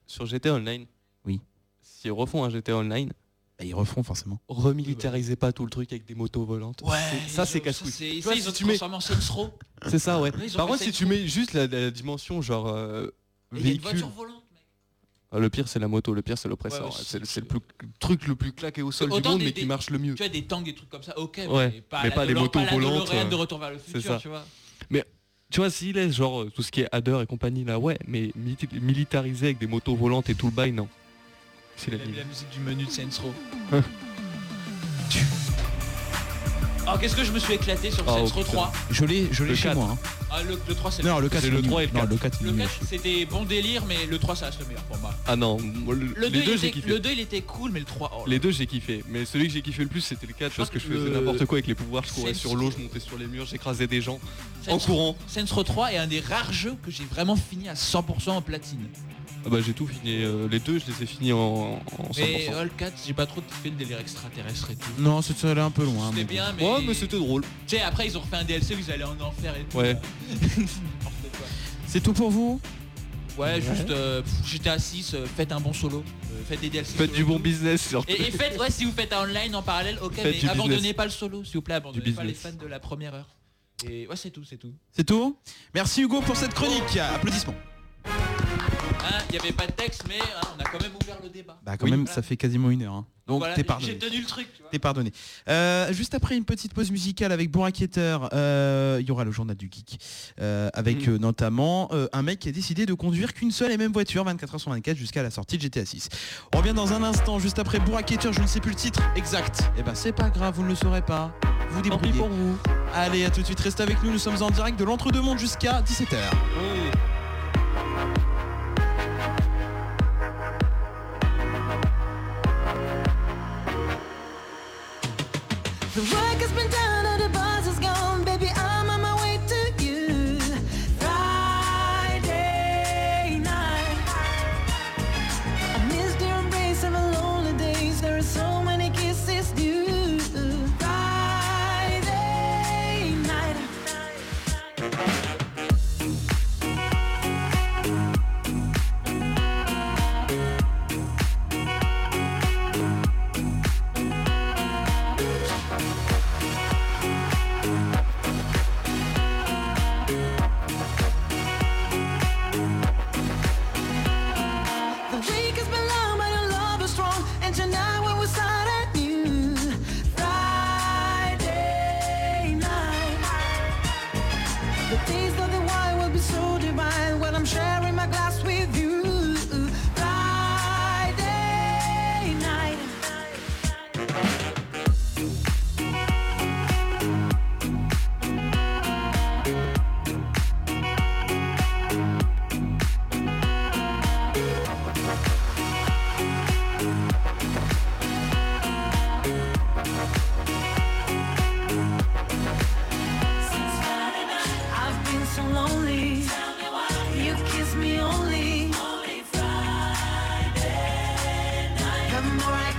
Speaker 9: sur GTA Online,
Speaker 7: oui.
Speaker 9: s'ils refont un GTA Online,
Speaker 7: bah, ils refont forcément.
Speaker 9: Remilitarisez pas tout le truc avec des motos volantes.
Speaker 8: Ouais,
Speaker 9: C'est- ça
Speaker 8: ils
Speaker 9: c'est
Speaker 8: ont-
Speaker 9: casse-couille.
Speaker 8: ça, c'est-
Speaker 9: Tu
Speaker 8: ça,
Speaker 9: vois,
Speaker 8: ils
Speaker 9: si
Speaker 8: ont
Speaker 9: tu mets-
Speaker 8: transformé en Saints Row.
Speaker 9: C'est ça, ouais.
Speaker 8: Ils ont
Speaker 9: Par
Speaker 8: fait
Speaker 9: contre, si
Speaker 8: Saints
Speaker 9: tu mets juste la, la dimension genre euh,
Speaker 8: Et il y a une
Speaker 9: véhicule.
Speaker 8: voiture volante.
Speaker 9: Ah, le pire c'est la moto, le pire c'est l'oppresseur.
Speaker 8: Ouais, ouais,
Speaker 9: c'est le- c'est le plus- truc le plus claqué au sol du
Speaker 8: Autant
Speaker 9: monde
Speaker 8: des-
Speaker 9: mais qui
Speaker 8: des-
Speaker 9: marche le mieux.
Speaker 8: Tu as des tanks, des trucs comme ça, ok,
Speaker 9: ouais,
Speaker 8: mais pas,
Speaker 9: mais
Speaker 8: la
Speaker 9: pas les
Speaker 8: Dolo-
Speaker 9: motos
Speaker 8: pas la
Speaker 9: volantes.
Speaker 8: DeLorean
Speaker 9: euh,
Speaker 8: de Retour vers le
Speaker 9: c'est
Speaker 8: futur,
Speaker 9: ça.
Speaker 8: tu vois.
Speaker 9: Mais tu vois, s'il laisse genre euh, tout ce qui est Adder et compagnie là, ouais, mais milita- militarisé avec des motos volantes et tout le bail, non. C'est la
Speaker 8: La,
Speaker 9: vie. Hein
Speaker 8: la musique du menu de Saints Row. Alors qu'est-ce que je me suis éclaté sur
Speaker 7: Ah, oh,
Speaker 8: Saints Row
Speaker 7: putain.
Speaker 8: 3
Speaker 7: Je l'ai je l'ai
Speaker 8: Le
Speaker 7: chez
Speaker 8: 4.
Speaker 7: moi. hein.
Speaker 8: Ah, le, le 3 c'est
Speaker 7: Non, le 4
Speaker 9: C'est le 3 et le 4.
Speaker 7: Non, le 4 il est
Speaker 8: Le
Speaker 7: nul.
Speaker 8: 4 c'était bon délire mais le 3 ça reste le meilleur pour moi.
Speaker 9: Ah non, moi, le-
Speaker 8: Le 2,
Speaker 9: les deux
Speaker 8: il
Speaker 9: j'ai
Speaker 8: était,
Speaker 9: kiffé.
Speaker 8: le 2 il était cool mais le 3 oh là
Speaker 9: Les deux j'ai kiffé, mais celui que j'ai kiffé le plus c'était le 4 parce que je faisais
Speaker 8: le-
Speaker 9: n'importe quoi avec les pouvoirs, je euh, courais
Speaker 8: Saints-
Speaker 9: sur l'eau, je montais sur les murs, j'écrasais des gens.
Speaker 8: en courant. Saints Row 3 est un des rares jeux que j'ai vraiment fini à 100% en platine.
Speaker 9: Ah bah j'ai tout fini, euh, les deux je les ai finis en, en 100%.
Speaker 8: Mais euh, All 4 j'ai pas trop fait le délire extraterrestre et tout.
Speaker 7: Non, c'est allé un peu loin.
Speaker 8: C'était
Speaker 7: mais-
Speaker 8: bien mais.
Speaker 9: Ouais, mais c'était drôle.
Speaker 8: Tu sais après ils ont refait un DLC où ils allaient en enfer et tout.
Speaker 9: Ouais.
Speaker 7: C'est tout pour vous
Speaker 8: Ouais, juste euh, pff, j'étais à 6, euh, faites un bon solo, euh, faites des DLC.
Speaker 9: Faites
Speaker 8: solo
Speaker 9: du
Speaker 8: et
Speaker 9: bon
Speaker 8: tout.
Speaker 9: business surtout.
Speaker 8: Et, et faites, ouais, si vous faites un online en parallèle, ok,
Speaker 9: Faites du
Speaker 8: mais abandonnez
Speaker 9: business.
Speaker 8: pas le solo, s'il vous plaît, abandonnez pas les
Speaker 9: business.
Speaker 8: fans de la première heure. Et ouais, c'est tout, c'est tout.
Speaker 7: C'est tout Merci Hugo pour cette chronique. Applaudissements.
Speaker 8: Hein, Il y avait pas de texte, mais hein, on a quand même ouvert le débat.
Speaker 7: Bah quand même, ça fait quasiment une heure. hein. Donc
Speaker 8: Voilà,
Speaker 7: t'es pardonné.
Speaker 8: J'ai tenu le truc, tu vois.
Speaker 7: T'es pardonné. Euh, juste après une petite pause musicale avec Bon Racketteur, euh, il y aura le journal du geek. euh, avec euh, notamment euh, un mec qui a décidé de conduire qu'une seule et même voiture 24h sur 24 jusqu'à la sortie de GTA 6. On revient dans un instant, juste après Bon Racketteur, je ne sais plus le titre exact. Et ben c'est pas grave, vous ne le saurez pas. Vous débrouillez. pour
Speaker 9: vous.
Speaker 7: Allez, à tout de suite, restez avec nous, nous sommes en direct de l'entre-deux-mondes jusqu'à 17h.
Speaker 4: The work has been done and the buzz is gone, baby. I'm on my way to you. Thrive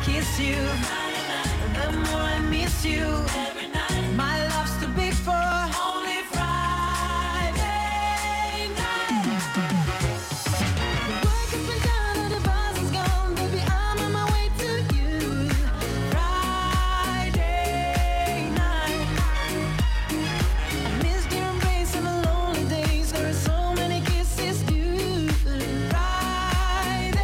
Speaker 4: kiss you, the more I miss you. My love's too big for only Friday night. Work has been done and the buzz is gone, baby. I'm on my way to you. Friday night. I miss your embrace on the lonely days. There are so many kisses due. Friday night.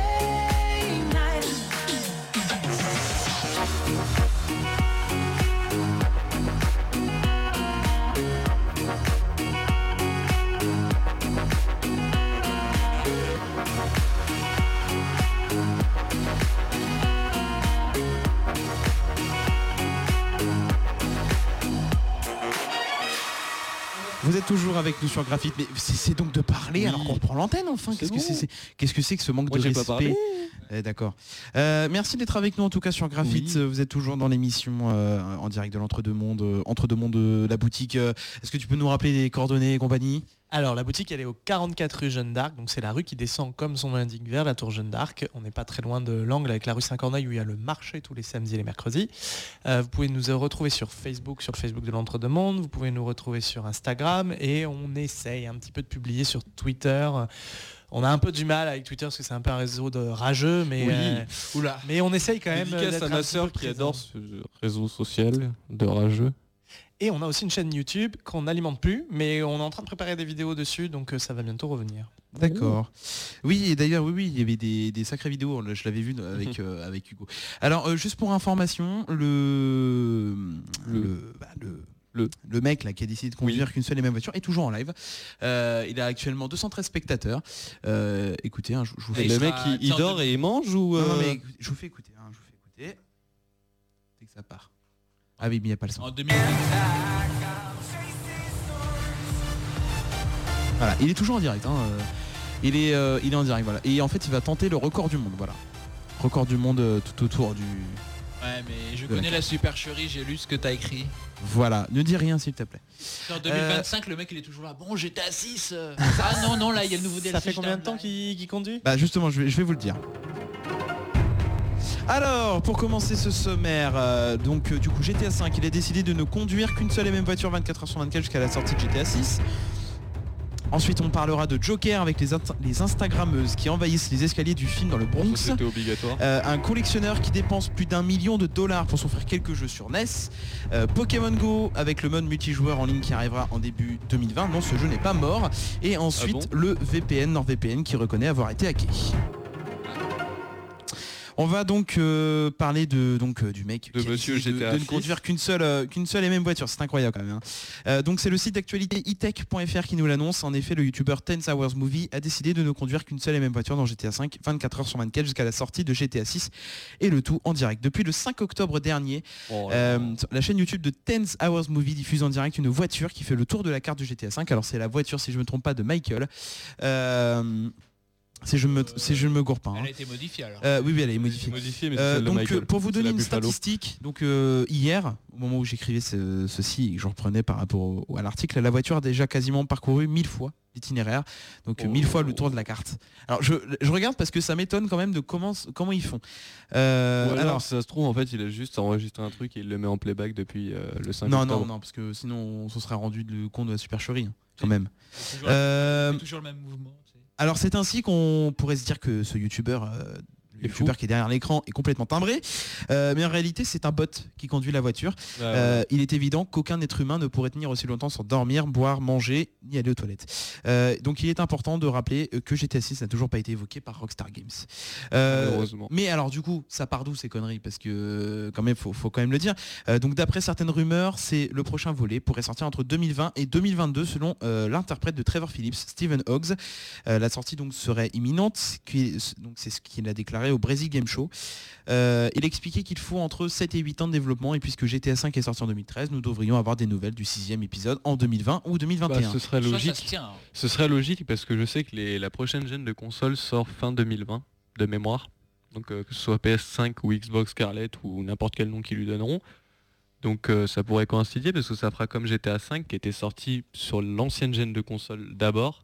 Speaker 7: Vous êtes toujours avec nous sur Graphite, mais c'est c'est donc de parler alors qu'on reprend l'antenne enfin. Qu'est-ce que c'est c'est- Qu'est-ce que c'est que ce manque
Speaker 9: Moi,
Speaker 7: de
Speaker 9: j'ai pas
Speaker 7: respect
Speaker 9: parlé.
Speaker 7: Eh, D'accord. Euh, merci d'être avec nous en tout cas sur Graphite. Euh, Vous êtes toujours dans l'émission euh, en direct de l'entre-deux-mondes, euh, entre-deux-mondes, euh, la boutique. Euh, Est-ce que tu peux nous rappeler les coordonnées et compagnie
Speaker 10: Alors la boutique elle est au 44 rue Jeanne d'Arc, donc c'est la rue qui descend comme son nom l'indique vers la tour Jeanne d'Arc. On n'est pas très loin de l'angle avec la rue Saint-Corneille où il y a le marché tous les samedis et les mercredis. Euh, vous pouvez nous retrouver sur Facebook, sur le Facebook de l'Entre-deux-Mondes, vous pouvez nous retrouver sur Instagram et on essaye un petit peu de publier sur Twitter. On a un peu du mal avec Twitter parce que c'est un peu un réseau de rageux, mais,
Speaker 9: Oui.
Speaker 10: Oula. mais on essaye quand même.
Speaker 9: Dédicace
Speaker 10: d'être
Speaker 9: à
Speaker 10: un
Speaker 9: ma
Speaker 10: petit
Speaker 9: sœur
Speaker 10: peu
Speaker 9: qui
Speaker 10: présent.
Speaker 9: adore ce réseau social de rageux.
Speaker 10: Et on a aussi une chaîne YouTube qu'on n'alimente plus, mais on est en train de préparer des vidéos dessus, donc euh, ça va bientôt revenir.
Speaker 9: Mmh.
Speaker 7: D'accord. Mmh. Oui, et d'ailleurs, oui, oui, il y avait des, des sacrées vidéos, je l'avais vu avec,
Speaker 9: Mmh.
Speaker 7: euh, avec Hugo. Alors, euh, juste pour information, le... Le... bah, le... Le, mec là qui a décidé de conduire qu'une seule et même voiture est toujours en live. Euh, il a actuellement 213 spectateurs. Euh, écoutez, hein, je, je vous
Speaker 9: Et
Speaker 7: fais
Speaker 9: le mec, il- il dort et il mange ou
Speaker 7: Non, non,
Speaker 9: euh,
Speaker 7: mais écoute- je vous fais écouter. hein, je vous fais écouter. Dès que ça part. Ah oui, mais il n'y a pas le son. Ah, Voilà, il est toujours en direct. hein, euh, Il, est, euh, il est en direct, voilà. Et en fait, il va tenter le record du monde, voilà. Record du monde euh, tout autour du...
Speaker 18: Ouais, mais je
Speaker 7: De la
Speaker 18: connais la supercherie, j'ai lu ce que t'as écrit.
Speaker 7: Voilà, ne dis rien s'il te plaît.
Speaker 18: En 2025, le mec il est toujours là. Bon, j'étais à 6. euh. Ah non, non, là il y a le nouveau DLC.
Speaker 10: Ça fait combien de temps qu'il qu'il conduit
Speaker 7: Bah justement, je vais, je vais vous le dire. Alors, pour commencer ce sommaire, euh, donc euh, du coup GTA 5, il a décidé de ne conduire qu'une seule et même voiture 24h sur 24 jusqu'à la sortie de GTA 6. Ensuite, on parlera de Joker avec les, int- les Instagrammeuses qui envahissent les escaliers du film dans le Bronx.
Speaker 9: C'était obligatoire.
Speaker 7: Euh, un collectionneur qui dépense plus d'un million de dollars pour s'offrir quelques jeux sur NES. Euh, Pokémon Go avec le mode multijoueur en ligne qui arrivera en début 2020. Non, ce jeu n'est pas mort. Et ensuite le VPN NordVPN qui reconnaît avoir été hacké. On va donc euh, parler de donc euh, du mec qui a
Speaker 9: monsieur
Speaker 7: décidé de-
Speaker 9: GTA
Speaker 7: de ne
Speaker 9: fils.
Speaker 7: conduire qu'une seule euh, qu'une seule et même voiture. C'est incroyable quand même. hein. Euh, donc c'est le site d'actualité itech.fr qui nous l'annonce. En effet, le youtubeur 10 Hours Movie a décidé de ne conduire qu'une seule et même voiture dans GTA 5 24 heures sur 24 jusqu'à la sortie de GTA 6 et le tout en direct. Depuis le 5 octobre dernier,
Speaker 18: Oh
Speaker 7: euh, la chaîne YouTube de 10 Hours Movie diffuse en direct une voiture qui fait le tour de la carte de GTA 5. Alors c'est la voiture si je me trompe pas de Michael. Euh, si je me si je ne me gourre pas. hein.
Speaker 18: Elle a été modifiée alors.
Speaker 7: Euh, oui, oui, elle est modifiée.
Speaker 9: modifiée, mais c'est
Speaker 7: Euh,
Speaker 9: celle de
Speaker 7: donc,
Speaker 9: Michael.
Speaker 7: euh, pour vous
Speaker 9: C'est
Speaker 7: donner
Speaker 9: la
Speaker 7: une
Speaker 9: Buffalo.
Speaker 7: statistique, donc euh, hier, au moment où j'écrivais ce- ceci et que je reprenais par rapport au- à l'article, la voiture a déjà quasiment parcouru 1000 fois l'itinéraire, donc euh,
Speaker 9: Oh.
Speaker 7: 1000 fois le tour de la carte. Alors je, je regarde parce que ça m'étonne quand même de comment comment ils font. Euh,
Speaker 9: Ou alors,
Speaker 7: alors,
Speaker 9: si ça se trouve, en fait, il a juste enregistré un truc et il le met en playback depuis euh, le 5
Speaker 7: non, non,
Speaker 9: octobre.
Speaker 7: non, parce que sinon on se serait rendu de, compte de la supercherie, hein, quand même.
Speaker 18: toujours-
Speaker 7: Euh,
Speaker 18: c'est toujours le même mouvement,
Speaker 7: Alors c'est ainsi qu'on pourrait se dire que ce youtubeur, euh, le youtubeur qui est derrière l'écran est complètement timbré, Euh, mais en réalité c'est un bot qui conduit la voiture.
Speaker 9: Ouais,
Speaker 7: Euh,
Speaker 9: ouais.
Speaker 7: Il est évident qu'aucun être humain ne pourrait tenir aussi longtemps sans dormir, boire, manger, ni aller aux toilettes. Euh, donc il est important de rappeler euh, que GTA 6 n'a toujours pas été évoqué par Rockstar Games. Euh,
Speaker 9: Malheureusement.
Speaker 7: mais alors du coup, ça part d'où ces conneries Parce que euh, quand même, faut, faut quand même le dire. Euh, donc d'après certaines rumeurs, c'est le prochain volet pourrait sortir entre 2020 et 2022 selon euh, l'interprète de Trevor Phillips, Stephen Hoggs. Euh, la sortie donc serait imminente. qui- donc c'est ce qu'il a déclaré au Brésil Game Show. Euh, il expliquait qu'il faut entre 7 et 8 ans de développement et puisque GTA 5 est sorti en 2013, nous devrions avoir des nouvelles du sixième épisode en 2020 ou 2021.
Speaker 9: Bah, ce serait logique. Ce serait logique parce que je sais que les- la prochaine gêne de console sort fin 2020 de mémoire. Donc euh, que ce soit PS5 ou Xbox Scarlett ou n'importe quel nom qu'ils lui donneront. Donc euh, ça pourrait coïncider parce que ça fera comme GTA 5 qui était sorti sur l'ancienne gêne de console d'abord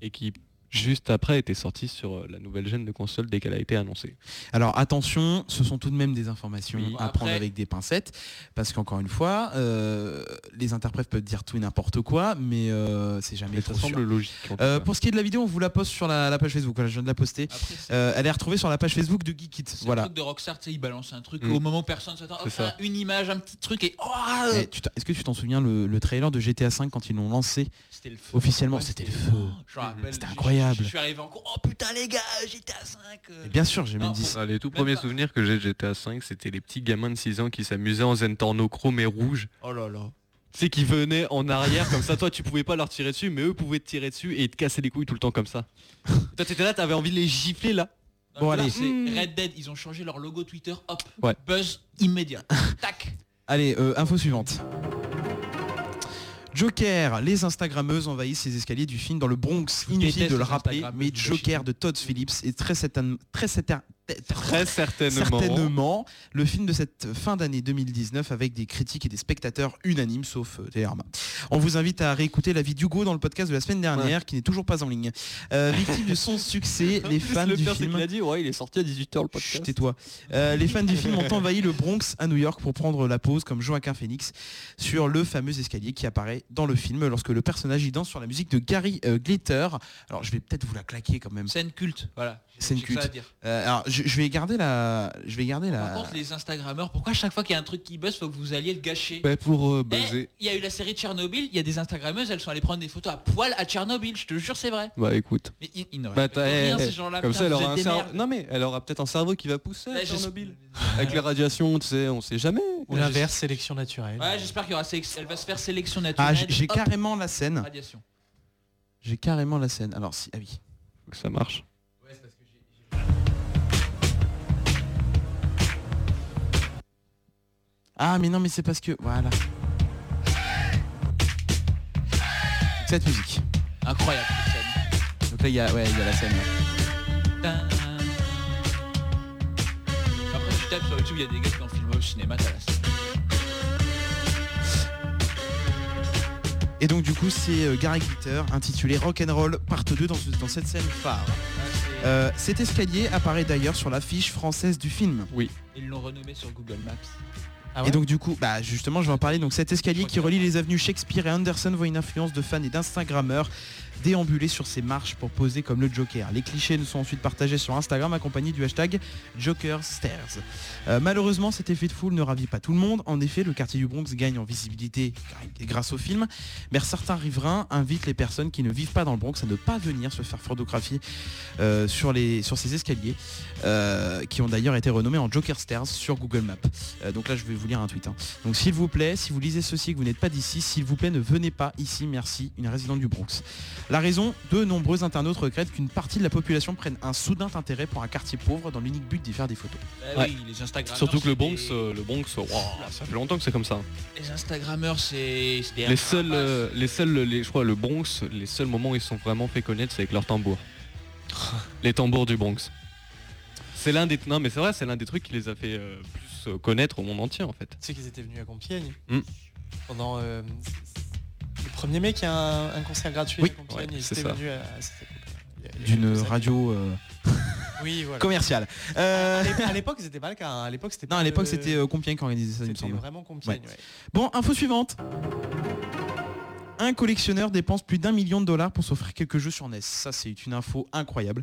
Speaker 9: et qui juste après était sortie sur euh, la nouvelle gêne de console dès qu'elle a été annoncée.
Speaker 7: Alors attention, ce sont tout de même des informations
Speaker 9: Oui,
Speaker 7: à
Speaker 9: après-
Speaker 7: prendre avec des pincettes, parce qu'encore une fois, euh, les interprètes peuvent dire tout et n'importe quoi, mais euh, c'est jamais
Speaker 9: ça
Speaker 7: trop sûr.
Speaker 9: semble logique, en tout
Speaker 7: Euh,
Speaker 9: cas.
Speaker 7: pour ce qui est de la vidéo, on vous la poste sur la, la page Facebook. Voilà, je viens de la poster. Euh, elle est retrouvée sur la page Facebook de Geekit.
Speaker 8: Voilà.
Speaker 7: Voilà.
Speaker 8: truc de Rockstar, tu sais, il balance un truc
Speaker 7: Mm.
Speaker 8: au moment où personne s'attend.
Speaker 7: C'est
Speaker 8: Hop,
Speaker 7: ça.
Speaker 8: Une image, un petit truc et. Oh,
Speaker 7: Eh, tu t'en- Est-ce que tu t'en souviens le, le trailer de GTA V quand ils l'ont lancé
Speaker 8: C'était le feu.
Speaker 7: Officiellement,
Speaker 8: Ouais,
Speaker 7: c'était le feu.
Speaker 8: Je me rappelle,
Speaker 7: C'était
Speaker 8: je-
Speaker 7: incroyable.
Speaker 8: Je, je suis arrivé en cours. Oh putain les gars, j'étais à 5. euh.
Speaker 7: Et bien sûr, j'ai même dit
Speaker 9: ça. Les tout premiers souvenirs que j'ai de GTA V, c'était les petits gamins de 6 ans qui s'amusaient en Zentorno chrome et rouge.
Speaker 8: Oh là là.
Speaker 9: Tu sais, qui venaient en arrière, comme ça, toi, tu pouvais pas leur tirer dessus, mais eux pouvaient te tirer dessus et te casser les couilles tout le temps comme ça. toi, t'étais là, t'avais envie de les gifler, là.
Speaker 8: Là, c'est Red Dead, ils ont changé leur logo Twitter. Hop.
Speaker 7: Ouais.
Speaker 8: Buzz immédiat. Tac.
Speaker 7: Allez, euh, info suivante. Joker, les Instagrammeuses envahissent les escaliers du film dans le Bronx. Inutile
Speaker 8: déteste
Speaker 7: de le
Speaker 8: les
Speaker 7: rappeler, mais Joker de Todd Phillips est très certain- très certain-
Speaker 9: Très certainement.
Speaker 7: certainement le film de cette fin d'année 2019 avec des critiques et des spectateurs unanimes sauf euh, Télérama. On vous invite à réécouter l'avis d'Hugo dans le podcast de la semaine dernière qui n'est toujours pas en ligne. Euh, victime de son succès, les fans
Speaker 9: le
Speaker 7: du
Speaker 9: pire, c'est
Speaker 7: film
Speaker 9: qu'il a dit, ouais, il est sorti à 18h le podcast.
Speaker 7: tais-toi. Euh, les fans du film ont envahi le Bronx à New York pour prendre la pause comme Joaquin Phoenix sur le fameux escalier qui apparaît dans le film lorsque le personnage y danse sur la musique de Gary euh, Glitter. Alors je vais peut-être vous la claquer quand même.
Speaker 8: Scène culte, voilà.
Speaker 7: Scène
Speaker 8: J'ai que ça
Speaker 7: culte.
Speaker 8: à dire.
Speaker 7: Euh, alors je, je vais garder la. Je vais garder
Speaker 8: Par
Speaker 7: la.
Speaker 8: contre, les Instagrammeurs, pourquoi chaque fois qu'il y a un truc qui buzz, faut que vous alliez le gâcher
Speaker 7: Ouais, pour, euh,
Speaker 8: Eh,
Speaker 7: buzzer.
Speaker 8: Il y a eu la série de Tchernobyl, il y a des Instagrammeuses, elles sont allées prendre des photos à poil à Tchernobyl, je te jure, c'est vrai.
Speaker 9: Bah écoute.
Speaker 8: Mais ils, ils ne
Speaker 9: Bah,
Speaker 8: respectent
Speaker 9: t'as-
Speaker 8: rien,
Speaker 9: eh,
Speaker 8: ces
Speaker 9: eh,
Speaker 8: gens-là.
Speaker 9: Comme
Speaker 8: putain,
Speaker 9: ça, elle
Speaker 8: vous
Speaker 9: aura
Speaker 8: êtes
Speaker 9: un
Speaker 8: des
Speaker 9: cerveau.
Speaker 8: merdes.
Speaker 9: Non mais elle aura peut-être un cerveau qui va pousser.
Speaker 8: Ouais,
Speaker 9: à
Speaker 8: j'espère-
Speaker 9: Tchernobyl. Avec les radiations, tu sais, on sait jamais.
Speaker 10: Ou l'inverse, sélection naturelle.
Speaker 8: Ouais, j'espère qu'il y aura sélection- elle va se faire sélection
Speaker 7: Ah,
Speaker 8: naturelle.
Speaker 7: j'ai j'ai
Speaker 8: Hop,
Speaker 7: carrément la scène.
Speaker 8: Radiation.
Speaker 7: J'ai carrément la scène. Alors si. Ah oui.
Speaker 9: Ça marche.
Speaker 7: Ah mais non mais c'est parce que. Voilà. Cette musique.
Speaker 8: Incroyable cette scène.
Speaker 7: Donc là il y a. Ouais, il y a la scène.
Speaker 8: Tin. Après tu tapes sur YouTube, il y a des gars qui ont filmé au cinéma, t'as la scène.
Speaker 7: Et donc du coup c'est euh, Gary Glitter intitulé Rock'n'Roll Part 2 dans, ce- dans cette scène phare. Euh, cet escalier apparaît d'ailleurs sur l'affiche française du film.
Speaker 9: Oui.
Speaker 8: Ils l'ont renommé sur Google Maps.
Speaker 7: et donc du coup, bah justement je vais en parler, donc cet escalier qui relie les avenues Shakespeare et Anderson voit une influence de fans et d'Instagrammeurs déambuler sur ses marches pour poser comme le Joker. Les clichés nous sont ensuite partagés sur Instagram accompagnés du hashtag JokerStairs. Euh, malheureusement cet effet de foule ne ravit pas tout le monde, en effet le quartier du Bronx gagne en visibilité gr- grâce au film, mais certains riverains invitent les personnes qui ne vivent pas dans le Bronx à ne pas venir se faire photographier euh, sur, les, sur ces escaliers, euh, qui ont d'ailleurs été renommés en Joker Stairs sur Google Maps. Euh, donc là, je vais vous lire un tweet. hein. Donc s'il vous plaît, si vous lisez ceci et que vous n'êtes pas d'ici, s'il vous plaît, ne venez pas ici, merci, une résidente du Bronx. La raison, de nombreux internautes regrettent qu'une partie de la population prenne un soudain intérêt pour un quartier pauvre dans l'unique but d'y faire des photos.
Speaker 8: Bah oui, les Instagrammeurs,
Speaker 9: Surtout que le
Speaker 8: c'est
Speaker 9: Bronx,
Speaker 8: des-
Speaker 9: euh, le Bronx, waouh, ça fait longtemps que c'est comme ça.
Speaker 8: Les Instagrammeurs, c'est c'est des
Speaker 9: Les seuls, euh, les seuls, les, je crois, le Bronx, les seuls moments où ils se sont vraiment fait connaître, c'est avec leurs tambours. les tambours du Bronx. C'est l'un des, non mais c'est vrai, c'est l'un des trucs qui les a fait euh, plus euh, connaître au monde entier en fait.
Speaker 10: Tu sais qu'ils étaient venus à Compiègne
Speaker 9: Hmm.
Speaker 10: pendant euh, le 1er mai qui a un, un concert gratuit
Speaker 7: Oui.
Speaker 10: à Compiègne.
Speaker 7: Ouais,
Speaker 10: ils
Speaker 7: c'est
Speaker 10: étaient
Speaker 7: ça.
Speaker 10: venus à, à cette époque-là. Il y a- il y a
Speaker 7: D'une
Speaker 10: quelques années.
Speaker 7: radio euh,
Speaker 10: Oui, voilà.
Speaker 7: commerciale. Euh,
Speaker 10: À l'ép- À l'époque, c'était pas le cas. hein. À l'époque, c'était
Speaker 7: Non,
Speaker 10: pas
Speaker 7: à l'époque,
Speaker 10: le-
Speaker 7: c'était euh, Compiègne qui organisait ça, il me
Speaker 10: C'était
Speaker 7: semble.
Speaker 10: vraiment Compiègne, ouais.
Speaker 7: Bon, info suivante. Un collectionneur dépense plus d'un million de dollars pour s'offrir quelques jeux sur NES. Ça, c'est une info incroyable.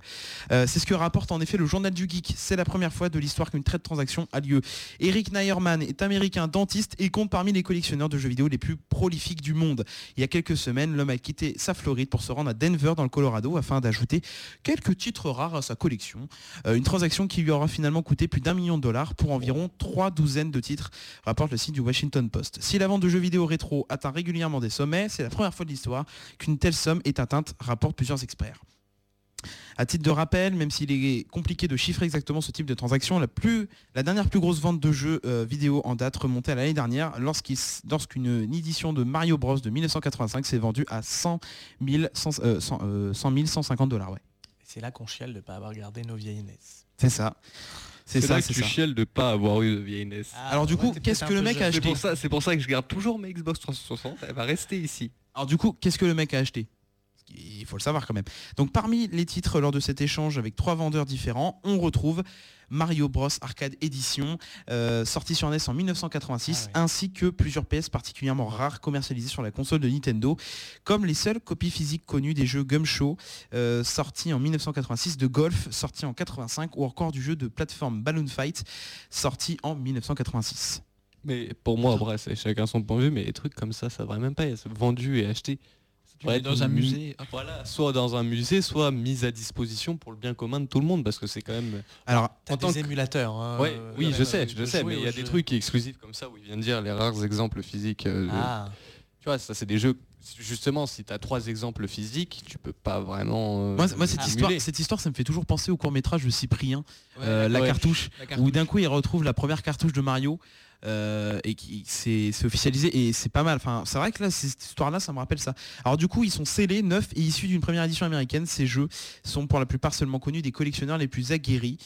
Speaker 7: Euh, c'est ce que rapporte en effet le journal du geek. C'est la première fois de l'histoire qu'une traite transaction a lieu. Eric Neyerman est américain dentiste et compte parmi les collectionneurs de jeux vidéo les plus prolifiques du monde. Il y a quelques semaines, l'homme a quitté sa Floride pour se rendre à Denver dans le Colorado afin d'ajouter quelques titres rares à sa collection. Euh, une transaction qui lui aura finalement coûté plus d'un million de dollars pour environ trois douzaines de titres, rapporte le site du Washington Post. Si la vente de jeux vidéo rétro atteint régulièrement des sommets, c'est la première fois de l'histoire qu'une telle somme est atteinte, rapportent plusieurs experts. À titre de rappel, même s'il est compliqué de chiffrer exactement ce type de transaction, la, plus, la dernière plus grosse vente de jeux euh, vidéo en date remontait à l'année dernière lorsqu'il s- lorsqu'une édition de Mario Bros de 1985 s'est vendue à 100 000, cent- euh, cent- euh, 100 000, 150 dollars. Ouais.
Speaker 10: C'est là qu'on chiale de ne pas avoir gardé nos vieilles NES.
Speaker 7: C'est ça. C'est ça,
Speaker 9: là que
Speaker 7: c'est
Speaker 9: tu
Speaker 7: ça.
Speaker 9: chiales de pas avoir eu de vieille NES.
Speaker 7: Alors du coup, qu'est-ce que le mec a
Speaker 9: C'est
Speaker 7: acheté
Speaker 9: pour ça, c'est pour ça que je garde toujours mes Xbox 360. Elle va rester ici.
Speaker 7: Alors du coup, qu'est-ce que le mec a acheté il faut le savoir quand même. Donc parmi les titres lors de cet échange avec trois vendeurs différents, on retrouve Mario Bros Arcade Edition, euh, sorti sur NES en 1986, ainsi que plusieurs PS particulièrement rares commercialisés sur la console de Nintendo, comme les seules copies physiques connues des jeux Gumshoe, euh, sortis en 1986, de Golf, sorti en 85, ou encore du jeu de plateforme Balloon Fight, sorti en 1986.
Speaker 9: Mais pour moi, après, c'est chacun son point de vue, mais les trucs comme ça, ça devrait même pas être vendu et acheté. Ça devrait
Speaker 18: mets
Speaker 9: être
Speaker 18: dans un
Speaker 9: mis-
Speaker 18: musée, hop.
Speaker 9: Voilà, soit dans un musée, soit mis à disposition pour le bien commun de tout le monde, parce que c'est quand même.
Speaker 7: Alors,
Speaker 10: T'as des émulateurs, hein,
Speaker 9: Ouais,
Speaker 10: euh,
Speaker 9: oui,
Speaker 10: quand
Speaker 9: je
Speaker 10: même,
Speaker 9: sais,
Speaker 10: tu
Speaker 9: je
Speaker 10: peux
Speaker 9: sais,
Speaker 10: jouer
Speaker 9: mais il y a
Speaker 10: aux
Speaker 9: des
Speaker 10: jeux.
Speaker 9: trucs exclusifs comme ça où il vient de dire les rares exemples physiques. euh, de-
Speaker 10: Ah.
Speaker 9: Tu vois, ça c'est des jeux. Justement, si tu as trois exemples physiques, tu peux pas vraiment. euh,
Speaker 7: Moi, moi, cette,
Speaker 9: simuler.
Speaker 7: histoire, cette histoire, ça me fait toujours penser au court métrage de Cyprien,
Speaker 9: Ouais,
Speaker 7: euh, la,
Speaker 9: ouais.
Speaker 7: cartouche,
Speaker 9: La cartouche.
Speaker 7: où d'un coup il retrouve la première cartouche de Mario euh, et qui c'est c'est officialisé et c'est pas mal. Enfin, c'est vrai que là, cette histoire-là, ça me rappelle ça. Alors du coup, ils sont scellés, neufs et issus d'une première édition américaine. Ces jeux sont pour la plupart seulement connus des collectionneurs les plus aguerris.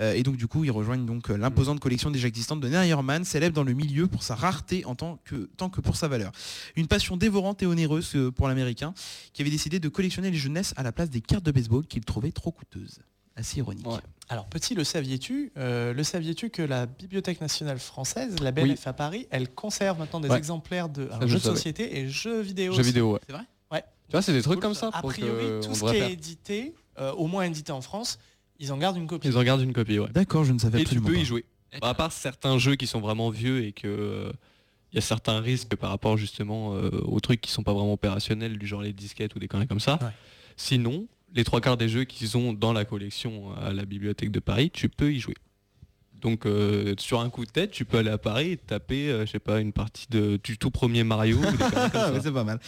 Speaker 7: Euh, et donc du coup, ils rejoignent donc euh, l'imposante collection déjà existante de Neuermann, célèbre dans le milieu pour sa rareté en tant que, tant que pour sa valeur. Une passion dévorante et onéreuse euh, pour l'américain, qui avait décidé de collectionner les jeunesses à la place des cartes de baseball qu'il trouvait trop coûteuses. Assez ironique.
Speaker 10: Alors petit, le saviez-tu euh, Le saviez-tu que la Bibliothèque nationale française, la BNF à Paris, elle conserve maintenant des
Speaker 9: Ouais.
Speaker 10: exemplaires de
Speaker 9: Ça,
Speaker 10: alors,
Speaker 9: je
Speaker 10: jeux
Speaker 9: le
Speaker 10: de
Speaker 9: savais.
Speaker 10: société et jeux vidéo.
Speaker 9: Jeux
Speaker 10: aussi.
Speaker 9: vidéo, ouais.
Speaker 10: C'est vrai Ouais.
Speaker 9: Tu vois, c'est des trucs
Speaker 10: Cool,
Speaker 9: comme ça,
Speaker 10: A
Speaker 9: pour que,
Speaker 10: priori,
Speaker 9: euh, on
Speaker 10: tout ce
Speaker 9: devrait
Speaker 10: qui
Speaker 9: faire.
Speaker 10: est édité, euh, au moins édité en France, ils en gardent une copie.
Speaker 9: Ils en gardent une copie, ouais.
Speaker 7: D'accord, je ne savais
Speaker 9: Et tu
Speaker 7: absolument
Speaker 9: peux
Speaker 7: pas.
Speaker 9: y jouer. Bah, à part certains jeux qui sont vraiment vieux et que euh, il y a certains risques par rapport justement euh, aux trucs qui sont pas vraiment opérationnels, du genre les disquettes ou des conneries comme ça. Sinon, les trois quarts des jeux qu'ils ont dans la collection euh, à la bibliothèque de Paris, tu peux y jouer. Donc euh, sur un coup de tête, tu peux aller à Paris et te taper, euh, je sais pas, une partie de, du tout premier Mario. ou des conneries comme ça.
Speaker 7: Ouais, c'est pas mal.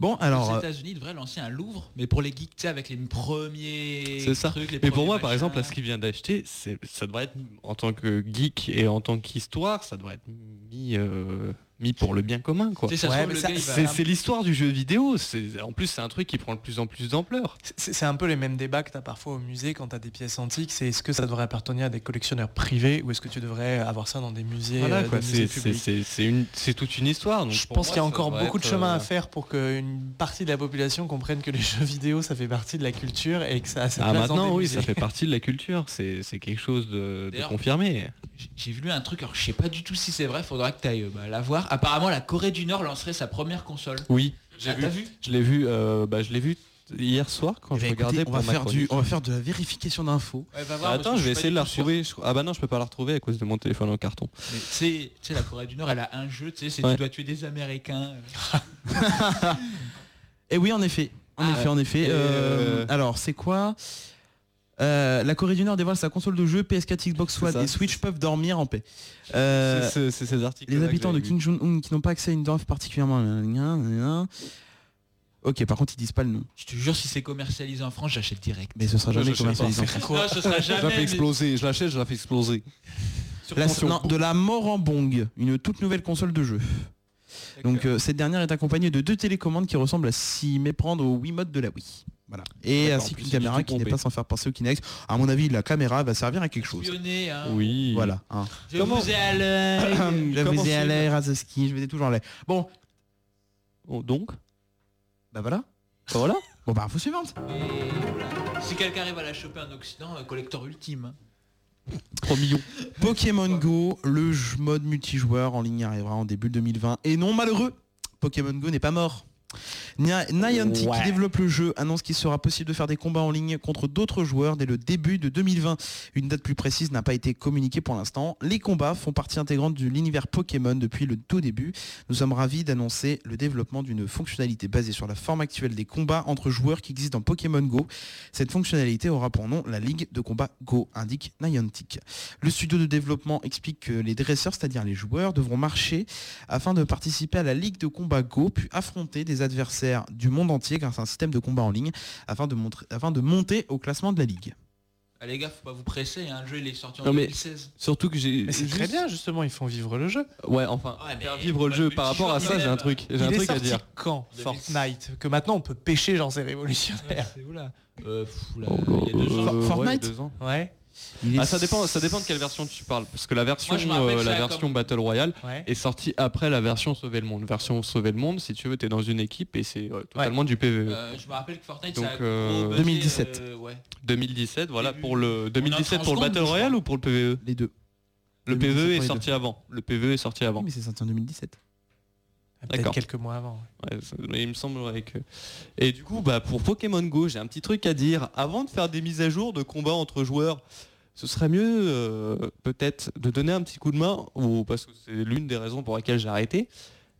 Speaker 7: Bon, alors.
Speaker 18: Les
Speaker 7: euh,
Speaker 18: États-Unis devraient lancer un Louvre, mais pour les geeks, tu sais, avec les premiers
Speaker 9: C'est ça.
Speaker 18: trucs, les
Speaker 9: Mais pour
Speaker 18: premiers
Speaker 9: moi, par
Speaker 18: machins.
Speaker 9: exemple, là, ce qu'il vient d'acheter, c'est- ça devrait être, en tant que geek et en tant qu'histoire, ça devrait être mis, euh, mis pour le bien commun. quoi.
Speaker 18: Tu sais, ça se Ouais, trouve, mais le ça- gars, il
Speaker 9: C'est
Speaker 18: va-
Speaker 9: c'est l'histoire du jeu vidéo. c'est- En plus, c'est un truc qui prend de plus en plus d'ampleur.
Speaker 10: C'est c'est un peu les mêmes débats que tu as parfois au musée quand tu as des pièces antiques, c'est est-ce que ça devrait appartenir à des collectionneurs privés ou est-ce que tu devrais avoir ça dans des musées,
Speaker 9: Voilà,
Speaker 10: euh, des
Speaker 9: quoi,
Speaker 10: musées
Speaker 9: c'est-
Speaker 10: publics
Speaker 9: c'est c'est- c'est une- c'est toute une histoire. donc
Speaker 10: Je
Speaker 9: pour
Speaker 10: pense
Speaker 9: moi,
Speaker 10: qu'il y a
Speaker 9: ça
Speaker 10: encore
Speaker 9: devrait
Speaker 10: beaucoup de
Speaker 9: être,
Speaker 10: chemin à
Speaker 9: euh,
Speaker 10: faire pour qu'une partie de la population comprenne que les jeux vidéo ça fait partie de la culture et que ça a sa
Speaker 9: Ah,
Speaker 10: place dans
Speaker 9: maintenant,
Speaker 10: des
Speaker 9: oui,
Speaker 10: musées.
Speaker 9: ça fait partie de la culture. C'est c'est quelque chose de, de
Speaker 18: D'ailleurs,
Speaker 9: confirmé.
Speaker 18: J'ai vu un truc, alors je sais pas du tout si c'est vrai, faudra que tu ailles la voir. Apparemment, la Corée du Nord lancerait sa première console.
Speaker 9: Oui,
Speaker 18: j'ai Ah, vu.
Speaker 9: Je l'ai vu, euh, bah, je l'ai vu hier soir quand
Speaker 7: eh
Speaker 9: je
Speaker 7: ben, écoutez,
Speaker 9: regardais
Speaker 7: on
Speaker 9: pour
Speaker 7: va
Speaker 9: ma
Speaker 7: faire du,
Speaker 9: chronique.
Speaker 7: on va faire de la vérification d'infos.
Speaker 18: Ouais, va voir, parce
Speaker 9: Attends,
Speaker 18: que
Speaker 9: je vais
Speaker 18: suis pas
Speaker 9: essayer
Speaker 18: du
Speaker 9: de la
Speaker 18: tout sûr.
Speaker 9: retrouver. Je- Ah bah non, je peux pas la retrouver à cause de mon téléphone en carton.
Speaker 18: Mais tu sais- tu sais, la Corée du Nord, elle a un jeu, tu sais, c'est
Speaker 9: Ouais.
Speaker 18: tu dois tuer des Américains. Euh,
Speaker 7: Et Eh oui, en effet. En
Speaker 18: Ah,
Speaker 7: effet, en effet.
Speaker 18: et,
Speaker 7: Euh,
Speaker 18: euh,
Speaker 7: Alors, c'est quoi Euh, la Corée du Nord dévoile sa console de jeu, PS4, Xbox One
Speaker 9: ça.
Speaker 7: et Switch peuvent dormir en paix. Euh,
Speaker 9: C'est- c'est- c'est ces articles-là
Speaker 7: Les
Speaker 9: que
Speaker 7: habitants de
Speaker 9: j'avais
Speaker 7: Kim Jong-un qui n'ont pas accès à une dorf particulièrement. Ok, par contre ils disent pas le nom.
Speaker 18: Je te jure, si c'est commercialisé en France, j'achète direct.
Speaker 7: Mais ce sera
Speaker 18: Je-
Speaker 7: jamais
Speaker 18: je sais
Speaker 7: commercialisé
Speaker 18: pas.
Speaker 7: en France.
Speaker 18: Non, ce sera jamais.
Speaker 9: Je la fais
Speaker 18: mais-
Speaker 9: exploser. Je l'achète, je la fais exploser.
Speaker 7: La- non, de la Morambong, une toute nouvelle console de jeu. Donc euh, cette dernière est accompagnée de deux télécommandes qui ressemblent à s'y méprendre au Wiimote de la Wii. Voilà. Et
Speaker 9: D'accord, en
Speaker 7: ainsi
Speaker 9: plus,
Speaker 7: qu'une
Speaker 9: il est
Speaker 7: caméra
Speaker 9: tout
Speaker 7: qui n'est
Speaker 9: pompé.
Speaker 7: pas sans faire penser au Kinect. À mon avis, la caméra va servir à quelque chose.
Speaker 18: Espionner, hein.
Speaker 9: Oui.
Speaker 7: Voilà. hein.
Speaker 18: Je vous ai à l'œil.
Speaker 7: je
Speaker 18: Comment
Speaker 7: vous ai à
Speaker 18: c'est-
Speaker 7: l'air, à ce ski, je vais toujours à l'air. Bon.
Speaker 9: donc
Speaker 7: Bah voilà.
Speaker 9: voilà.
Speaker 7: Bon bah info suivante.
Speaker 18: Si quelqu'un arrive à la choper en Occident, euh, collector ultime.
Speaker 7: Pokémon Go, le j- mode multijoueur en ligne arrivera en début 2020. Et non malheureux, Pokémon Go n'est pas mort. Nia- Niantic,
Speaker 3: Ouais.
Speaker 7: qui développe le jeu, annonce qu'il sera possible de faire des combats en ligne contre d'autres joueurs dès le début de 2020. Une date plus précise n'a pas été communiquée pour l'instant. Les combats font partie intégrante de l'univers Pokémon depuis le tout début. Nous sommes ravis d'annoncer le développement d'une fonctionnalité basée sur la forme actuelle des combats entre joueurs qui existent dans Pokémon Go. Cette fonctionnalité aura pour nom la Ligue de combat Go, indique Niantic. Le studio de développement explique que les dresseurs, c'est-à-dire les joueurs, devront marcher afin de participer à la Ligue de combat Go, puis affronter des adversaires du monde entier grâce à un système de combat en ligne afin de, montrer- afin de monter au classement de la Ligue.
Speaker 18: Ah, les gars, faut pas vous presser, hein, le jeu il est sorti en
Speaker 9: Non, mais
Speaker 18: 2016.
Speaker 9: surtout que j'ai.
Speaker 10: Mais c'est très
Speaker 9: juste-
Speaker 10: bien justement, ils font vivre le jeu.
Speaker 9: Ouais, enfin,
Speaker 18: Ouais, mais-
Speaker 9: faire vivre le jeu. Par rapport à ça, j'ai un truc, j'ai
Speaker 10: Il
Speaker 9: un
Speaker 10: est
Speaker 9: truc à
Speaker 10: sorti
Speaker 9: dire.
Speaker 10: Quand Fortnite, que maintenant on peut pêcher, genre c'est révolutionnaire.
Speaker 9: Oh,
Speaker 18: C'est où là Euh, pff, là, il y a deux ans.
Speaker 10: For-
Speaker 9: Euh, ouais,
Speaker 10: Fortnite
Speaker 9: deux ans.
Speaker 10: Ouais.
Speaker 9: Ah, ça dépend, ça dépend de quelle version tu parles, parce que la version,
Speaker 18: Moi, je me rappelle
Speaker 9: euh,
Speaker 18: que
Speaker 9: la
Speaker 18: c'est la
Speaker 9: version
Speaker 18: com-
Speaker 9: Battle Royale
Speaker 18: Ouais.
Speaker 9: est sortie après la version Sauver le Monde. Version Sauver le Monde, si tu veux, t'es dans une équipe et c'est euh, totalement du PVE.
Speaker 18: Euh, je me rappelle que Fortnite, ça a
Speaker 9: Donc
Speaker 18: gros
Speaker 9: euh,
Speaker 18: buzzé, 2017. euh, ouais.
Speaker 9: 2017, voilà pour le 2017 pour le
Speaker 18: seconde,
Speaker 9: Battle
Speaker 18: je crois.
Speaker 9: Royale ou pour le PVE
Speaker 7: Les deux.
Speaker 9: Le
Speaker 7: 2017
Speaker 9: PVE
Speaker 7: pour
Speaker 9: est
Speaker 7: les
Speaker 9: sorti avant. Le PVE est sorti avant.
Speaker 7: Mais c'est sorti en 2017.
Speaker 9: D'accord.
Speaker 10: Ah, quelques mois avant.
Speaker 9: Ouais, ça- mais il me semblerait que. Et du coup, bah, pour Pokémon Go, j'ai un petit truc à dire. Avant de faire des mises à jour de combats entre joueurs, ce serait mieux euh, peut-être de donner un petit coup de main, ou parce que c'est l'une des raisons pour laquelle j'ai arrêté.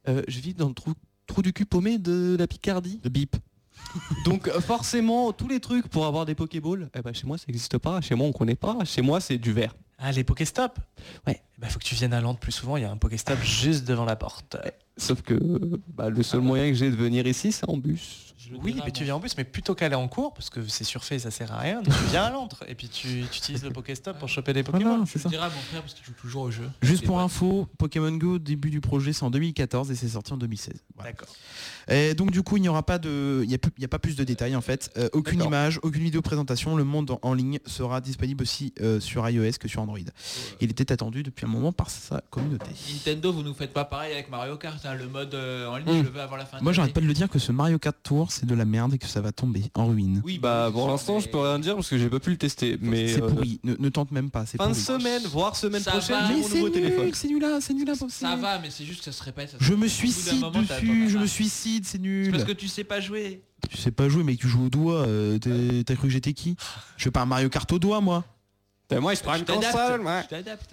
Speaker 9: Euh, je vis dans le trou, trou du cul paumé de la Picardie. De bip. Donc euh, forcément, tous les trucs pour avoir des Pokéballs, eh ben, chez moi ça n'existe pas, chez moi on connaît pas, chez moi c'est du verre.
Speaker 10: Ah, les Pokéstop
Speaker 9: Ouais.
Speaker 10: Bah, faut que tu viennes à Lente plus souvent, il y a un Pokéstop juste devant la porte.
Speaker 9: Sauf que euh, bah, le seul moyen que j'ai de venir ici, c'est en bus.
Speaker 10: Oui, mais tu viens en bus, mais plutôt qu'aller en cours, parce que c'est surfait et ça sert à rien, donc tu viens à l'entre et puis tu, tu utilises le Pokéstop pour choper des Pokémon.
Speaker 7: c'est ça.
Speaker 18: Je dirais à mon frère parce qu'il joue toujours au jeu.
Speaker 7: Juste pour info, Pokémon Go, début du projet, c'est en 2014 et c'est sorti en 2016.
Speaker 10: D'accord.
Speaker 7: Et donc du coup, il n'y aura pas de, il n'y a, plus- il n'y a pas plus de détails en fait. Euh, aucune
Speaker 10: D'accord.
Speaker 7: image, aucune vidéo présentation. Le monde en, en ligne sera disponible aussi euh, sur iOS que sur Android. Il était attendu depuis un moment par sa communauté.
Speaker 18: Nintendo, vous nous faites pas pareil avec Mario Kart, hein, le mode euh, en ligne,
Speaker 7: Mm.
Speaker 18: je le veux avant la fin de
Speaker 7: Moi, j'arrête
Speaker 18: l'année.
Speaker 7: pas de le dire que ce Mario Kart Tour, c'est de la merde et que ça va tomber en ruine.
Speaker 9: Oui, bah pour l'instant, je peux rien dire parce que j'ai pas pu le tester. Mais
Speaker 7: c'est
Speaker 9: euh,
Speaker 7: pourri. Ne, ne tente même pas. C'est
Speaker 9: Fin de
Speaker 7: pourri.
Speaker 9: semaine, voire semaine
Speaker 18: Ça
Speaker 9: prochaine,
Speaker 18: va,
Speaker 9: j'ai
Speaker 18: mais
Speaker 9: mon
Speaker 18: c'est
Speaker 9: nouveau
Speaker 18: nul.
Speaker 9: téléphone.
Speaker 7: C'est nul là, c'est nul là. pour-
Speaker 18: Ça va, mais c'est juste que ça se répète. ça se
Speaker 7: Je
Speaker 18: répète. Au
Speaker 7: me
Speaker 18: bout d'un
Speaker 7: suicide
Speaker 18: moment, t'as-
Speaker 7: dessus. Je me suicide. C'est
Speaker 18: C'est
Speaker 7: nul.
Speaker 18: parce que tu sais pas jouer.
Speaker 7: Tu sais pas jouer, mais tu joues au doigt. euh, t'es- T'as cru que j'étais qui Je fais pas un Mario Kart au doigt, moi.
Speaker 9: Ben,
Speaker 18: Ben,
Speaker 9: moi, je prends
Speaker 18: Tu t'adaptes. Tu t'adapes.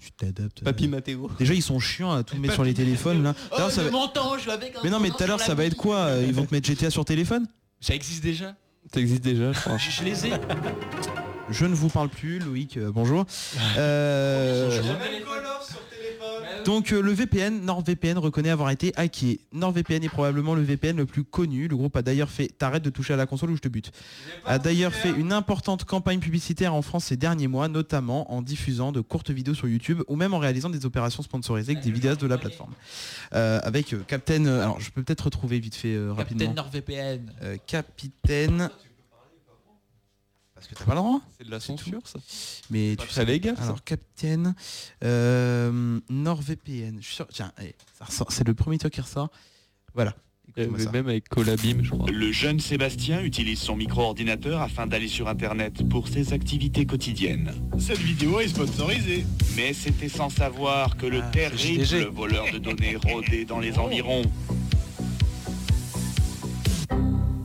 Speaker 7: Tu t'adaptes.
Speaker 9: Papy Matteo.
Speaker 7: Déjà, ils sont chiants à tout mettre sur les téléphones là.
Speaker 18: Oh,
Speaker 7: D'ailleurs, ça
Speaker 18: de
Speaker 7: va-
Speaker 18: mon temps, je joue avec un
Speaker 7: Mais non, mais
Speaker 18: moment
Speaker 7: tout à l'heure,
Speaker 18: sur
Speaker 7: ça
Speaker 18: la
Speaker 7: va être quoi euh, Ils vont te mettre GTA sur téléphone
Speaker 18: Ça existe déjà.
Speaker 9: Ça existe déjà, je crois.
Speaker 18: Je les ai.
Speaker 7: Je ne vous parle plus, Loïc, euh, bonjour. Euh, Donc euh, le VPN, NordVPN reconnaît avoir été hacké. NordVPN est probablement le VPN le plus connu. Le groupe a d'ailleurs fait T'arrêtes de toucher à la console ou je te bute. A d'ailleurs fait une importante campagne publicitaire en France ces derniers mois, notamment en diffusant de courtes vidéos sur YouTube ou même en réalisant des opérations sponsorisées avec des vidéastes de la plateforme. Euh, avec euh, Captain, euh, alors je peux peut-être retrouver vite fait euh,
Speaker 18: Captain
Speaker 7: rapidement.
Speaker 18: NordVPN.
Speaker 7: Euh, Capitaine. Parce que t'as pas le droit
Speaker 9: C'est de la censure, ça.
Speaker 7: mais
Speaker 9: Pas
Speaker 7: tu
Speaker 9: très légal, ça.
Speaker 7: Alors, Captain, euh, NordVPN. Je suis sûr- Tiens, allez, ça ressort- c'est le premier truc qui ressort. Voilà. Écoutez-moi ça.
Speaker 9: Eh, même avec Colabim, je crois.
Speaker 19: Le jeune Sébastien utilise son micro-ordinateur afin d'aller sur Internet pour ses activités quotidiennes. Cette vidéo est sponsorisée. Mais c'était sans savoir que le terrible voleur de données rôdait dans les environs.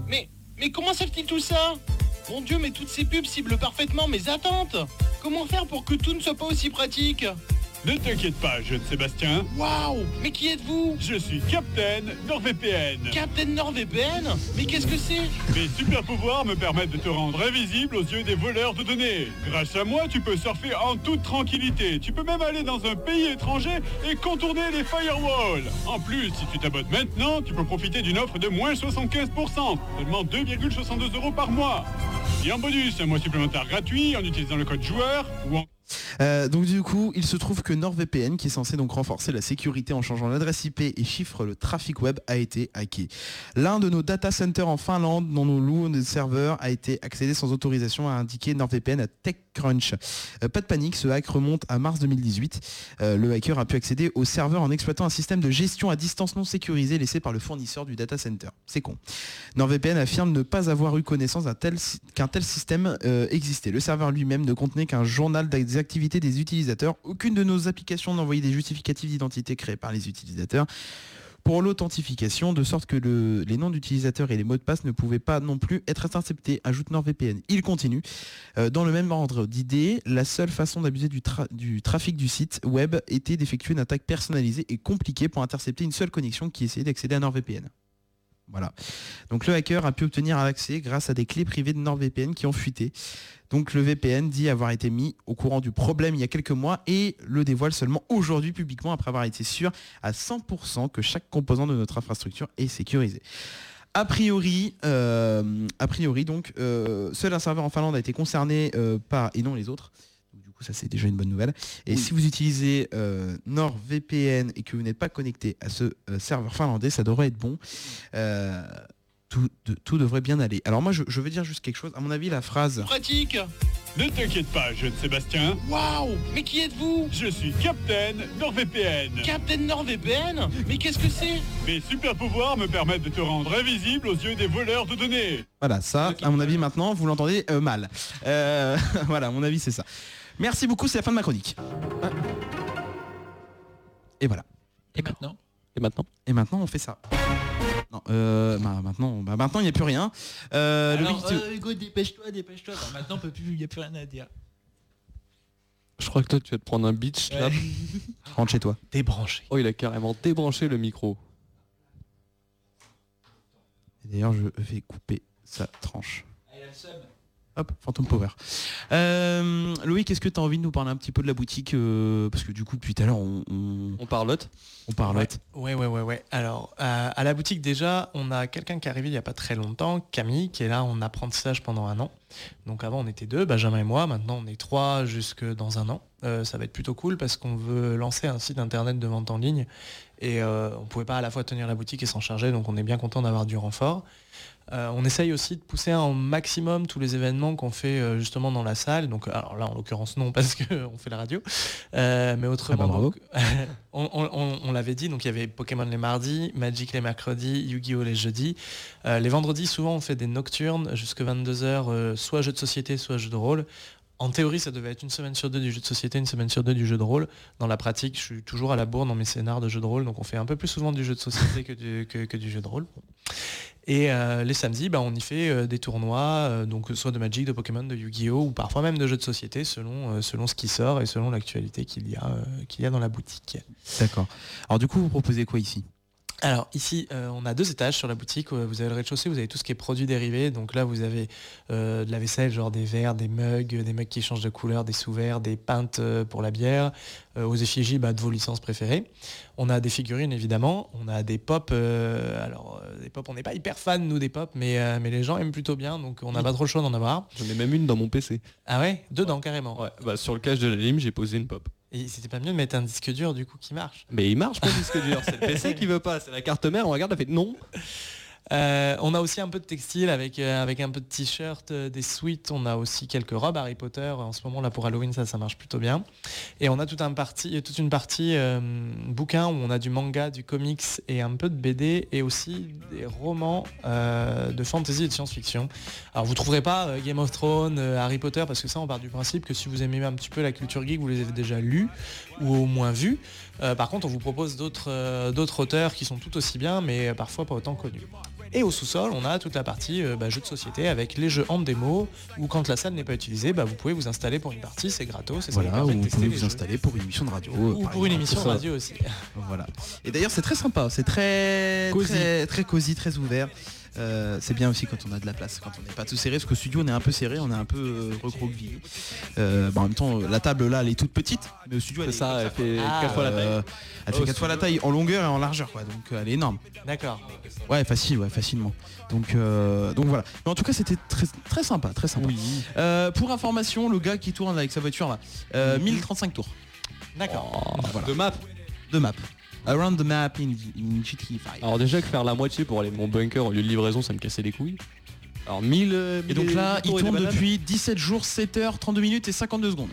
Speaker 20: Mais, mais comment savent-ils tout ça Mon dieu, mais toutes ces pubs ciblent parfaitement mes attentes Comment faire pour que tout ne soit pas aussi pratique
Speaker 19: Ne t'inquiète pas, jeune Sébastien.
Speaker 20: Waouh Mais qui êtes-vous
Speaker 19: Je suis Captain NordVPN.
Speaker 20: Captain NordVPN Mais qu'est-ce que c'est
Speaker 19: Mes super pouvoirs me permettent de te rendre invisible aux yeux des voleurs de données. Grâce à moi, tu peux surfer en toute tranquillité. Tu peux même aller dans un pays étranger et contourner les firewalls. En plus, si tu t'abonnes maintenant, tu peux profiter d'une offre de moins 75%, seulement 2,62 euros par mois. Et en bonus, un mois supplémentaire gratuit en utilisant le code joueur ou en...
Speaker 7: Euh, donc du coup, il se trouve que NordVPN, qui est censé donc renforcer la sécurité en changeant l'adresse IP et chiffre le trafic web, a été hacké. L'un de nos data centers en Finlande, dont nous louons des serveurs, a été accédé sans autorisation, a indiqué NordVPN à TechCrunch. Euh, pas de panique, ce hack remonte à mars 2018. Euh, le hacker a pu accéder au serveur en exploitant un système de gestion à distance non sécurisé laissé par le fournisseur du data center. C'est con. NordVPN affirme ne pas avoir eu connaissance d'un tel sy- qu'un tel système euh, existait. Le serveur lui-même ne contenait qu'un journal des activités des utilisateurs. Aucune de nos applications n'envoyait des justificatifs d'identité créés par les utilisateurs pour l'authentification, de sorte que le- les noms d'utilisateurs et les mots de passe ne pouvaient pas non plus être interceptés, ajoute NordVPN. Il continue. Euh, dans le même ordre d'idées, la seule façon d'abuser du, tra- du trafic du site web était d'effectuer une attaque personnalisée et compliquée pour intercepter une seule connexion qui essayait d'accéder à NordVPN. Voilà. Donc le hacker a pu obtenir un accès grâce à des clés privées de NordVPN qui ont fuité. Donc le VPN dit avoir été mis au courant du problème il y a quelques mois et le dévoile seulement aujourd'hui publiquement après avoir été sûr à 100% que chaque composant de notre infrastructure est sécurisé. A priori, euh, a priori donc, euh, seul un serveur en Finlande a été concerné euh, par et non les autres. Donc, du coup, ça c'est déjà une bonne nouvelle. Et si vous utilisez euh, NordVPN et que vous n'êtes pas connecté à ce euh, serveur finlandais, ça devrait être bon. Euh, tout, de- tout devrait bien aller. Alors moi, je, je veux dire juste quelque chose. À mon avis, la phrase...
Speaker 19: Pratique Ne t'inquiète pas, jeune Sébastien.
Speaker 20: Waouh Mais qui êtes-vous
Speaker 19: Je suis Captain NordVPN.
Speaker 20: Captain NordVPN Mais qu'est-ce que c'est
Speaker 19: Mes super pouvoirs me permettent de te rendre invisible aux yeux des voleurs de données.
Speaker 7: Voilà, ça, à mon avis, maintenant, vous l'entendez euh, mal. Euh, voilà, à mon avis, c'est ça. Merci beaucoup, c'est la fin de ma chronique. Et voilà.
Speaker 18: Et maintenant
Speaker 7: Et maintenant Et maintenant, on fait ça. Non, euh, bah, maintenant, bah, maintenant, il n'y a plus rien. Euh, le
Speaker 8: Alors,
Speaker 7: Wikito-
Speaker 8: euh, Hugo, dépêche-toi, dépêche-toi. Bah, maintenant, on peut plus, il n'y a plus rien à dire.
Speaker 9: Je crois que toi tu vas te prendre un bitch là.
Speaker 7: Rentre chez toi.
Speaker 9: Débranché. Oh il a carrément débranché le micro.
Speaker 7: Et D'ailleurs, je vais couper sa tranche. Hop, Phantom Power. Euh, Loïc, est-ce que tu as envie de nous parler un petit peu de la boutique euh, Parce que du coup, depuis tout à l'heure, on, on...
Speaker 9: parlote.
Speaker 7: On parlote.
Speaker 10: Ouais, ouais, ouais, ouais. Alors, euh, à la boutique déjà, on a quelqu'un qui est arrivé il n'y a pas très longtemps, Camille, qui est là en apprentissage pendant un an. Donc avant, on était deux, Benjamin et moi. Maintenant, on est trois jusque dans un an. Euh, ça va être plutôt cool parce qu'on veut lancer un site internet de vente en ligne et euh, on pouvait pas à la fois tenir la boutique et s'en charger, donc on est bien content d'avoir du renfort. Euh, on essaye aussi de pousser un maximum tous les événements qu'on fait euh, justement dans la salle. Donc, alors là, en l'occurrence, non, parce qu'on fait la radio. Euh, mais autrement, donc, on, on- on- on l'avait dit, donc il y avait Pokémon les mardis, Magic les mercredis, Yu-Gi-Oh les jeudis. Euh, les vendredis, souvent, on fait des nocturnes jusqu'à 22h, euh, soit jeux de société, soit jeux de rôle. En théorie, ça devait être une semaine sur deux du jeu de société, une semaine sur deux du jeu de rôle. Dans la pratique, je suis toujours à la bourre dans mes scénars de jeu de rôle, donc on fait un peu plus souvent du jeu de société que du, que- que du jeu de rôle. Et euh, les samedis, bah, on y fait euh, des tournois, euh, donc soit de Magic, de Pokémon, de Yu-Gi-Oh, ou parfois même de jeux de société, selon, euh, selon ce qui sort et selon l'actualité qu'il y, a, euh, qu'il y a dans la boutique.
Speaker 7: D'accord. Alors du coup, vous proposez quoi ici
Speaker 10: Alors ici, euh, on a deux étages sur la boutique. Euh, Vous avez le rez-de-chaussée, vous avez tout ce qui est produits dérivés. Donc là, vous avez euh, de la vaisselle, genre des verres, des mugs, euh, des mugs qui changent de couleur, des sous-verres, des pintes euh, pour la bière, euh, aux effigies bah, de vos licences préférées. On a des figurines, évidemment. On a des pop. euh, alors, euh, des pop, on n'est pas hyper fan, nous, des pop, mais, euh, mais les gens aiment plutôt bien, donc on n'a pas trop le choix d'en avoir.
Speaker 9: J'en ai même une dans mon PC.
Speaker 10: Ah ouais Dedans, carrément.
Speaker 9: Ouais, bah sur le cache de la lime j'ai posé une pop.
Speaker 10: Et c'était pas mieux de mettre un disque dur, du coup, qui marche
Speaker 9: Mais il marche pas le disque dur, c'est le PC qui veut pas, c'est la carte mère, on regarde, elle fait non.
Speaker 10: Euh, on a aussi un peu de textile avec, euh, avec un peu de t-shirt, euh, des suites, on a aussi quelques robes Harry Potter. En ce moment là pour Halloween ça ça marche plutôt bien. Et on a tout un parti, toute une partie euh, bouquin où on a du manga, du comics et un peu de BD et aussi des romans euh, de fantasy et de science-fiction. Alors vous trouverez pas euh, Game of Thrones, euh, Harry Potter parce que ça on part du principe que si vous aimez un petit peu la culture geek vous les avez déjà lus ou au moins vus. Euh, par contre on vous propose d'autres euh, d'autres auteurs qui sont tout aussi bien mais euh, parfois pas autant connus. Et au sous-sol, on a toute la partie euh, bah, jeux de société avec les jeux en démo où quand la salle n'est pas utilisée, bah, vous pouvez vous installer pour une partie, c'est gratos. Et ça
Speaker 7: Voilà,
Speaker 10: vous permet
Speaker 7: ou
Speaker 10: de
Speaker 7: vous
Speaker 10: tester
Speaker 7: pouvez
Speaker 10: les
Speaker 7: vous
Speaker 10: jeux.
Speaker 7: installer pour une émission de radio. euh,
Speaker 10: Ou
Speaker 7: par
Speaker 10: pour une
Speaker 7: exemple,
Speaker 10: émission
Speaker 7: tout ça.
Speaker 10: radio aussi.
Speaker 7: Voilà. Et d'ailleurs, c'est très sympa, c'est très
Speaker 10: Cosy.
Speaker 7: très très cosy, très ouvert. Euh, c'est bien aussi quand on a de la place, quand on n'est pas tout serré, parce qu'au studio on est un peu serré, on est un peu euh, recroquevillé. Euh, bah, en même temps, euh, la table là, elle est toute petite, mais au studio elle est
Speaker 9: ça, elle fait
Speaker 7: comme ça.
Speaker 9: quatre fois la taille. Oh,
Speaker 7: Euh, Elle fait
Speaker 9: Au
Speaker 7: quatre fois la taille en longueur et en largeur, quoi. Donc euh, elle est énorme.
Speaker 10: D'accord.
Speaker 7: Ouais, facile, ouais, facilement. Donc, euh, donc voilà. Mais en tout cas, c'était très, très sympa, très sympa. Euh, pour information, le gars qui tourne avec sa voiture là, euh, 1035 tours. Oh,
Speaker 10: D'accord.
Speaker 9: Mhm. De map
Speaker 7: De map. Around the map in, in GTA 5.
Speaker 9: Alors déjà que faire la moitié pour aller de mon bunker au lieu de livraison ça me cassait les couilles. Alors 1000 euh,
Speaker 7: Et
Speaker 9: mille
Speaker 7: donc
Speaker 9: tours
Speaker 7: là, il
Speaker 9: et des
Speaker 7: tourne
Speaker 9: bananes.
Speaker 7: depuis 17 jours, 7 heures, 32 minutes et 52 secondes.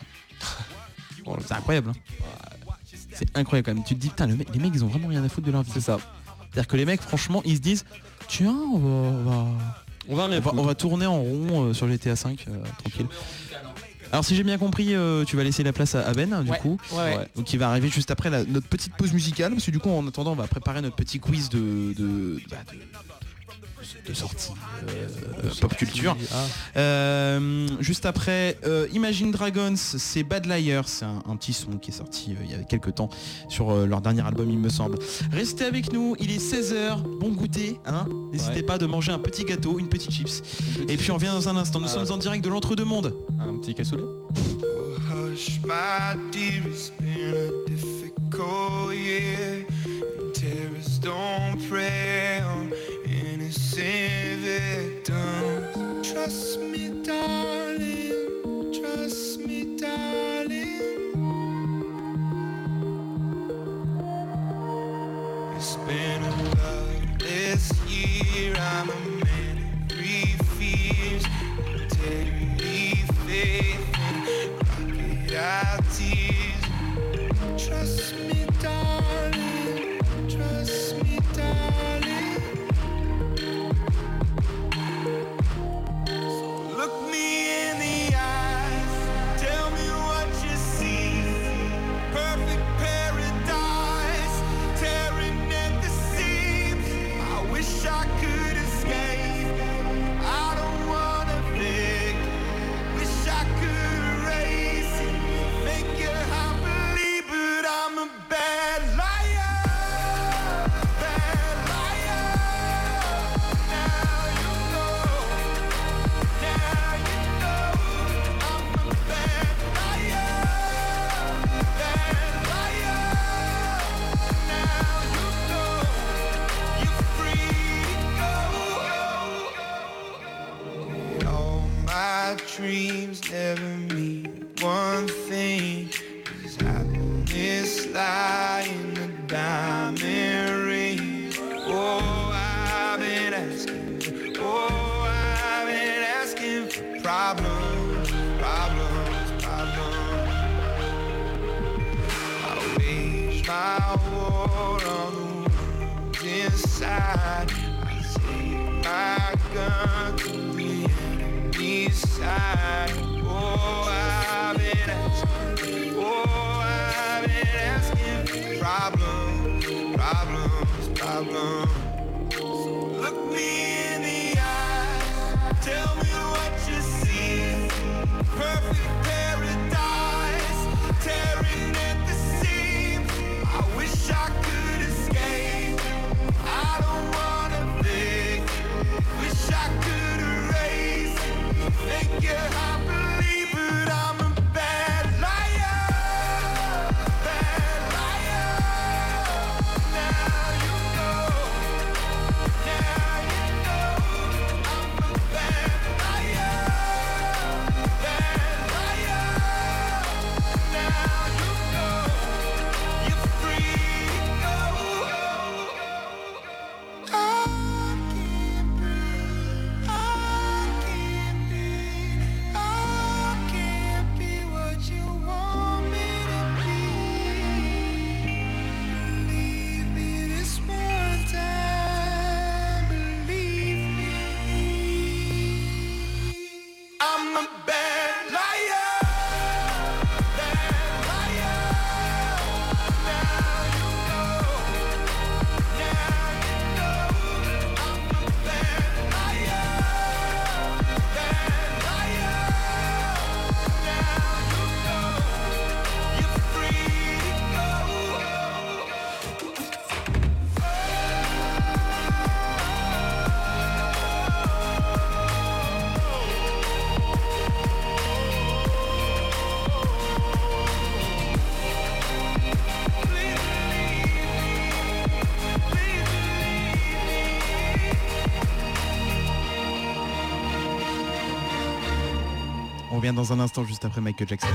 Speaker 9: Oh
Speaker 7: c'est incroyable. hein. C'est incroyable quand même. Tu te dis, putain, le mec- les mecs, ils ont vraiment rien à foutre de leur vie. C'est ça. C'est-à-dire que les mecs, franchement, ils se disent, tiens, on va, on va,
Speaker 9: on va,
Speaker 7: on va tourner en rond euh, sur GTA 5, tranquille. Alors si j'ai bien compris, euh, tu vas laisser la place à à Ben, hein, du coup. Donc il va arriver juste après la- notre petite pause musicale, parce que du coup, en attendant, on va préparer notre petit quiz de- de- bah, de de sortie euh,
Speaker 8: Ah,
Speaker 7: pop culture. Euh, juste après, euh, Imagine Dragons, c'est Bad Liar, c'est un, un petit son qui est sorti euh, il y a quelques temps sur euh, leur dernier album, il me semble. Restez avec nous, il est 16h, bon goûter, hein n'hésitez pas de manger un petit gâteau, une petite chips. Et puis on revient dans un instant, nous sommes en direct de l'entre-deux-mondes.
Speaker 9: Un petit cassoulet
Speaker 21: Hush, my dear, it's been a difficult year. And terrorists don't prey on innocent victims. Trust me, darling. Trust me, darling. It's been a bloodless year. I'm a man.
Speaker 16: lying a diamond ring. Oh, I've been asking. Oh, I've been asking for problems, problems, problems. I wage my war on the ones inside. I take my gun to the enemy's side. Oh, I've been asking. Oh, I've been asking for problems, problems, problems. Look me in the eye. Tell me what you see. Perfect paradise, tearing at the seams. I wish I could escape. I don't wanna think. Wish I could erase. Think you I believe, but I'm a bad liar. Bad liar. Now you know. Now you know I'm a bad liar. Bad liar. Now you know you're free to go. I can't breathe. I can't be. I can't be what you want me to be. Believe me this one time. Believe me. I'm a bad liar.
Speaker 7: On revient dans un instant juste après Michael Jackson.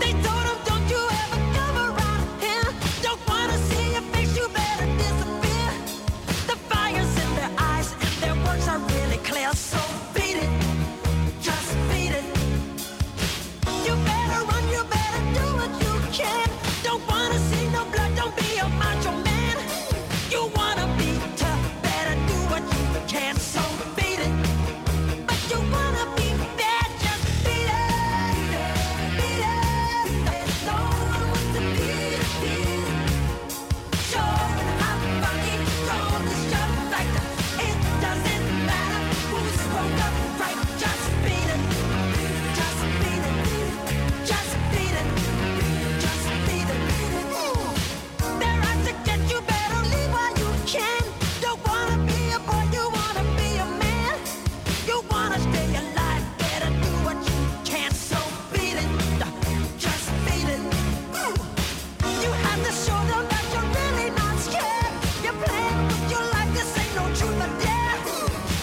Speaker 4: They told him, don't you ever come around here. Don't wanna see your face, you better disappear. The fire's in their eyes and their words are really clear. So beat it, just beat it. You better run, you better do what you can. Don't wanna see no blood, don't be a macho man. You wanna be tough, better do what you can. So beat it. But you wanna be bad, just beat it. Beat it. So beat it, just beat it. Ooh. You have to show them that you're really not scared. You're playing with your life, this ain't no truth or dare.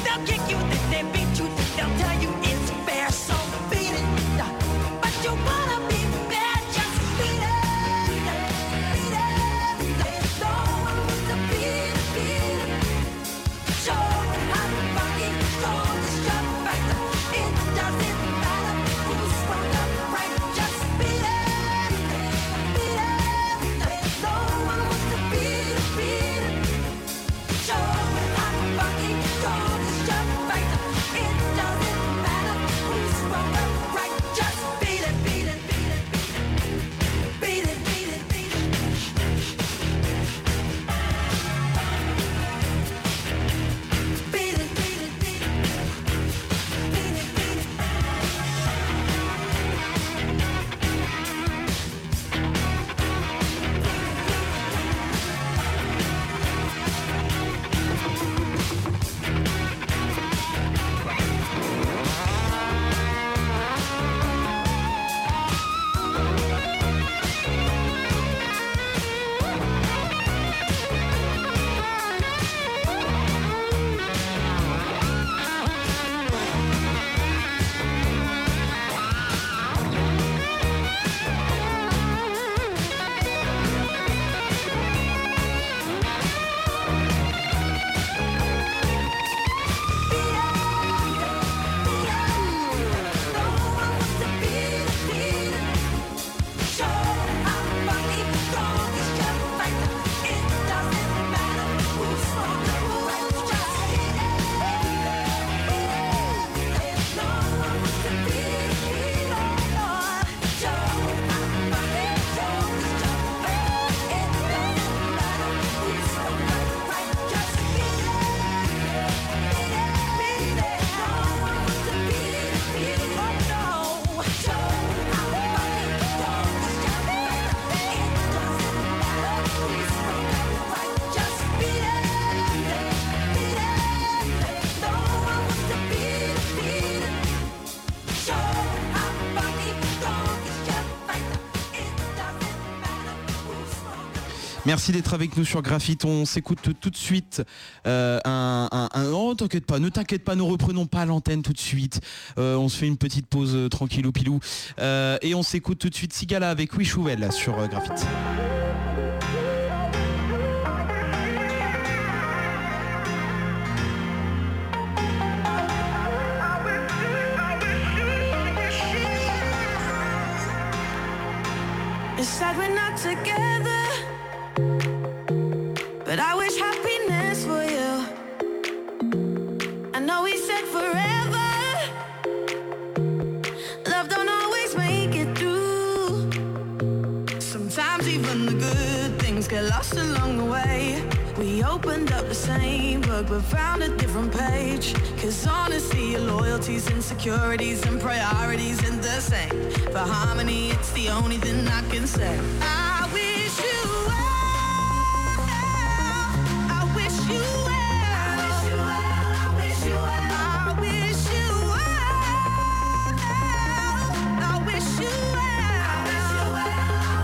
Speaker 4: They'll kick you, then they beat you, then they'll tell you it's fair. So beat it. But you wanna be bad, just beat it. Beat it. There's no one with the beat, beat it. Show them how to fucking control this job factor. It doesn't matter who's fucked up, right? Just beat it. Show me how to fucking control this job factor. It
Speaker 7: Merci d'être avec nous sur Graphite. On s'écoute tout, tout de suite. euh, un, un- un- Oh, t'inquiète pas, ne t'inquiète pas, nous reprenons pas l'antenne tout de suite. Euh, on se fait une petite pause euh, tranquille ou pilou. Euh, et on s'écoute tout de suite Sigala avec Louis Chouvel sur euh, Graphite.
Speaker 22: It's sad we're not together, but I wish happiness for you. I know we said forever, love don't always make it through. Sometimes even the good things get lost along the way. We opened up the same book but found a different page. Cause honestly, your loyalties, insecurities, and priorities in the same. For harmony, it's the only thing I can say. I wish you well. I wish you well. I wish you well. I wish you well. I wish you well. I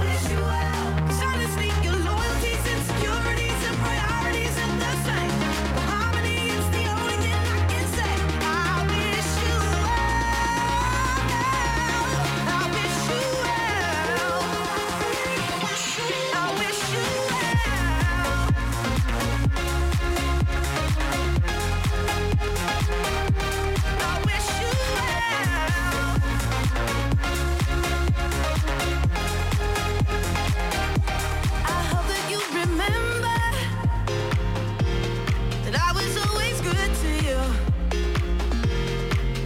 Speaker 22: wish you well. 'Cause honestly, your loyalties, insecurities, and priorities are the same. For harmony, it's the only thing I can say. I wish you well. I wish you well. I wish you well. I wish you well. I hope that you remember that I was always good to you.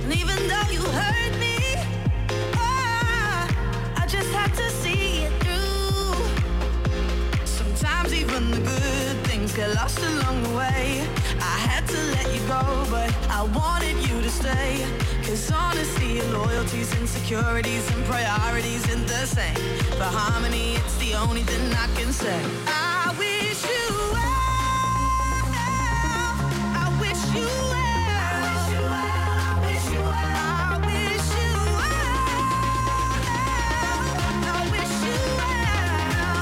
Speaker 22: And even though you hurt me, ah, I just had to see it through. Sometimes even the good things get lost along the way. I had to let you go, but I wanted you to stay. Cause honestly, your loyalties, insecurities, and priorities in the same. For harmony, it's the only thing I can say. I wish you well. I wish you well. I wish you well. I wish you well. I wish you well.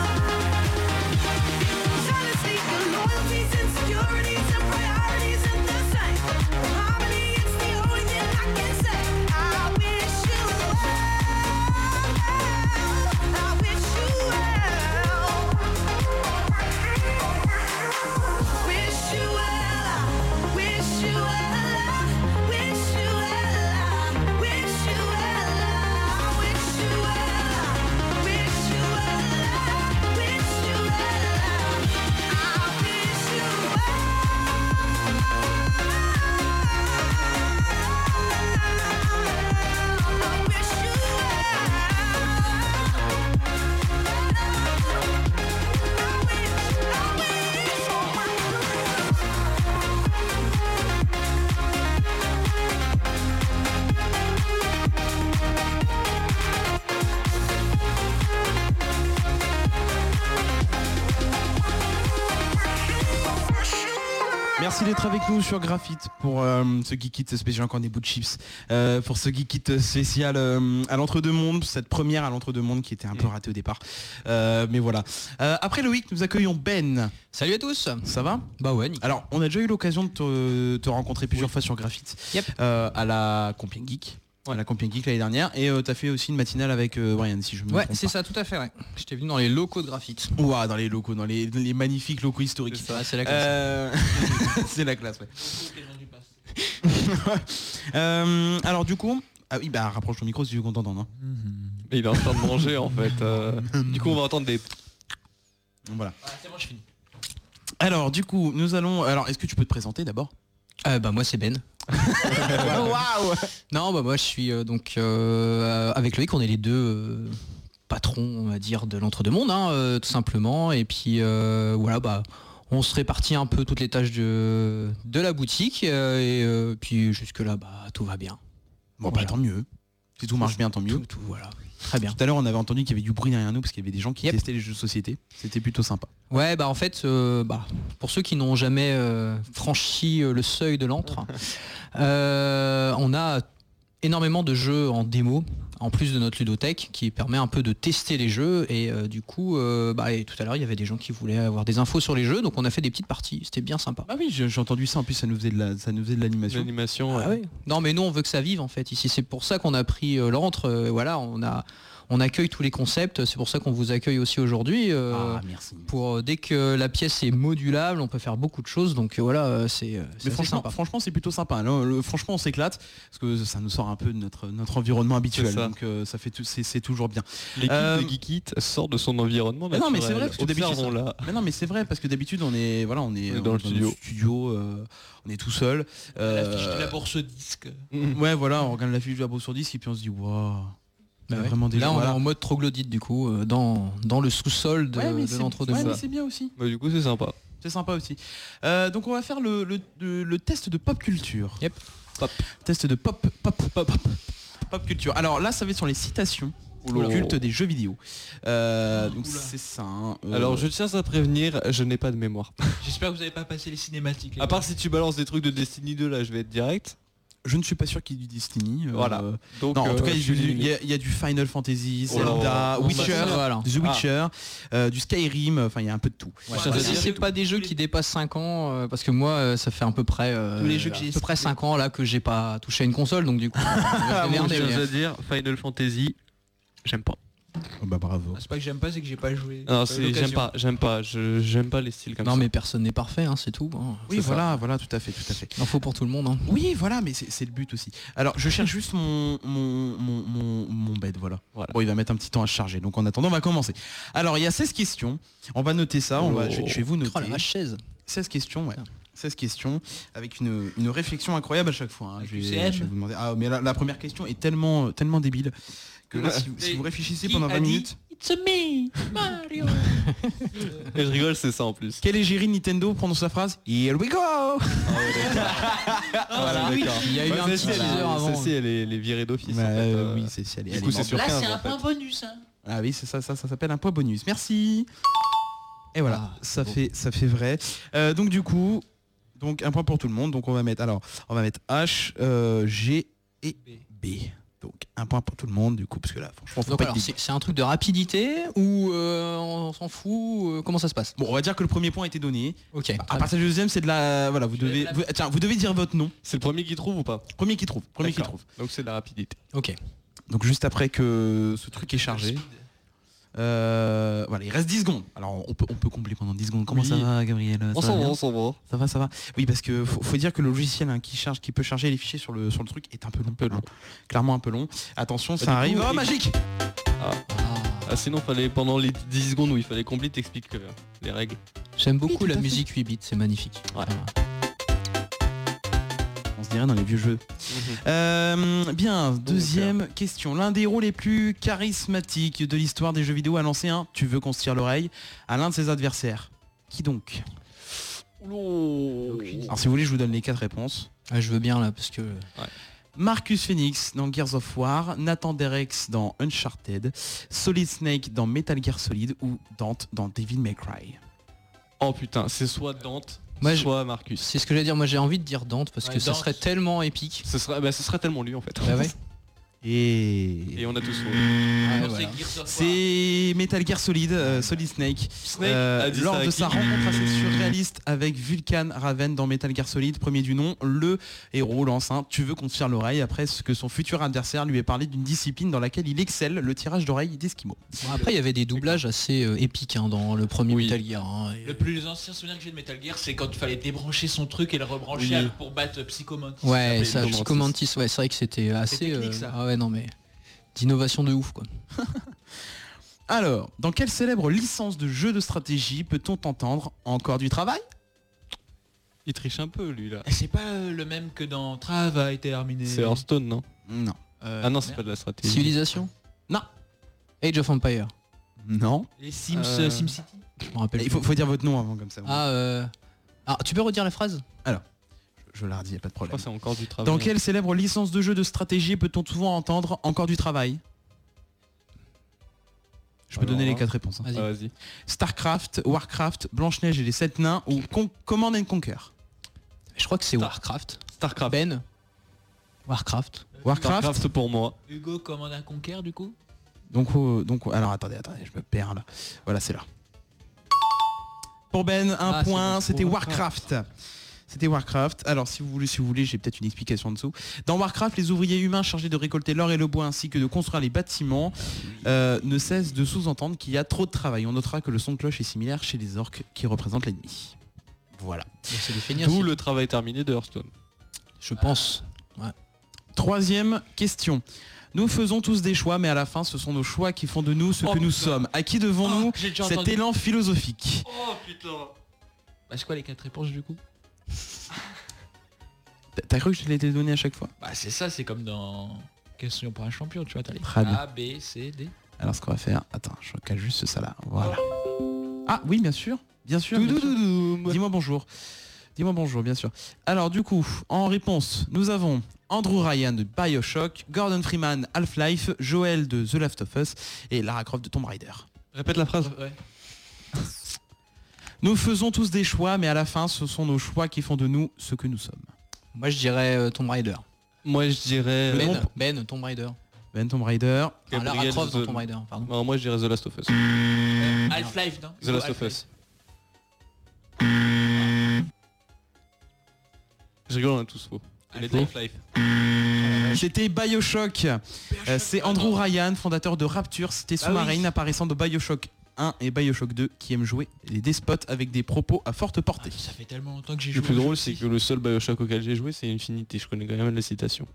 Speaker 7: Merci d'être avec nous sur Graphite pour euh, ce geek kit spécial encore des bouts de chips. Euh, pour ce geek kit spécial euh, à l'entre-deux-mondes, cette première à l'entre-deux-mondes qui était un peu ratée au départ. Euh, mais voilà. Euh, après Loïc, nous accueillons Ben.
Speaker 18: Salut à tous.
Speaker 7: Ça va
Speaker 18: Bah ouais.
Speaker 7: Alors, on a déjà eu l'occasion de te, te rencontrer plusieurs fois sur Graphite euh, à la Compiègne Geek. À la Compiègne Geek l'année dernière et tu as fait aussi une matinale avec euh, Brian si je me
Speaker 18: Ouais,
Speaker 7: trompe
Speaker 18: c'est
Speaker 7: pas.
Speaker 18: ça, tout à fait, ouais. J'étais venu dans les locaux de graphite.
Speaker 7: Ouah, dans les locaux, dans les, dans les magnifiques locaux historiques.
Speaker 18: c'est la classe.
Speaker 7: Euh, c'est la classe, ouais. Euh, alors du coup, ah oui, bah rapproche ton micro si tu veux qu'on t'entende. hein.
Speaker 23: Il est en train de manger en fait. euh, du coup on va entendre des.
Speaker 7: Voilà. Alors du coup, nous allons. Alors, est-ce que tu peux te présenter d'abord
Speaker 18: Bah moi c'est Ben. Non, bah moi je suis euh, donc euh, euh, avec Loïc, on est les deux euh, patrons, on va dire, de l'entre-deux mondes, hein, euh, tout simplement. Et puis euh, voilà, bah on se répartit un peu toutes les tâches de, de la boutique. euh, et euh, puis jusque là, bah tout va bien.
Speaker 7: Bon, bah tant mieux. Si tout marche bien, tant mieux. Tout,
Speaker 18: voilà. Très bien.
Speaker 7: Tout à l'heure, on avait entendu qu'il y avait du bruit derrière nous parce qu'il y avait des gens qui testaient les jeux de société. C'était plutôt sympa.
Speaker 18: Ouais, bah en fait, euh, bah, pour ceux qui n'ont jamais euh, franchi euh, le seuil de l'antre, euh, on a énormément de jeux en démo, en plus de notre ludothèque qui permet un peu de tester les jeux. Et euh, du coup, euh, bah, et tout à l'heure, il y avait des gens qui voulaient avoir des infos sur les jeux, donc on a fait des petites parties. C'était bien sympa.
Speaker 7: Ah oui, j'ai j'ai entendu ça. En plus, ça nous faisait de la- ça nous faisait de l'animation.
Speaker 9: L'animation.
Speaker 18: Ah ouais. Non, mais nous, on veut que ça vive en fait. Ici, c'est pour ça qu'on a pris euh, l'antre. euh, voilà, on a. On accueille tous les concepts, c'est pour ça qu'on vous accueille aussi aujourd'hui. euh,
Speaker 7: Ah,
Speaker 18: Pour euh, dès que la pièce est modulable, on peut faire beaucoup de choses. Donc euh, voilà, euh, c'est euh, c'est
Speaker 7: Mais
Speaker 18: assez
Speaker 7: franchement,
Speaker 18: sympa. Bah
Speaker 7: franchement, c'est plutôt sympa. Là, le- franchement, on s'éclate parce que ça nous sort un peu de notre, notre environnement habituel.
Speaker 9: C'est ça.
Speaker 7: Donc euh, ça fait tout, c'est c'est toujours bien.
Speaker 9: L'équipe
Speaker 7: Euh,
Speaker 9: de Geek It sort de son environnement.
Speaker 7: mais non, mais c'est
Speaker 9: naturel.
Speaker 7: vrai parce que d'habitude,
Speaker 9: Observons-la.
Speaker 7: mais non, mais c'est vrai parce que d'habitude, on est voilà, on est,
Speaker 9: On est dans le studio.
Speaker 7: studio, euh, on est tout seul. euh,
Speaker 8: fiche de la bourse disque.
Speaker 9: Mm.
Speaker 7: Ouais, voilà, on regarde la fiche de la bourse sur disque et puis on se dit waouh. il y a
Speaker 18: Bah ouais.
Speaker 7: vraiment des
Speaker 18: Là,
Speaker 7: gens,
Speaker 18: on est
Speaker 7: voilà.
Speaker 18: en mode troglodyte du coup, euh, dans, dans le sous-sol de,
Speaker 7: Ouais, mais
Speaker 18: de
Speaker 7: c'est-
Speaker 18: l'entre-deux.
Speaker 7: ouais, mais c'est bien aussi.
Speaker 9: Bah, du coup, c'est sympa.
Speaker 7: C'est sympa aussi. Euh, donc on va faire le, le- le- le test de pop culture.
Speaker 18: Yep.
Speaker 7: Pop. Test de pop, pop, pop, pop culture. Alors là, ça va être sur les citations
Speaker 9: Oula.
Speaker 7: au culte des jeux vidéo. Euh, donc c'est ça. hein. Euh,
Speaker 9: Alors, je tiens à prévenir, je n'ai pas de mémoire.
Speaker 8: J'espère que vous n'avez pas passé les cinématiques. les
Speaker 9: À part
Speaker 8: gars.
Speaker 9: si tu balances des trucs de Destiny 2, là, je vais être direct.
Speaker 7: Je ne suis pas sûr qu'il y ait du Destiny. euh,
Speaker 9: Voilà. Donc,
Speaker 7: non, en tout
Speaker 9: euh,
Speaker 7: cas, il y a
Speaker 9: je
Speaker 7: du-
Speaker 9: suis
Speaker 7: il y, a- il y a du Final Fantasy,
Speaker 9: Oh là
Speaker 7: Zelda,
Speaker 9: là.
Speaker 7: Witcher,
Speaker 9: Voilà.
Speaker 7: The
Speaker 9: Ah.
Speaker 7: Witcher, euh, du Skyrim. Enfin, il y a un peu de tout.
Speaker 18: Ouais, si c'est pas des jeux qui dépassent 5 ans, euh, parce que moi euh, ça fait à peu près euh,
Speaker 7: Tous les jeux que
Speaker 18: à
Speaker 7: j'ai
Speaker 18: peu près 5 ans là que j'ai pas touché à une console donc du coup.
Speaker 9: Ah, bon,
Speaker 18: merde,
Speaker 9: je
Speaker 18: mais-
Speaker 9: tiens à dire, Final Fantasy, j'aime pas.
Speaker 7: Bah bravo.
Speaker 8: Ah, C'est pas que j'aime pas, c'est que j'ai pas joué.
Speaker 9: Non,
Speaker 8: J'ai pas eu
Speaker 9: c'est- j'aime
Speaker 8: l'occasion.
Speaker 9: pas, j'aime pas, je- j'aime pas les styles comme
Speaker 18: non
Speaker 9: ça.
Speaker 18: mais personne n'est parfait, hein, c'est tout. hein.
Speaker 7: Oui,
Speaker 18: C'est ça.
Speaker 7: voilà, voilà, tout à fait, tout à fait.
Speaker 18: Il en faut pour tout le monde. hein.
Speaker 7: Oui, voilà, mais c'est c'est le but aussi. Alors, je cherche juste mon, mon, mon, mon, mon bed, voilà. Bon, il va mettre un petit temps à charger, donc en attendant, on va commencer. Alors, il y a 16 questions. On va noter ça, on va, je, je vais vous noter.
Speaker 18: Oh la vache, 16.
Speaker 7: 16 questions, ouais. 16 questions, avec une, une réflexion incroyable à chaque fois. hein. Je, vais,
Speaker 8: UCM.
Speaker 7: je vais vous demander. Ah, mais la, la première question est tellement, euh, tellement débile que là, si, vous- si vous réfléchissez pendant 20 minutes...
Speaker 8: It's me, Mario.
Speaker 9: Et je rigole, c'est ça en plus.
Speaker 7: Quelle égérie Nintendo prononce sa phrase Here we go
Speaker 9: Ah, d'accord.
Speaker 7: Il y a eu
Speaker 9: Ouais,
Speaker 7: un
Speaker 9: celle-ci,
Speaker 7: petit
Speaker 9: elle est-
Speaker 7: teaser avant.
Speaker 9: Celle-ci, elle est elle est virée d'office. en
Speaker 7: Bah,
Speaker 9: fait,
Speaker 7: euh,
Speaker 9: euh.
Speaker 7: oui, c'est si elle est-
Speaker 9: Du
Speaker 7: elle
Speaker 9: coup,
Speaker 7: est
Speaker 9: c'est
Speaker 7: morte.
Speaker 9: sur
Speaker 7: Là,
Speaker 9: 15,
Speaker 7: c'est un
Speaker 9: en fait.
Speaker 8: Un bonus, hein.
Speaker 7: Ah oui, c'est ça, ça, ça s'appelle un point bonus. Merci. Et voilà, ça fait, ça fait vrai. Euh, donc du coup, donc un point pour tout le monde. Donc on va mettre, alors, on va mettre H, euh, G et B. Donc un point pour tout le monde du coup, parce que là, franchement, faut
Speaker 18: Donc
Speaker 7: pas
Speaker 18: alors,
Speaker 7: être
Speaker 18: c'est c'est un truc de rapidité ou euh, on s'en fout euh, Comment ça se passe
Speaker 7: Bon, on va dire que le premier point a été donné.
Speaker 18: Ok.
Speaker 7: À partir du deuxième, c'est de la, voilà, vous devez,
Speaker 18: la-
Speaker 7: vous- tiens, vous devez dire votre nom.
Speaker 9: C'est le premier qui trouve ou pas
Speaker 7: Premier qui trouve, premier qui
Speaker 9: D'accord.
Speaker 7: trouve.
Speaker 9: Donc c'est de la rapidité.
Speaker 18: Ok.
Speaker 7: Bah, Donc juste après que ce truc est chargé. Euh, voilà, il reste 10 secondes. Alors on peut, on peut combler pendant 10 secondes. Comment
Speaker 9: Oui.
Speaker 7: ça va Gabriel
Speaker 9: On s'en
Speaker 7: Ça va
Speaker 9: va,
Speaker 7: bien
Speaker 9: on s'en va.
Speaker 7: Ça va, ça va. Oui, parce que faut, faut dire que le logiciel hein, qui charge, qui peut charger les fichiers sur le, sur le truc est un peu long. hein. Clairement un peu long. Attention, ça
Speaker 9: du
Speaker 7: arrive.
Speaker 9: coup,
Speaker 7: Oh,
Speaker 9: et-
Speaker 7: magique
Speaker 9: Ah. Ah, sinon fallait pendant les 10 secondes où il fallait combler t'expliques euh, les règles.
Speaker 18: J'aime beaucoup
Speaker 9: Oui, tout
Speaker 18: la
Speaker 9: à fait.
Speaker 18: musique 8 bits, c'est magnifique.
Speaker 7: On se dirait dans les vieux jeux. Euh, bien, deuxième question. L'un des héros les plus charismatiques de l'histoire des jeux vidéo a lancé un Tu veux qu'on se tire l'oreille à l'un de ses adversaires. Qui donc Alors si vous voulez, je vous donne les quatre réponses.
Speaker 18: Ah, je veux bien là parce que.
Speaker 7: Marcus Phoenix dans Gears of War, Nathan Derex dans Uncharted, Solid Snake dans Metal Gear Solid ou Dante dans Devil May Cry.
Speaker 9: Oh putain, c'est soit Dante,
Speaker 18: Moi, je-
Speaker 9: soit Marcus.
Speaker 18: C'est ce que j'allais dire. Moi, j'ai envie de dire Dante parce que ça serait tellement épique.
Speaker 9: Ce serait, bah, ce serait tellement lui en fait.
Speaker 18: Bah ouais.
Speaker 7: Et...
Speaker 9: Et on a tous.
Speaker 18: Ah,
Speaker 7: Ouais, voilà. C'est Metal Gear Solid, euh, Solid Snake. Euh,
Speaker 9: a dit ça
Speaker 7: lors
Speaker 9: à
Speaker 7: de
Speaker 9: qui
Speaker 7: sa rencontre assez surréaliste avec Vulcan Raven dans Metal Gear Solid, premier du nom, le héros lance un Tu veux qu'on te tire l'oreille après ce que son futur adversaire lui ait parlé d'une discipline dans laquelle il excelle, le tirage d'oreille d'Eskimo.
Speaker 18: Bon, après, il y avait des doublages assez euh, épiques hein, dans le premier Metal Gear. hein. Et-
Speaker 8: Le plus ancien souvenir que j'ai de Metal Gear, c'est quand il fallait débrancher son truc et le rebrancher
Speaker 18: Oui.
Speaker 8: à- pour battre Psychomon.
Speaker 9: Ah,
Speaker 18: Ouais, ça, Psychomantis, ouais, c'est vrai que c'était assez.
Speaker 8: technique,
Speaker 18: euh,
Speaker 8: ça.
Speaker 18: Ah ouais, non mais d'innovation de ouf quoi.
Speaker 7: Alors, dans quelle célèbre licence de jeu de stratégie peut-on entendre encore du travail
Speaker 9: Il triche un peu lui là.
Speaker 8: C'est pas euh, le même que dans Travail terminé.
Speaker 9: C'est Hearthstone non
Speaker 7: Non.
Speaker 9: ah non, c'est pas de la stratégie.
Speaker 18: Civilisation
Speaker 7: Non.
Speaker 18: Age of Empire
Speaker 7: Non.
Speaker 8: Les Sims,
Speaker 7: Euh,
Speaker 8: SimCity.
Speaker 18: Je me rappelle.
Speaker 7: Il faut, faut dire votre nom avant comme ça.
Speaker 18: Ah, euh, ah, tu peux redire la phrase
Speaker 7: Alors, je, je la redis, y a pas de problème.
Speaker 9: c'est encore du travail.
Speaker 7: Dans quelle célèbre licence de jeu de stratégie peut-on souvent entendre encore du travail Je peux
Speaker 9: Alors
Speaker 7: donner les
Speaker 9: là.
Speaker 7: quatre réponses. hein.
Speaker 9: Vas-y. Ah, vas-y.
Speaker 7: Starcraft, Warcraft, Blanche-Neige et les Sept Nains ou Con- Command and Conquer
Speaker 18: Je crois que c'est Warcraft.
Speaker 9: Starcraft.
Speaker 18: Ben Warcraft.
Speaker 7: Warcraft. pour moi.
Speaker 8: Hugo commande un conquer du coup
Speaker 7: Donc, euh, donc, alors attendez, attendez, je me perds là. Voilà, c'est là. Pour Ben, un
Speaker 16: Ah, c'est
Speaker 7: point,
Speaker 16: pour
Speaker 7: c'était
Speaker 16: Warcraft.
Speaker 7: Warcraft. C'était Warcraft. Alors si vous voulez, si vous voulez, j'ai peut-être une explication en dessous. Dans Warcraft, les ouvriers humains chargés de récolter l'or et le bois ainsi que de construire les bâtiments euh, ne cessent de sous-entendre qu'il y a trop de travail. On notera que le son de cloche est similaire chez les orques qui représentent l'ennemi. Voilà.
Speaker 18: C'est
Speaker 9: D'où le travail terminé de Hearthstone.
Speaker 18: Je pense.
Speaker 7: Troisième question. Nous faisons tous des choix, mais à la fin, ce sont nos choix qui font de nous ce que nous sommes. À qui devons-nous
Speaker 8: Oh, j'ai déjà
Speaker 7: cet
Speaker 8: entendu.
Speaker 7: élan philosophique
Speaker 8: Oh putain Bah c'est quoi les quatre réponses du coup
Speaker 7: T'as- T'as cru que je te l'étais donné à chaque fois
Speaker 8: Bah c'est ça, c'est comme dans Question pour un champion, tu vois, t'as les
Speaker 7: Très bien.
Speaker 8: A, B, C, D.
Speaker 7: Alors ce qu'on va faire, attends, je recale juste ça là. Voilà. Ah oui, bien sûr, bien sûr. bien sûr. Dis-moi bonjour. Dis-moi bonjour, bien sûr. Alors du coup, en réponse, nous avons Andrew Ryan de Bioshock, Gordon Freeman Half-Life, Joel de The Last of Us et Lara Croft de Tomb Raider. Répète la phrase.
Speaker 8: Ouais.
Speaker 7: Nous faisons tous des choix, mais à la fin, ce sont nos choix qui font de nous ce que nous sommes.
Speaker 18: Moi, je dirais euh, Tomb Raider.
Speaker 9: Moi je dirais
Speaker 18: Ben,
Speaker 9: euh,
Speaker 18: Ben, Tomb Raider.
Speaker 7: Ben Tomb Raider.
Speaker 18: Ah, Lara
Speaker 9: Gabriel
Speaker 18: Croft dans
Speaker 9: The-
Speaker 18: Tomb Raider, pardon.
Speaker 9: Non, moi je dirais The Last of Us.
Speaker 8: Euh, Half-Life, non
Speaker 9: The Last of Us. Je rigole, on a tous faux. Elle est Half-Life.
Speaker 7: C'était Bioshock. Euh, C'est Andrew Ryan, fondateur de Rapture,
Speaker 9: Bah
Speaker 7: c'était sous-marine apparaissant de Bioshock 1 et Bioshock 2 qui aime jouer les despotes avec des propos à forte portée.
Speaker 8: Ah, Ça fait tellement longtemps que j'ai
Speaker 9: Le
Speaker 8: joué.
Speaker 9: plus drôle, c'est que le seul Bioshock auquel j'ai joué, c'est Infinity. Je connais quand même la citation.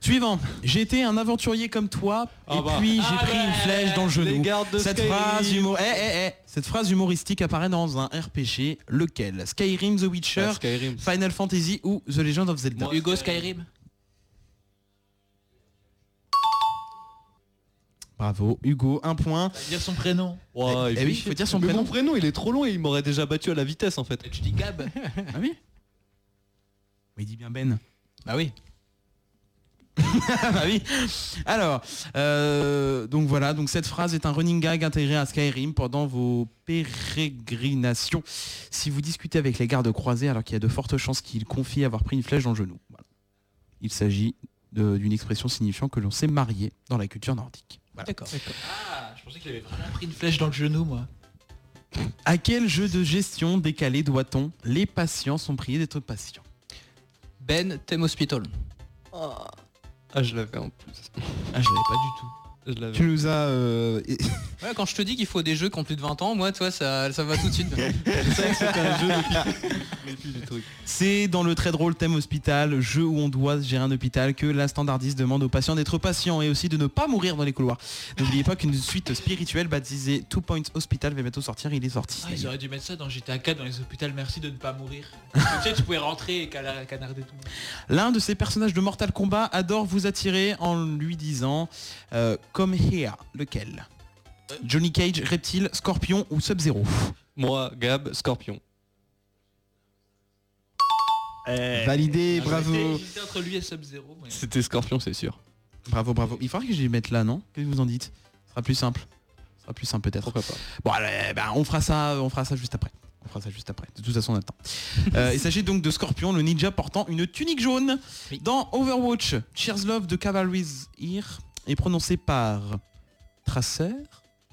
Speaker 7: Suivant, j'étais un aventurier comme toi et
Speaker 9: Ah bah.
Speaker 7: puis j'ai
Speaker 9: Ah
Speaker 7: pris une flèche dans le genou.
Speaker 9: gardes de
Speaker 7: Cette
Speaker 9: Skyrim.
Speaker 7: phrase, humo- eh, eh, eh. Cette phrase humoristique apparaît dans un RPG, lequel Skyrim, The Witcher,
Speaker 9: Ah, Skyrim.
Speaker 7: Final Fantasy ou The Legend of Zelda
Speaker 8: Hugo Skyrim
Speaker 7: Bravo, Hugo, un point.
Speaker 8: Dire son prénom.
Speaker 9: Ouah,
Speaker 7: Eh,
Speaker 9: fait
Speaker 7: eh oui,
Speaker 9: chier.
Speaker 7: faut dire son
Speaker 9: Mais
Speaker 7: prénom.
Speaker 9: Mon prénom, il est trop long et il m'aurait déjà battu à la vitesse en fait.
Speaker 8: Tu dis Gab
Speaker 7: Ah oui Mais dis bien Ben.
Speaker 18: Bah oui.
Speaker 7: bah oui. Alors, euh, donc voilà, donc cette phrase est un running gag intégré à Skyrim pendant vos pérégrinations. Si vous discutez avec les gardes croisés, alors qu'il y a de fortes chances qu'ils confient avoir pris une flèche dans le genou. Voilà. Il s'agit de- d'une expression signifiant que l'on s'est marié dans la culture nordique.
Speaker 8: D'accord. Ah, je pensais qu'il avait vraiment pris une flèche dans le genou, moi. Ah,
Speaker 7: À quel jeu de gestion décalé doit-on Les patients sont priés d'être patients.
Speaker 18: Ben, Thème Hospital.
Speaker 9: Ah, je l'avais en plus.
Speaker 7: Ah, je l'avais pas
Speaker 18: du
Speaker 7: tout.
Speaker 9: Je l'avais.
Speaker 7: Tu nous as... euh,
Speaker 18: Ouais, quand je te dis qu'il faut des jeux qui ont plus de 20 ans, moi, toi, ça, ça va tout de suite. c'est
Speaker 9: vrai que c'est un jeu du truc.
Speaker 7: C'est dans le très drôle thème hôpital, jeu où on doit gérer un hôpital, que la standardiste demande aux patients d'être patients et aussi de ne pas mourir dans les couloirs. N'oubliez pas qu'une suite spirituelle baptisée Two Points Hospital va bientôt sortir, il est sorti.
Speaker 8: Ah, ils auraient dû mettre ça dans GTA 4 dans les hôpitaux, merci de ne pas mourir. tu sais, tu pouvais rentrer et cana- canarder tout le monde.
Speaker 7: L'un de ces personnages de Mortal Kombat adore vous attirer en lui disant euh, Come here, lequel Johnny Cage, Reptile, Scorpion ou Sub-Zero
Speaker 9: Moi, Gab, Scorpion.
Speaker 7: Validé,
Speaker 8: Ah,
Speaker 7: Eh, bravo.
Speaker 8: j'étais- J'étais entre lui et Sub-Zero. mais-
Speaker 9: C'était Scorpion, c'est sûr.
Speaker 7: Bravo, bravo. Il faudra que je les mette là, non Qu'est-ce que vous en dites Ce sera plus simple. Ce sera plus simple peut-être. Pourquoi pas Bon, allez, ben, on fera ça, on fera ça juste après. On fera ça juste après. De toute façon, on attend. Euh, il s'agit donc de Scorpion, le ninja portant une tunique jaune. Dans Overwatch, Cheers Love de Cavalry's Ear est prononcé par Tracer,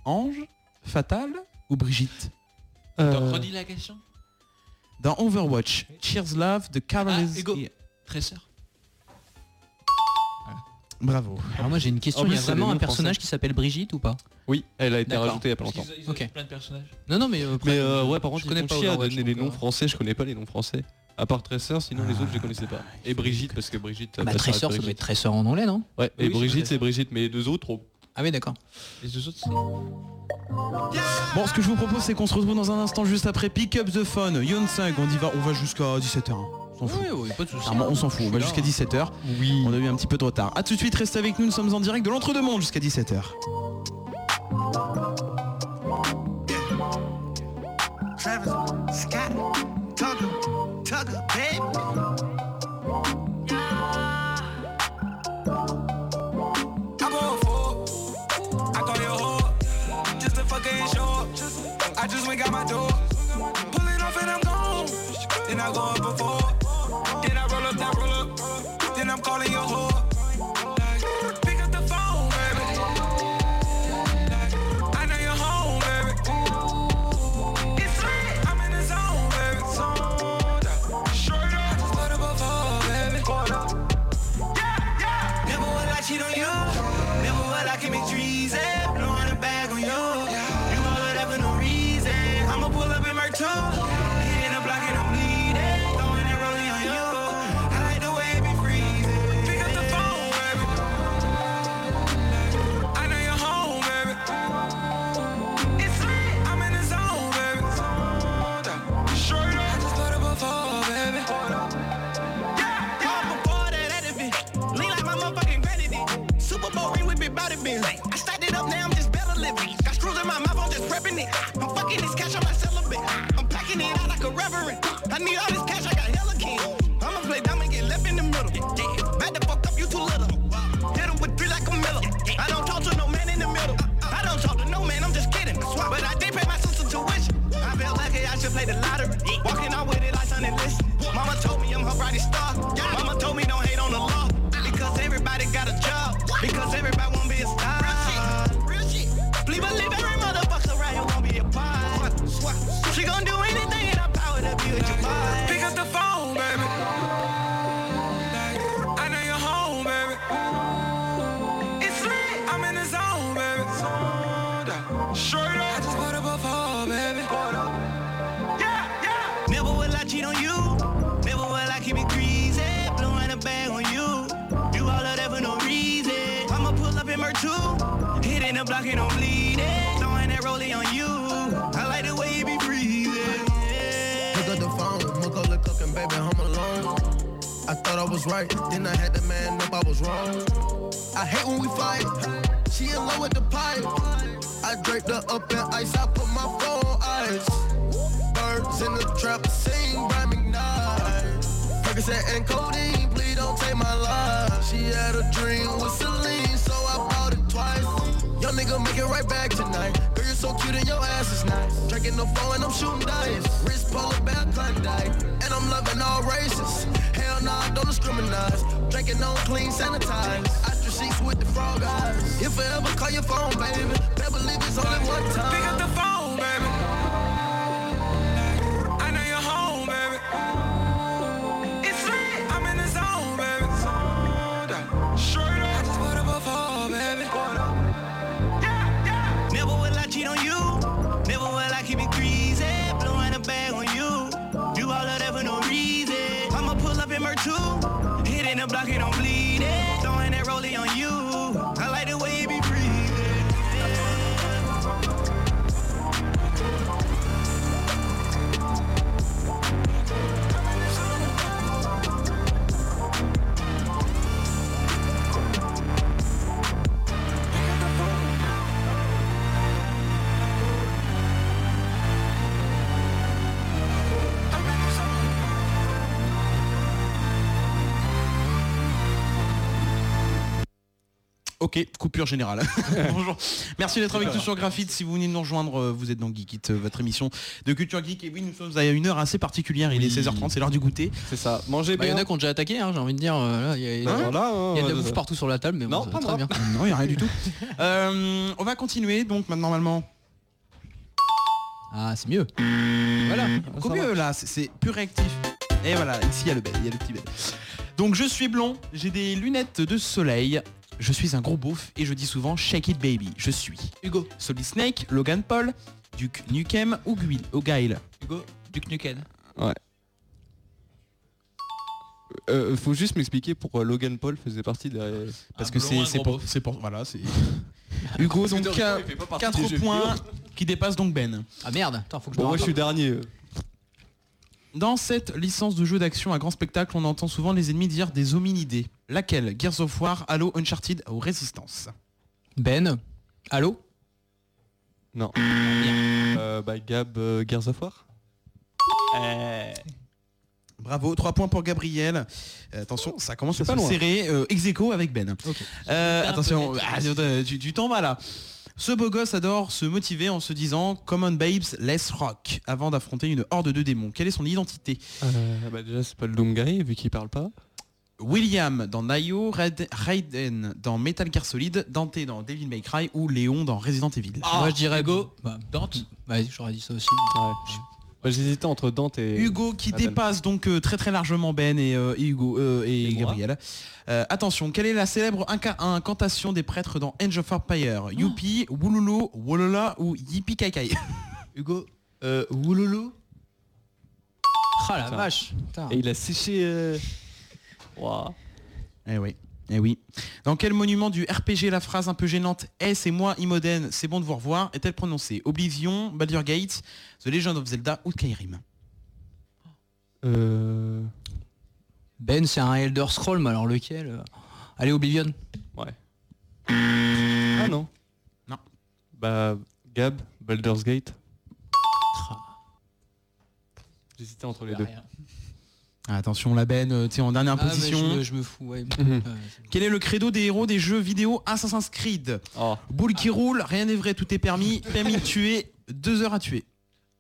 Speaker 7: Ange, Fatal ou Brigitte Euh,
Speaker 8: Attends, Euh, redis la question.
Speaker 7: Dans Overwatch, Cheers Love de Cavalry's
Speaker 8: Hugo.
Speaker 7: Ear.
Speaker 8: Tresseur.
Speaker 7: Bravo.
Speaker 18: Alors moi j'ai une question,
Speaker 7: En
Speaker 18: il
Speaker 7: plus,
Speaker 18: y a
Speaker 7: c'est des
Speaker 18: vraiment
Speaker 7: noms
Speaker 18: un personnage
Speaker 7: français.
Speaker 18: qui s'appelle Brigitte ou pas
Speaker 9: Oui, elle a été
Speaker 18: D'accord.
Speaker 9: rajoutée il y a pas longtemps.
Speaker 8: Ils ont
Speaker 18: Ok.
Speaker 8: plein de personnages.
Speaker 18: Non non mais euh, après,
Speaker 9: Mais euh, ouais, par
Speaker 18: je
Speaker 9: contre, ils
Speaker 18: connais
Speaker 9: font
Speaker 18: pas
Speaker 9: chier à
Speaker 18: Overwatch,
Speaker 9: donner les
Speaker 18: donc,
Speaker 9: noms
Speaker 18: euh, Ah.
Speaker 9: français, je connais pas les noms français. À part Tracer, sinon les autres je connaissais pas. Et Brigitte, parce que Brigitte...
Speaker 18: Bah,
Speaker 9: ça
Speaker 18: Tracer,
Speaker 9: reste
Speaker 18: ça doit
Speaker 9: Brigitte.
Speaker 18: être Tracer en anglais non
Speaker 9: Ouais, et
Speaker 18: Oui, je connais
Speaker 9: Brigitte,
Speaker 18: ça.
Speaker 9: c'est Brigitte, mais les deux autres... oh.
Speaker 18: Ah oui d'accord.
Speaker 8: Les deux autres,
Speaker 7: Bon, ce que je vous propose, c'est qu'on se retrouve dans un instant juste après Pick Up the Phone, Yonsung. On y va, on va jusqu'à 17h. On s'en fout. Clairement, Ah, on s'en fout, on va jusqu'à
Speaker 18: hein.
Speaker 7: 17h. hein. Oui. On a eu un petit peu de retard. A tout de suite, restez avec nous, nous sommes en direct de l'entre-deux-mondes jusqu'à 17h.
Speaker 21: Travis Scott, Tugger, Tugger, baby. I'm on four. I call your whore. Just a fucking short. I just went out my door. Pull it off and I'm gone. Then I go up before. Then I roll up, then I roll up. Then I'm calling your whore. cheat on you. Never would I commit treason, blowing a bag on you. You all it up for no reason. I'ma pull up in my toe. Hitting the block and I'm bleeding, throwing and rolling on you. I like the way it be freezing. Pick up the phone, baby. I know you're home, baby. It's lit. I'm in the zone, baby. Straight up. I just thought of a fall, baby. Yeah, yeah. I'm a part of that event. Lean like my motherfucking vanity. Super Bowl ring with big body bins. I stacked it up, now I'm just better living. Got screws in my mouth, I'm just prepping it. I'm fucking this cash, I'm not celibate. I'm packing it out like a reverend. I need all this cash, I got hella kids. I'ma play dumb and get left in the middle. Back the fuck up, you too little. Hit him with three like a miller. I don't talk to no man in the middle. I don't talk to no man, I'm just kidding. But I did pay my sister tuition. I felt lucky, I should play the lottery. Walking out with it like Sonny Listen. Mama told me I'm her brightest star. Mama told me don't hate on the law. Because everybody got a job. Because everybody won't be a star. Please believe every motherfucker around here won't be a part. She gon' do anything in her power to be with your boy. Pick up the phone, baby. I know you're home, baby. It's lit. I'm in the zone, baby. Straight up. I just bought up a fall, baby. Yeah, yeah. Never will I cheat on you. Never will I keep it greasy. Blowing a bag on you. You all of that for no reason. I'ma pull up in my two. Hitting the block and I'm bleeding. Throwing that rollie on you. I like the way you be breathing.
Speaker 24: Pick up the phone, look up the cooking, baby, I'm alone. I thought I was right, then I had to man up, I was wrong. I hate when we fight, she in love with the pipe. I draped her up in ice, I put my phone on ice. Birds in the trap, sing by McKnight. Percocet and codeine, please don't take my life. She had a dream with Celine, so I bought it twice. Young nigga make it right back tonight. Girl, you're so cute and your ass is nice. Drinking the phone and I'm shooting dice. Wrist polar bear Klondike. And I'm loving all races. Hell nah, don't discriminate. Drinking on clean sanitized. Ostrich sheets with the frog eyes. If I ever call your phone, baby. Better believe it's only one time.
Speaker 21: Pick up the phone, baby. I know you're home, baby. It's lit. I'm in the zone, baby. Straight up. I just bought up a phone, baby. Yeah, yeah. Never will I cheat on you. Never will I keep it greasy. Blowing a bag on you. Do all of that for no reason. I'ma pull up in my two. Hitting the block and I'm bleeding. Throwing that rollie on you. I like the way you be breathing.
Speaker 7: Ok, coupure générale. Bonjour. Merci d'être avec
Speaker 16: Voilà.
Speaker 7: nous sur Graphite. Si vous venez de nous rejoindre, euh, vous êtes dans Geek It, euh, votre émission de culture geek. Et oui, nous sommes à une heure assez particulière. Il est 16h30, c'est l'heure du goûter. C'est ça. Mangez
Speaker 18: Bah, Il y en a qui ont déjà attaqué, hein, j'ai envie de dire. euh, là, Il y a,
Speaker 7: Hein Voilà, hein,
Speaker 18: il y a de la
Speaker 7: euh,
Speaker 18: bouffe partout sur la table, mais bon,
Speaker 7: Non,
Speaker 18: ça
Speaker 7: pas
Speaker 18: va très
Speaker 7: moi.
Speaker 18: bien.
Speaker 7: Non, il y a rien du tout. Euh, on va continuer donc maintenant normalement.
Speaker 18: Ah, c'est mieux.
Speaker 7: Voilà, encore Mmh. mieux là, c'est- c'est plus réactif. Et voilà, ici il y a le bel, il y a le petit bel. Donc je suis blond, j'ai des lunettes de soleil, je suis un gros beauf et je dis souvent shake it baby. Je suis Hugo, Solid Snake, Logan Paul, Duke Nukem ou Guil, ou Guile.
Speaker 10: Hugo, Duke Nukem.
Speaker 9: Ouais. Euh, faut juste m'expliquer pourquoi Logan Paul faisait partie
Speaker 18: Ah,
Speaker 9: des...
Speaker 7: Parce que c'est c'est pour, c'est pour- voilà, c'est Hugo donc
Speaker 9: Putain, il fait pas partie des
Speaker 7: 4
Speaker 9: jeux
Speaker 7: points
Speaker 9: vidéo.
Speaker 7: qui dépasse donc Ben.
Speaker 18: Ah merde, attends, faut que je
Speaker 7: Bon,
Speaker 18: me
Speaker 7: moi, je suis euh.
Speaker 18: rattrape.
Speaker 9: dernier.
Speaker 7: Dans cette licence de jeu d'action à grand spectacle, on entend souvent les ennemis dire des hominidés. Laquelle Gears of War, Halo, Uncharted ou Résistance
Speaker 18: Ben Halo
Speaker 9: Non. Euh, bah Gab euh, Gears of War
Speaker 7: Bravo, 3 points pour Gabriel. Euh, attention, ça commence
Speaker 9: C'est
Speaker 7: à se
Speaker 9: pas loin.
Speaker 7: serrer. Euh, ex aequo avec Ben. Euh, attention, ah, euh, tu, tu t'en vas là. Ce beau gosse adore se motiver en se disant Come on babes, let's rock avant d'affronter une horde de démons. Quelle est son identité
Speaker 9: Euh, bah déjà c'est pas le Doom Guy vu qu'il parle pas.
Speaker 7: William dans Nayo, Raid- Raiden dans Metal Gear Solid, Dante dans Devil May Cry ou Léon dans Resident Evil. Mm.
Speaker 18: Moi je dirais go. Bah, Dante Bah, j'aurais dit ça aussi.
Speaker 6: Bah, J'hésitais entre Dante et.
Speaker 7: Hugo qui
Speaker 6: Adam.
Speaker 7: dépasse donc euh, très très largement Ben et, euh, et Hugo euh, et, Gabriel. Euh, attention, quelle est la célèbre inca- incantation des prêtres dans Age of
Speaker 18: Ah.
Speaker 7: Empire Youpi, Wululu, Wolala ou Yipi Kai Kai Hugo, euh, Wululu
Speaker 18: Ah la
Speaker 6: Putain.
Speaker 18: vache
Speaker 6: Et il a séché. euh, Ouah.
Speaker 7: Eh oui. Eh oui. Dans quel monument du RPG la phrase un peu gênante Eh c'est moi Imoden, c'est bon de vous revoir est-elle prononcée Oblivion, Baldur's Gate, The Legend of Zelda ou Skyrim
Speaker 18: Euh, Ben, c'est un Elder Scroll, mais alors lequel euh Allez, Oblivion.
Speaker 6: Ouais. Ah non.
Speaker 7: Non.
Speaker 6: Bah, Gab, Baldur's Gate. J'hésitais entre les deux.
Speaker 7: Ah, Attention la benne, euh, tu sais en dernière
Speaker 18: Ah, mais
Speaker 7: position.
Speaker 18: je me- je me fous, ouais.
Speaker 7: Mhm.
Speaker 18: Euh,
Speaker 7: Quel est le credo des héros des jeux vidéo Assassin's Creed
Speaker 6: Oh.
Speaker 7: Boule qui roule, rien n'est vrai, tout est permis, permis de tuer, deux heures à tuer.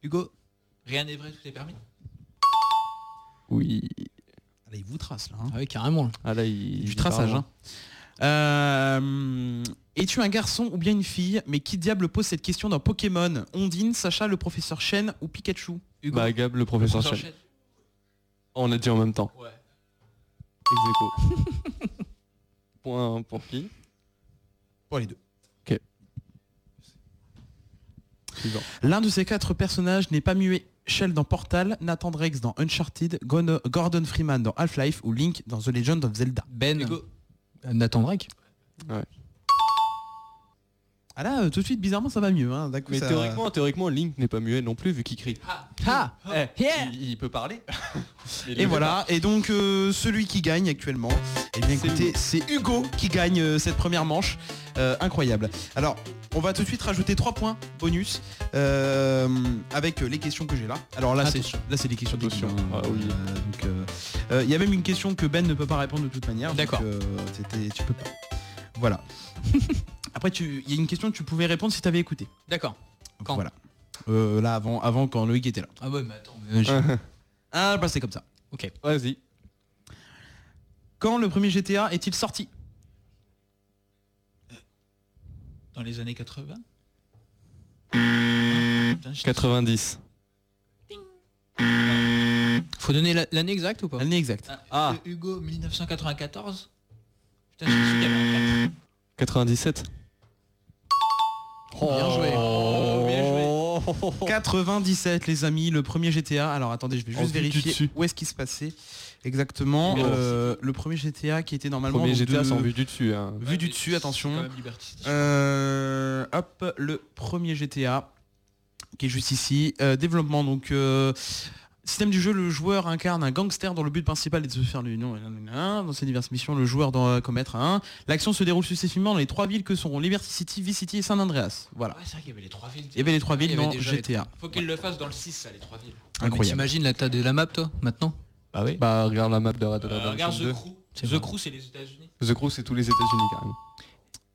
Speaker 7: Hugo
Speaker 8: Rien n'est vrai, tout est permis.
Speaker 7: Oui. il vous trace là. hein.
Speaker 18: Ah oui, carrément.
Speaker 6: Ah là, il...
Speaker 7: Du traçage. hein. Euh, Es-tu un garçon ou bien une fille Mais qui diable pose cette question dans Pokémon Ondine, Sacha, le professeur Chen ou Pikachu Hugo
Speaker 6: Bah, Gab, le professeur
Speaker 7: professeur
Speaker 6: Chen. On a dit en même temps. Ouais. Ex aequo. Point pour qui
Speaker 7: Pour les deux.
Speaker 6: Ok.
Speaker 7: L'un de ces quatre personnages n'est pas muet. Shell dans Portal, Nathan Drake dans Uncharted, Gon- Gordon Freeman dans Half-Life ou Link dans The Legend of Zelda.
Speaker 18: Ben. Nathan Drake.
Speaker 6: Ouais.
Speaker 7: Ah là, euh, tout de suite, bizarrement, ça va mieux. hein. D'un coup,
Speaker 6: Mais
Speaker 7: ça-
Speaker 6: théoriquement, théoriquement, Link n'est pas muet non plus vu qu'il crie.
Speaker 7: Ah
Speaker 6: Eh, il, il peut parler. Mais il
Speaker 7: Et
Speaker 6: le
Speaker 7: voilà,
Speaker 6: fait
Speaker 7: et donc euh, celui qui gagne actuellement, et bien écoutez, c'est Hugo qui gagne euh, cette première manche. Euh, incroyable. Alors, on va tout de suite rajouter 3 points bonus euh, avec euh, les questions que j'ai là. Alors là, c'est là c'est les questions de euh, Il y a même une question que Ben ne peut pas répondre de toute manière. D'accord. tu peux pas. Voilà. Après, tu- il y a une question que tu pouvais répondre si tu avais écouté.
Speaker 18: D'accord. Quand
Speaker 7: Voilà. Euh, là, avant, avant quand Loïc était là.
Speaker 18: Ah ouais, mais attends.
Speaker 7: Euh, j'ai- ah bah c'est comme ça.
Speaker 18: Ok.
Speaker 6: Vas-y.
Speaker 7: Quand le premier GTA est-il sorti
Speaker 8: Dans les années 80
Speaker 6: 90.
Speaker 18: Faut donner la- l'année exacte ou pas
Speaker 7: L'année exacte.
Speaker 8: Ah. Hugo, 1994 Putain, je me suis gamin.
Speaker 6: 97.
Speaker 7: Bien joué. Oh.
Speaker 6: bien
Speaker 7: joué. 97 les amis, le premier GTA. Alors attendez, je vais
Speaker 6: Oh,
Speaker 7: juste
Speaker 6: tu- tu
Speaker 7: vérifier
Speaker 6: dessus.
Speaker 7: où est-ce qu'il se passait exactement.
Speaker 6: Merci.
Speaker 7: Euh, le premier GTA qui était normalement
Speaker 6: Premier
Speaker 7: donc,
Speaker 6: GTA
Speaker 7: de-
Speaker 6: sans vue du dessus. hein.
Speaker 7: Vue du dessus,
Speaker 8: quand
Speaker 7: attention.
Speaker 8: même liberticide.
Speaker 7: Euh, hop, le premier GTA qui est juste ici. Euh, développement donc. euh, Système du jeu, le joueur incarne un gangster dont le but principal est de se faire l'union. Dans ses diverses missions, le joueur doit commettre un. L'action se déroule successivement dans les trois villes que seront Liberty City, V-City et San Andreas. Voilà.
Speaker 8: Ouais, Ah, c'est vrai qu'il y avait les trois villes.
Speaker 7: Il y avait les trois villes
Speaker 8: Il y avait
Speaker 7: dans
Speaker 8: déjà les
Speaker 7: GTA.
Speaker 8: trois- Faut qu'il le fasse dans le 6, ça, les trois villes.
Speaker 7: Incroyable.
Speaker 18: T'imagines la taille de la map, toi, maintenant
Speaker 6: Bah oui. Bah regarde la map de Red Dead
Speaker 8: Euh, regarde
Speaker 6: Redemption
Speaker 8: The
Speaker 6: 2.
Speaker 8: Crew. The Crew, c'est les États-Unis.
Speaker 6: The Crew, c'est tous les États-Unis carrément.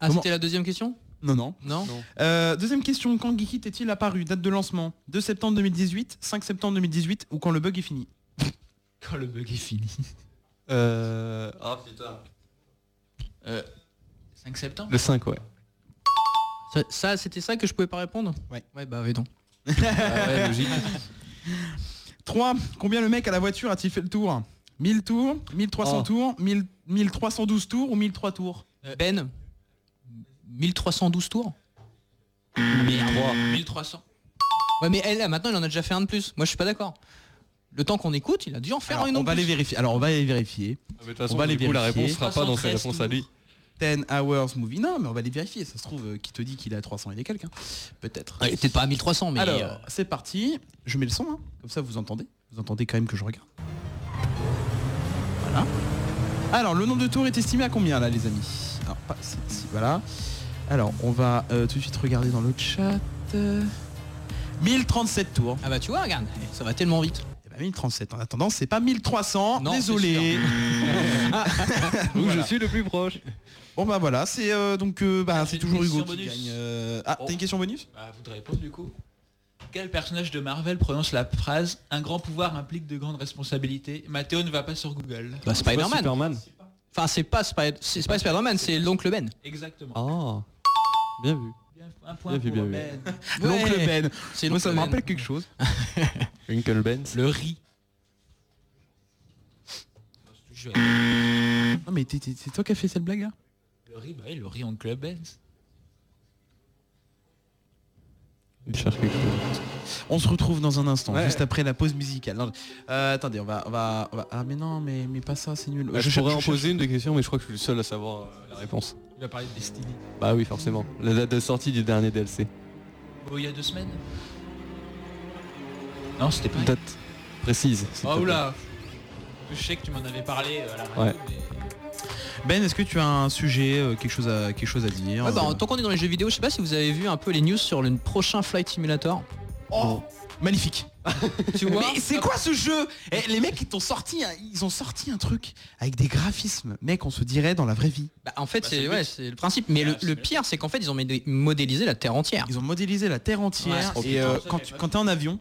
Speaker 18: Ah,
Speaker 7: Comment-
Speaker 18: c'était la deuxième question
Speaker 7: Non, non.
Speaker 18: Non,
Speaker 7: Euh, deuxième question, quand Geekit est-il apparu Date de lancement 2 septembre 2018, 5 septembre 2018 ou quand le bug est fini
Speaker 8: Quand le bug est fini.
Speaker 6: Euh... Ah putain.
Speaker 8: 5 Euh, septembre
Speaker 6: Le 5, ouais.
Speaker 18: Ça, ça, c'était ça que je pouvais pas répondre
Speaker 7: Ouais.
Speaker 18: Ouais, bah oui, donc.
Speaker 6: ouais, logique.
Speaker 7: 3. Combien le mec à la voiture a-t-il fait le tour 1000 tours, 1300
Speaker 18: Oh.
Speaker 7: tours, 1000 1312 tours ou 1003 tours
Speaker 18: Ben 1312 tours
Speaker 8: 1300.
Speaker 18: Ouais, mais elle, là, maintenant, il en a déjà fait un de plus. Moi, je suis pas d'accord. Le temps qu'on écoute, il a dû en faire
Speaker 7: Alors,
Speaker 18: une
Speaker 7: on
Speaker 18: en
Speaker 7: va
Speaker 18: plus.
Speaker 7: les vérifier. Alors on va les vérifier.
Speaker 6: Ah, mais de toute façon,
Speaker 7: on va
Speaker 6: du
Speaker 7: les
Speaker 6: coup, la
Speaker 7: vérifier.
Speaker 6: réponse sera pas dans ses 73 réponses à lui.
Speaker 7: 10 hours movie. Non, mais on va les vérifier. Ça se trouve, euh, qui te dit qu'il a 300 et des quelques, hein. peut-être.
Speaker 18: Ouais, peut-être pas à 1300, mais,
Speaker 7: Alors,
Speaker 18: euh,
Speaker 7: c'est parti. Je mets le son, hein. comme ça vous entendez. Vous entendez quand même que je regarde. Voilà. Alors, le nombre de tours est estimé à combien là, les amis Alors, pas si, si, voilà. Alors, on va euh, tout de suite regarder dans le chat. euh, 1037 tours.
Speaker 18: Ah bah tu vois, regarde, ça va tellement vite. Bah,
Speaker 7: Eh ben, 1037. En attendant, c'est pas 1300.
Speaker 18: Non,
Speaker 7: Désolé.
Speaker 6: Où je suis le plus proche.
Speaker 7: Bon bah voilà, c'est euh, donc euh, bah, c'est toujours
Speaker 8: question
Speaker 7: Hugo qui
Speaker 8: bonus.
Speaker 7: gagne. euh, Ah, t'as une question bonus
Speaker 8: Bah, vous devez répondre du coup. Quel personnage de Marvel prononce la phrase Un grand pouvoir implique de grandes responsabilités Mathéo ne va pas sur Google.
Speaker 18: Bah Spider-Man.
Speaker 6: Superman.
Speaker 18: Enfin, c'est pas, Spider- c'est pas Spider-Man, c'est l'oncle Ben.
Speaker 8: Exactement.
Speaker 6: Ah. Bien vu.
Speaker 8: Un
Speaker 6: Il avait bien vu.
Speaker 7: Ben. L'oncle
Speaker 6: Ouais.
Speaker 7: Ben.
Speaker 6: C'est
Speaker 7: Moi, ça
Speaker 6: l'oncle
Speaker 7: me
Speaker 6: Ben.
Speaker 7: rappelle quelque chose.
Speaker 6: Uncle Ben. Benz.
Speaker 7: Le riz. Non mais t'es- t'es- c'est toi qui as fait cette blague là
Speaker 8: Le riz, bah oui, le riz en club Benz.
Speaker 7: On se retrouve dans un instant,
Speaker 16: Ouais.
Speaker 7: juste après la pause musicale. Non, je- euh, attendez, on va, on, va, on va- Ah mais non, mais, mais pas ça, c'est nul.
Speaker 6: Bah, je,
Speaker 7: cherche-
Speaker 6: pourrais en
Speaker 7: je cherche-
Speaker 6: poser une des questions, mais je crois que je suis le seul à savoir euh, la réponse.
Speaker 8: Il a parlé de Destiny.
Speaker 6: Bah oui, forcément. La date de sortie du dernier DLC.
Speaker 8: Oh, il y a deux semaines Non, c'était pas.
Speaker 6: Date précise. s'il te
Speaker 8: Oh
Speaker 6: plaît.
Speaker 8: oula Je sais que tu m'en avais parlé euh, à la radio,
Speaker 6: Ouais.
Speaker 8: mais-
Speaker 7: Ben, est-ce que tu as un sujet, euh, quelque chose à, quelque chose à dire
Speaker 18: Ouais, bah,
Speaker 7: euh,
Speaker 18: en tant qu'on est dans les jeux vidéo, je sais pas si vous avez vu un peu les news sur le prochain Flight Simulator.
Speaker 7: Oh, magnifique.
Speaker 18: tu vois
Speaker 7: Mais c'est quoi ce jeu Eh, Les mecs ils t'ont sorti, un- ils ont sorti un truc avec des graphismes. Mec, on se dirait dans la vraie vie.
Speaker 18: Bah, en fait,
Speaker 7: Bah, c'est
Speaker 18: c'est
Speaker 7: le
Speaker 18: ouais,
Speaker 7: but. Ah,
Speaker 18: c'est le principe. Mais le, le pire, c'est qu'en fait, ils ont modé- modélisé la Terre entière.
Speaker 7: Ils ont modélisé la Terre entière.
Speaker 18: Ouais.
Speaker 7: et
Speaker 18: Oh,
Speaker 7: euh,
Speaker 18: putain,
Speaker 7: quand
Speaker 18: j'avais
Speaker 7: tu
Speaker 18: pas
Speaker 7: quand es en avion,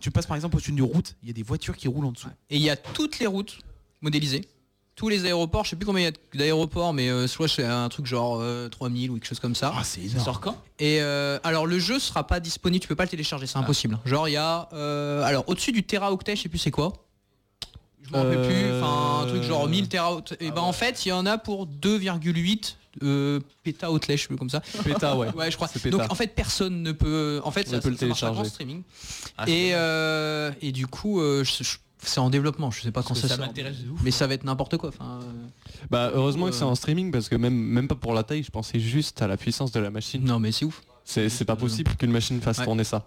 Speaker 7: tu passes par exemple au-dessus d'une route, il y a des voitures qui roulent en dessous.
Speaker 18: Et il y a toutes les routes modélisées. Tous les aéroports, je sais plus combien il y a d'aéroports, mais euh, soit c'est un truc genre euh, 3000 ou quelque chose comme ça. Ah,
Speaker 7: c'est énorme.
Speaker 18: sort quand Et euh, alors le jeu sera pas disponible, tu peux pas le télécharger, c'est impossible. Genre il y a euh, alors au-dessus du teraoctet, je sais plus c'est quoi. Je m'en rappelle plus, enfin un truc genre 1000 teraoctets. Et ben en fait, il y en a pour 2,8 euh, pétaoctets, je sais plus comme ça.
Speaker 6: Péta, ouais.
Speaker 18: Ouais, je crois.
Speaker 6: C'est péta.
Speaker 18: Donc en fait, personne ne peut en fait
Speaker 6: On
Speaker 18: ça,
Speaker 6: peut le
Speaker 18: ça marche pas qu'en
Speaker 6: télécharger.
Speaker 18: streaming.
Speaker 6: Ah, c'est
Speaker 18: et, euh, et du coup, euh, je- je- c'est en développement, je sais pas quand
Speaker 8: Parce
Speaker 18: ça,
Speaker 8: que ça
Speaker 18: sort.
Speaker 8: m'intéresse de ouf, hein.
Speaker 18: Mais ça va être n'importe quoi. Enfin, euh,
Speaker 6: Bah heureusement que c'est
Speaker 18: Euh.
Speaker 6: en streaming parce que même, même pas pour la taille, je pensais juste à la puissance de la machine.
Speaker 18: Non mais c'est ouf.
Speaker 6: C'est c'est pas possible qu'une machine fasse
Speaker 18: Ouais.
Speaker 6: tourner ça.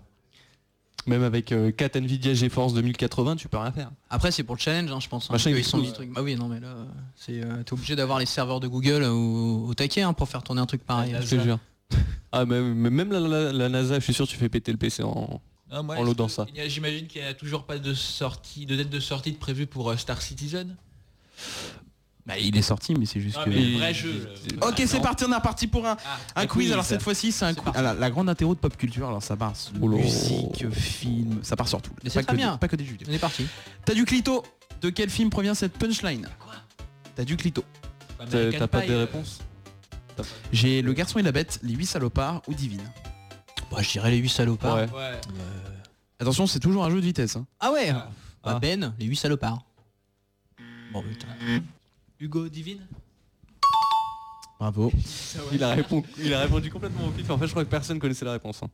Speaker 6: Même avec euh, 4 Nvidia GeForce 2080, tu peux rien faire.
Speaker 18: Après, c'est pour le challenge, hein, je pense. hein,
Speaker 6: Machin,
Speaker 18: parce
Speaker 6: il
Speaker 18: qu'ils sont
Speaker 6: explose.
Speaker 18: dit truc. Bah oui, non mais là, euh, c'est euh, t'es obligé d'avoir les serveurs de Google euh, au, au taquet hein, pour faire tourner un truc pareil.
Speaker 6: Je te jure. Ah mais, mais même la, la- la NASA, je suis sûr tu fais péter le PC en,
Speaker 8: Ah, moi,
Speaker 6: en
Speaker 8: est-ce
Speaker 6: loadant
Speaker 8: que-
Speaker 6: ça.
Speaker 8: il y a- J'imagine qu'il n'y a toujours pas de sortie, de date de sortie de prévue pour euh, Star Citizen.
Speaker 7: Bah, il est sorti, mais c'est juste
Speaker 8: Ah,
Speaker 7: que.
Speaker 8: mais le vrai jeu, euh, le-
Speaker 18: Ah,
Speaker 7: Ok, c'est parti, on est reparti pour un, un
Speaker 8: un
Speaker 7: quiz.
Speaker 8: quiz.
Speaker 7: Alors cette fois-ci, c'est un quiz. Ah, la, la grande interro de pop culture. Alors ça part sur musique, film, ça part sur tout.
Speaker 18: Mais
Speaker 7: pas,
Speaker 18: c'est
Speaker 7: que
Speaker 18: très bien.
Speaker 7: Des, pas que des jeux vidéo.
Speaker 18: On est parti.
Speaker 7: T'as du clito. De quel film provient cette punchline T'as du clito.
Speaker 6: T'as t'as pas
Speaker 18: euh.
Speaker 6: des réponses
Speaker 7: J'ai Le garçon et la bête, Les huit salopards ou Divine.
Speaker 18: Bah, je dirais Les huit salopards.
Speaker 7: Ouais. Attention, c'est toujours un jeu de vitesse. hein.
Speaker 18: Ah ouais. Bah, Ben, les huit salopards. Bon putain.
Speaker 8: Hugo Divine
Speaker 7: Bravo.
Speaker 6: il, a répond- il a répondu complètement au pif. En fait, je crois que personne connaissait la réponse. hein.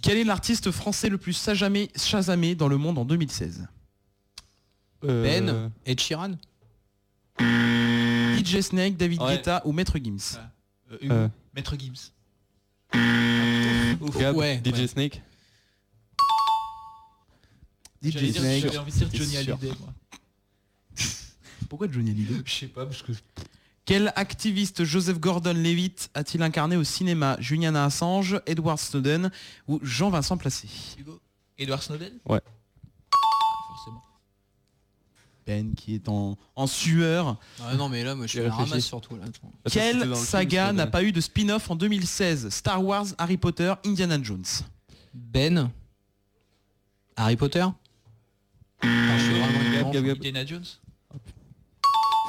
Speaker 7: Quel est l'artiste français le plus sajamé- chasamé dans le monde en 2016
Speaker 6: Euh.
Speaker 18: Ben et Chiran.
Speaker 7: DJ Snake, David
Speaker 18: Ouais. Ah.
Speaker 7: Guetta ou Maître Gims
Speaker 6: Euh,
Speaker 8: Maître Gims.
Speaker 6: Gab,
Speaker 7: Ouais,
Speaker 6: DJ Snake.
Speaker 8: J'allais
Speaker 7: DJ
Speaker 8: dire-
Speaker 7: Snake.
Speaker 8: J'avais envie de dire Johnny
Speaker 7: Sûr.
Speaker 8: Hallyday, moi.
Speaker 7: Pourquoi Johnny Hallyday
Speaker 8: Je sais pas, parce que...
Speaker 7: Quel activiste Joseph Gordon-Levitt a-t-il incarné au cinéma Juliana Assange, Edward Snowden ou Jean-Vincent Placé
Speaker 8: Edward Snowden
Speaker 6: Ouais.
Speaker 8: Forcément.
Speaker 7: Ben qui est en, en sueur.
Speaker 18: Ah non mais là, moi, je suis
Speaker 7: Il
Speaker 18: à la
Speaker 7: réfléchit.
Speaker 18: ramasse surtout là. attends.
Speaker 7: Quelle saga n'a pas eu de spin-off en 2016 Star Wars, Harry Potter, Indiana Jones.
Speaker 18: Ben Harry Potter
Speaker 8: Gab, Gab, Gab. Indiana Jones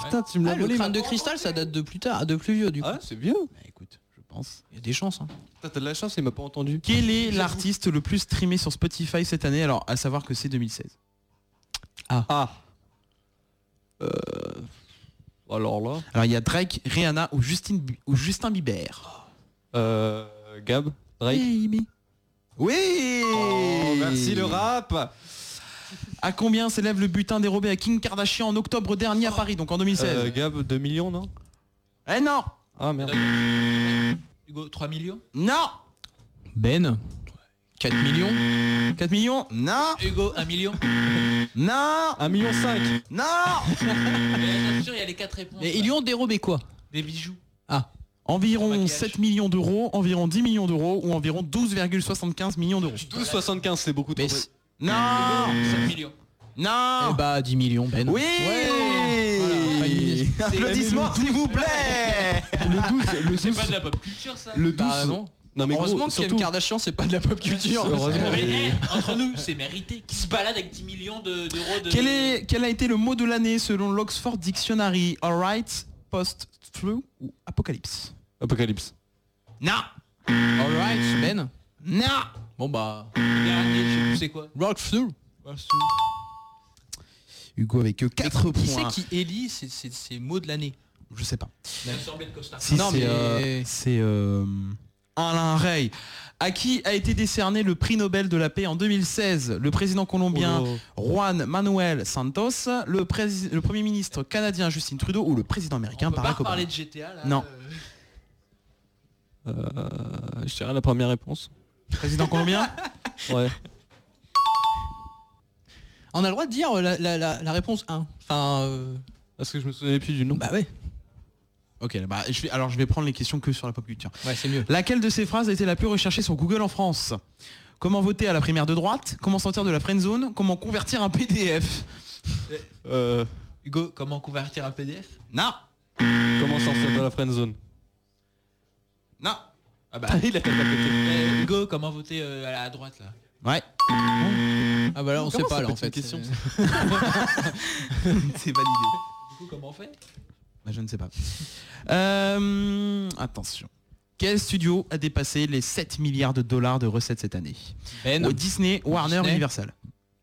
Speaker 7: Putain, tu me
Speaker 18: l'as Ah, Le crâne de cristal, ça date de plus tard, de plus vieux du coup.
Speaker 6: Ah, c'est vieux.
Speaker 7: écoute, je pense.
Speaker 18: Il y a des chances. Hein.
Speaker 6: Putain, T'as de la chance, il m'a pas entendu.
Speaker 7: Quel est l'artiste le plus streamé sur Spotify cette année Alors, à savoir que c'est 2016.
Speaker 18: Ah.
Speaker 6: Euh, Alors là.
Speaker 7: Alors, il y a Drake, Rihanna ou, Justine, Bu- ou Justin Bieber.
Speaker 6: Euh, Gab, Drake. Oh,
Speaker 7: Oui
Speaker 6: merci le rap
Speaker 7: À combien s'élève le butin dérobé à Kim Kardashian en octobre dernier à Paris, donc en 2016
Speaker 6: Euh, Gab, 2 millions, non
Speaker 7: Eh non
Speaker 6: Ah merde.
Speaker 8: Hugo, 3 millions
Speaker 7: Non
Speaker 18: Ben 4 millions
Speaker 7: 4 millions Non
Speaker 8: Hmm. Hugo, 1 million
Speaker 7: Non
Speaker 6: 1 million 5
Speaker 7: Non
Speaker 8: Mais
Speaker 6: Eh,
Speaker 8: bien sûr, il y a les 4 réponses.
Speaker 18: Mais ils lui ont dérobé quoi
Speaker 8: Des bijoux.
Speaker 18: Ah.
Speaker 7: Environ 7 millions d'euros, environ 10 millions d'euros ou environ 12,75 millions d'euros.
Speaker 6: 12,75 c'est beaucoup trop. Mmh.
Speaker 7: Non
Speaker 8: 7 millions.
Speaker 7: Non
Speaker 18: Eh bah 10 millions Ben.
Speaker 7: Oui Applaudissements s'il vous plaît
Speaker 6: Le 12, le
Speaker 8: C'est pas de la pop culture, ça
Speaker 6: Le 12.
Speaker 18: Bah non.
Speaker 6: Non, mais
Speaker 18: Heureusement
Speaker 6: gros,
Speaker 18: que Kim
Speaker 6: surtout-
Speaker 18: Kardashian c'est pas de la pop culture.
Speaker 6: Heureusement.
Speaker 8: Mais, eh, entre nous, c'est mérité. Qui se balade avec 10 millions de- d'euros de...
Speaker 7: Quel, est, quel a été le mot de l'année selon l'Oxford Dictionary Alright, post-through ou apocalypse
Speaker 6: Apocalypse.
Speaker 7: Non Alright, Ben Non Bon bah.
Speaker 8: Dernier, je sais plus c'est quoi.
Speaker 7: Rock through Hugo avec 4
Speaker 8: Qui
Speaker 7: points.
Speaker 8: c'est qui élit ces- ces ces mots de l'année
Speaker 7: Je sais pas.
Speaker 8: L'Assemblée de Costa
Speaker 7: Si c'est euh, c'est, euh, Alain Rey, à qui a été décerné le prix Nobel de la paix en 2016 Le président colombien Juan Manuel Santos, le, prési- le premier ministre canadien Justin Trudeau ou le président américain
Speaker 8: On va
Speaker 7: Barack Obama
Speaker 8: parler de GTA là. euh.
Speaker 7: Non. Euh,
Speaker 6: Euh, je dirais la première réponse.
Speaker 7: Président combien
Speaker 6: Ouais.
Speaker 18: On a le droit de dire euh, la, la- la- la réponse 1.
Speaker 7: Ah,
Speaker 18: Enfin, euh,
Speaker 6: Parce que je me souvenais plus du nom.
Speaker 18: Bah ouais.
Speaker 7: Ok, bah, je vais- alors je vais prendre les questions que sur la pop culture.
Speaker 18: Ouais, c'est mieux.
Speaker 7: Laquelle de ces phrases a été la plus recherchée sur Google en France Comment voter à la primaire de droite Comment sortir de la friend zone Comment convertir un PDF
Speaker 8: Euh, Hugo, comment convertir un PDF
Speaker 7: Non
Speaker 6: Comment sortir de la friend zone
Speaker 7: Non
Speaker 8: Ah
Speaker 6: bah il a pas
Speaker 8: Euh, Hugo, comment voter euh, à la droite là
Speaker 7: Ouais.
Speaker 18: Ah bah là
Speaker 8: Comment
Speaker 18: on sait
Speaker 8: ça
Speaker 18: pas là
Speaker 8: peut être
Speaker 18: en
Speaker 8: une
Speaker 18: fait. euh.
Speaker 8: question,
Speaker 18: c'est-
Speaker 7: C'est validé.
Speaker 8: Du coup, comment on fait
Speaker 7: Bah, je ne sais pas. Euh, attention. Quel studio a dépassé les 7 milliards de dollars de recettes cette année
Speaker 18: Ben.
Speaker 7: Walt Disney, Warner,
Speaker 18: Disney.
Speaker 7: Universal.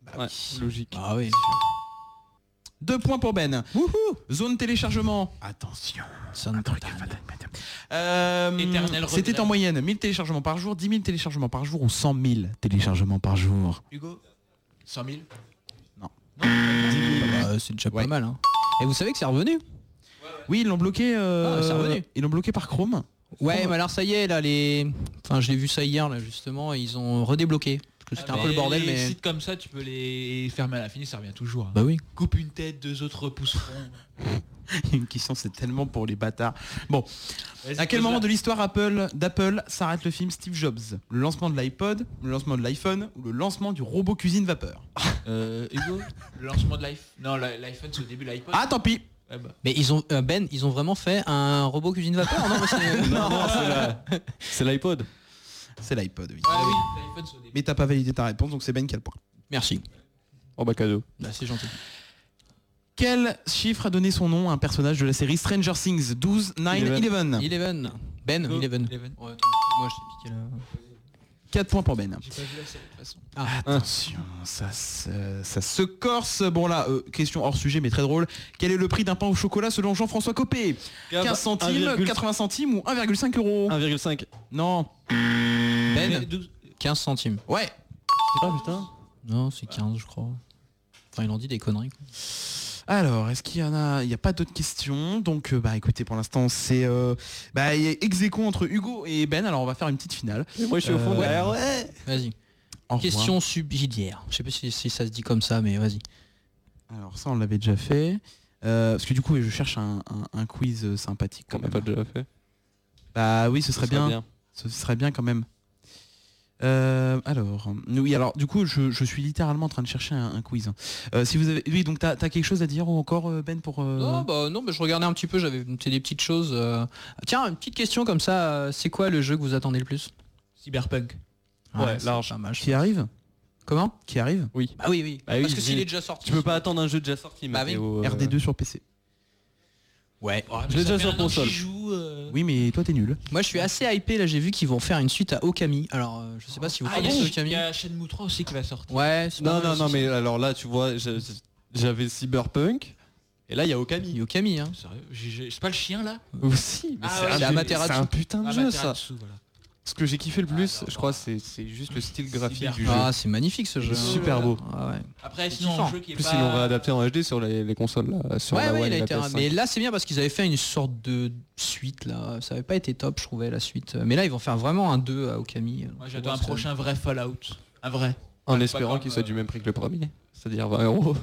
Speaker 18: bah
Speaker 6: logique.
Speaker 7: Ah oui. Deux points pour Ben. Zone téléchargement.
Speaker 18: Ah,
Speaker 7: Attention. Un truc de fatal. Euh,
Speaker 8: Éternel regret.
Speaker 7: C'était en moyenne 1000 téléchargements par jour, 10 000 téléchargements par jour ou 100 000 téléchargements par jour.
Speaker 8: Hugo 100 000
Speaker 18: Bah, c'est déjà pas mal. hein. Et vous savez que c'est revenu
Speaker 7: Oui, ils l'ont bloqué. euh,
Speaker 18: Ah, c'est revenu.
Speaker 7: Ils l'ont bloqué par Chrome.
Speaker 18: Ouais,
Speaker 7: Chrome-
Speaker 18: mais alors ça y est, là, les. Enfin, je l'ai vu ça hier, là, justement, et ils ont redébloqué. Parce que c'était un peu le bordel,
Speaker 8: Ah bah, les
Speaker 18: mais.
Speaker 8: sites comme ça, tu peux les fermer à la fin, ça revient toujours. hein.
Speaker 18: Bah oui.
Speaker 8: Coupe une tête, deux autres repousseront.
Speaker 7: Il y a une question, c'est tellement pour les bâtards. Bon,
Speaker 8: Vas-y,
Speaker 7: à quel
Speaker 8: pose-la.
Speaker 7: moment de l'histoire Apple d'Apple s'arrête le film Steve Jobs Le lancement de l'iPod, le lancement de l'iPhone ou le lancement du robot cuisine vapeur
Speaker 8: Euh, Hugo, le lancement de l'iPhone. Non, la- l'iPhone c'est au début l'iPod.
Speaker 7: Ah, tant pis.
Speaker 8: Ouais, bah.
Speaker 18: Mais ils ont euh, Ben, ils ont vraiment fait un robot cuisine vapeur Non, mais c'est- Ah
Speaker 6: C'est l'iPod.
Speaker 7: C'est l'iPod, oui.
Speaker 8: Ah oui, l'iPhone c'est au début.
Speaker 7: Mais t'as pas validé ta réponse, donc c'est Ben qui a le point.
Speaker 18: Merci.
Speaker 6: Oh bah cadeau.
Speaker 18: Bah, c'est gentil.
Speaker 7: Quel chiffre a donné son nom à un personnage de la série Stranger Things 12, 9, 11
Speaker 18: Eleven. Ben,
Speaker 7: Go.
Speaker 18: Eleven.
Speaker 8: Eleven.
Speaker 18: Ouais, attends, moi, je t'ai piqué là.
Speaker 7: 4 points pour Ben. Ah.
Speaker 8: J'ai pas vu la série de toute façon.
Speaker 7: Attention, ça se, ça se corse. Bon là, euh, question hors sujet mais très drôle. Quel est le prix d'un pain au chocolat selon Jean-François Copé 15 centimes,
Speaker 6: 1,5.
Speaker 7: 80 centimes ou 1,5 euros
Speaker 6: 1,5.
Speaker 7: Non.
Speaker 18: Ben, 15 centimes.
Speaker 7: Ouais.
Speaker 6: Ah putain.
Speaker 18: Non, c'est 15, je crois. Enfin, il en dit des conneries. quoi.
Speaker 7: Alors, est-ce qu'il y en a Il n'y a pas d'autres questions. Donc, euh, bah écoutez, pour l'instant, c'est euh, bah, il y a ex aequo entre Hugo et Ben. Alors, on va faire une petite finale. Euh,
Speaker 6: moi, je suis au fond derrière, ouais.
Speaker 18: Vas-y.
Speaker 7: Au
Speaker 18: Question
Speaker 7: revoir.
Speaker 18: subsidiaire. Je sais pas si, si ça se dit comme ça, mais vas-y.
Speaker 7: Alors ça on l'avait déjà fait. Euh, parce que du coup je cherche un, un- un quiz euh, sympathique quand même.
Speaker 6: pas déjà fait.
Speaker 7: Bah oui ce serait,
Speaker 6: serait
Speaker 7: bien.
Speaker 6: bien.
Speaker 7: Ce serait bien quand même. Euh, alors, oui alors du coup je, je suis littéralement en train de chercher un, un quiz. Euh, si vous avez. Oui donc t'as as quelque chose à dire ou encore euh, Ben pour. euh,
Speaker 18: Non, bah, non, mais je regardais un petit peu, j'avais noté des petites choses. euh. Tiens, une petite question comme ça, euh, c'est quoi le jeu que vous attendez le plus
Speaker 8: Cyberpunk.
Speaker 6: Ouais, large.
Speaker 7: Qui arrive
Speaker 18: Comment
Speaker 7: Qui arrive
Speaker 6: Oui.
Speaker 18: Bah oui, oui.
Speaker 6: Bah
Speaker 18: Parce que s'il
Speaker 6: j'ai-
Speaker 18: est déjà sorti.
Speaker 6: Tu peux pas attendre un jeu déjà sorti,
Speaker 18: Bah
Speaker 6: Mathéo, euh,
Speaker 7: RD2 sur PC.
Speaker 18: Ouais.
Speaker 6: Je l'ai déjà sur console.
Speaker 8: euh,
Speaker 7: Oui mais toi t'es nul.
Speaker 18: Euh. Moi je suis assez hypé, là j'ai vu qu'ils vont faire une suite à Okami. Alors euh, je sais pas si vous
Speaker 8: Ah, il y a
Speaker 18: connaissez
Speaker 8: Sh- il
Speaker 18: Okami.
Speaker 8: y a Shenmue 3 aussi qui va sortir.
Speaker 18: Ouais, c'est
Speaker 6: Non,
Speaker 18: pas mal,
Speaker 6: non, non,
Speaker 18: c'est-
Speaker 6: mais alors là, tu vois, je- je- j'avais Cyberpunk. Et là, il y a Okami.
Speaker 18: Okami, hein.
Speaker 8: Sérieux j'ai- j'ai- C'est pas le chien là
Speaker 6: Aussi, mais
Speaker 8: Ah
Speaker 6: c'est
Speaker 8: ouais,
Speaker 6: un
Speaker 8: c'est
Speaker 6: jeu-
Speaker 8: Amaterasu. Ah,
Speaker 6: c'est un putain
Speaker 18: Ah,
Speaker 6: de jeu, ça.
Speaker 8: Amaterasu, voilà.
Speaker 6: Ce que j'ai kiffé le plus, je crois, c'est c'est juste le style graphique du jeu.
Speaker 18: Ah, c'est magnifique ce
Speaker 6: Il est
Speaker 18: jeu. hein.
Speaker 6: Super beau.
Speaker 8: Après, sinon, un jeu qui est
Speaker 6: En plus,
Speaker 8: pas.
Speaker 6: ils l'ont réadapté en HD sur les, les consoles, là, sur
Speaker 18: ouais,
Speaker 6: la
Speaker 18: ouais,
Speaker 6: One
Speaker 18: il a
Speaker 6: et la
Speaker 18: été.
Speaker 6: PS5.
Speaker 18: Mais là, c'est bien parce qu'ils avaient fait une sorte de suite là. Ça avait pas été top, je trouvais la suite. Mais là, ils vont faire vraiment un 2 à Okami.
Speaker 8: Moi, j'attends un prochain vrai Fallout. Un Ah, vrai.
Speaker 6: En
Speaker 8: Pas
Speaker 6: espérant
Speaker 8: comme,
Speaker 6: qu'il soit
Speaker 8: euh,
Speaker 6: du même prix que le premier, c'est-à-dire 20 euros.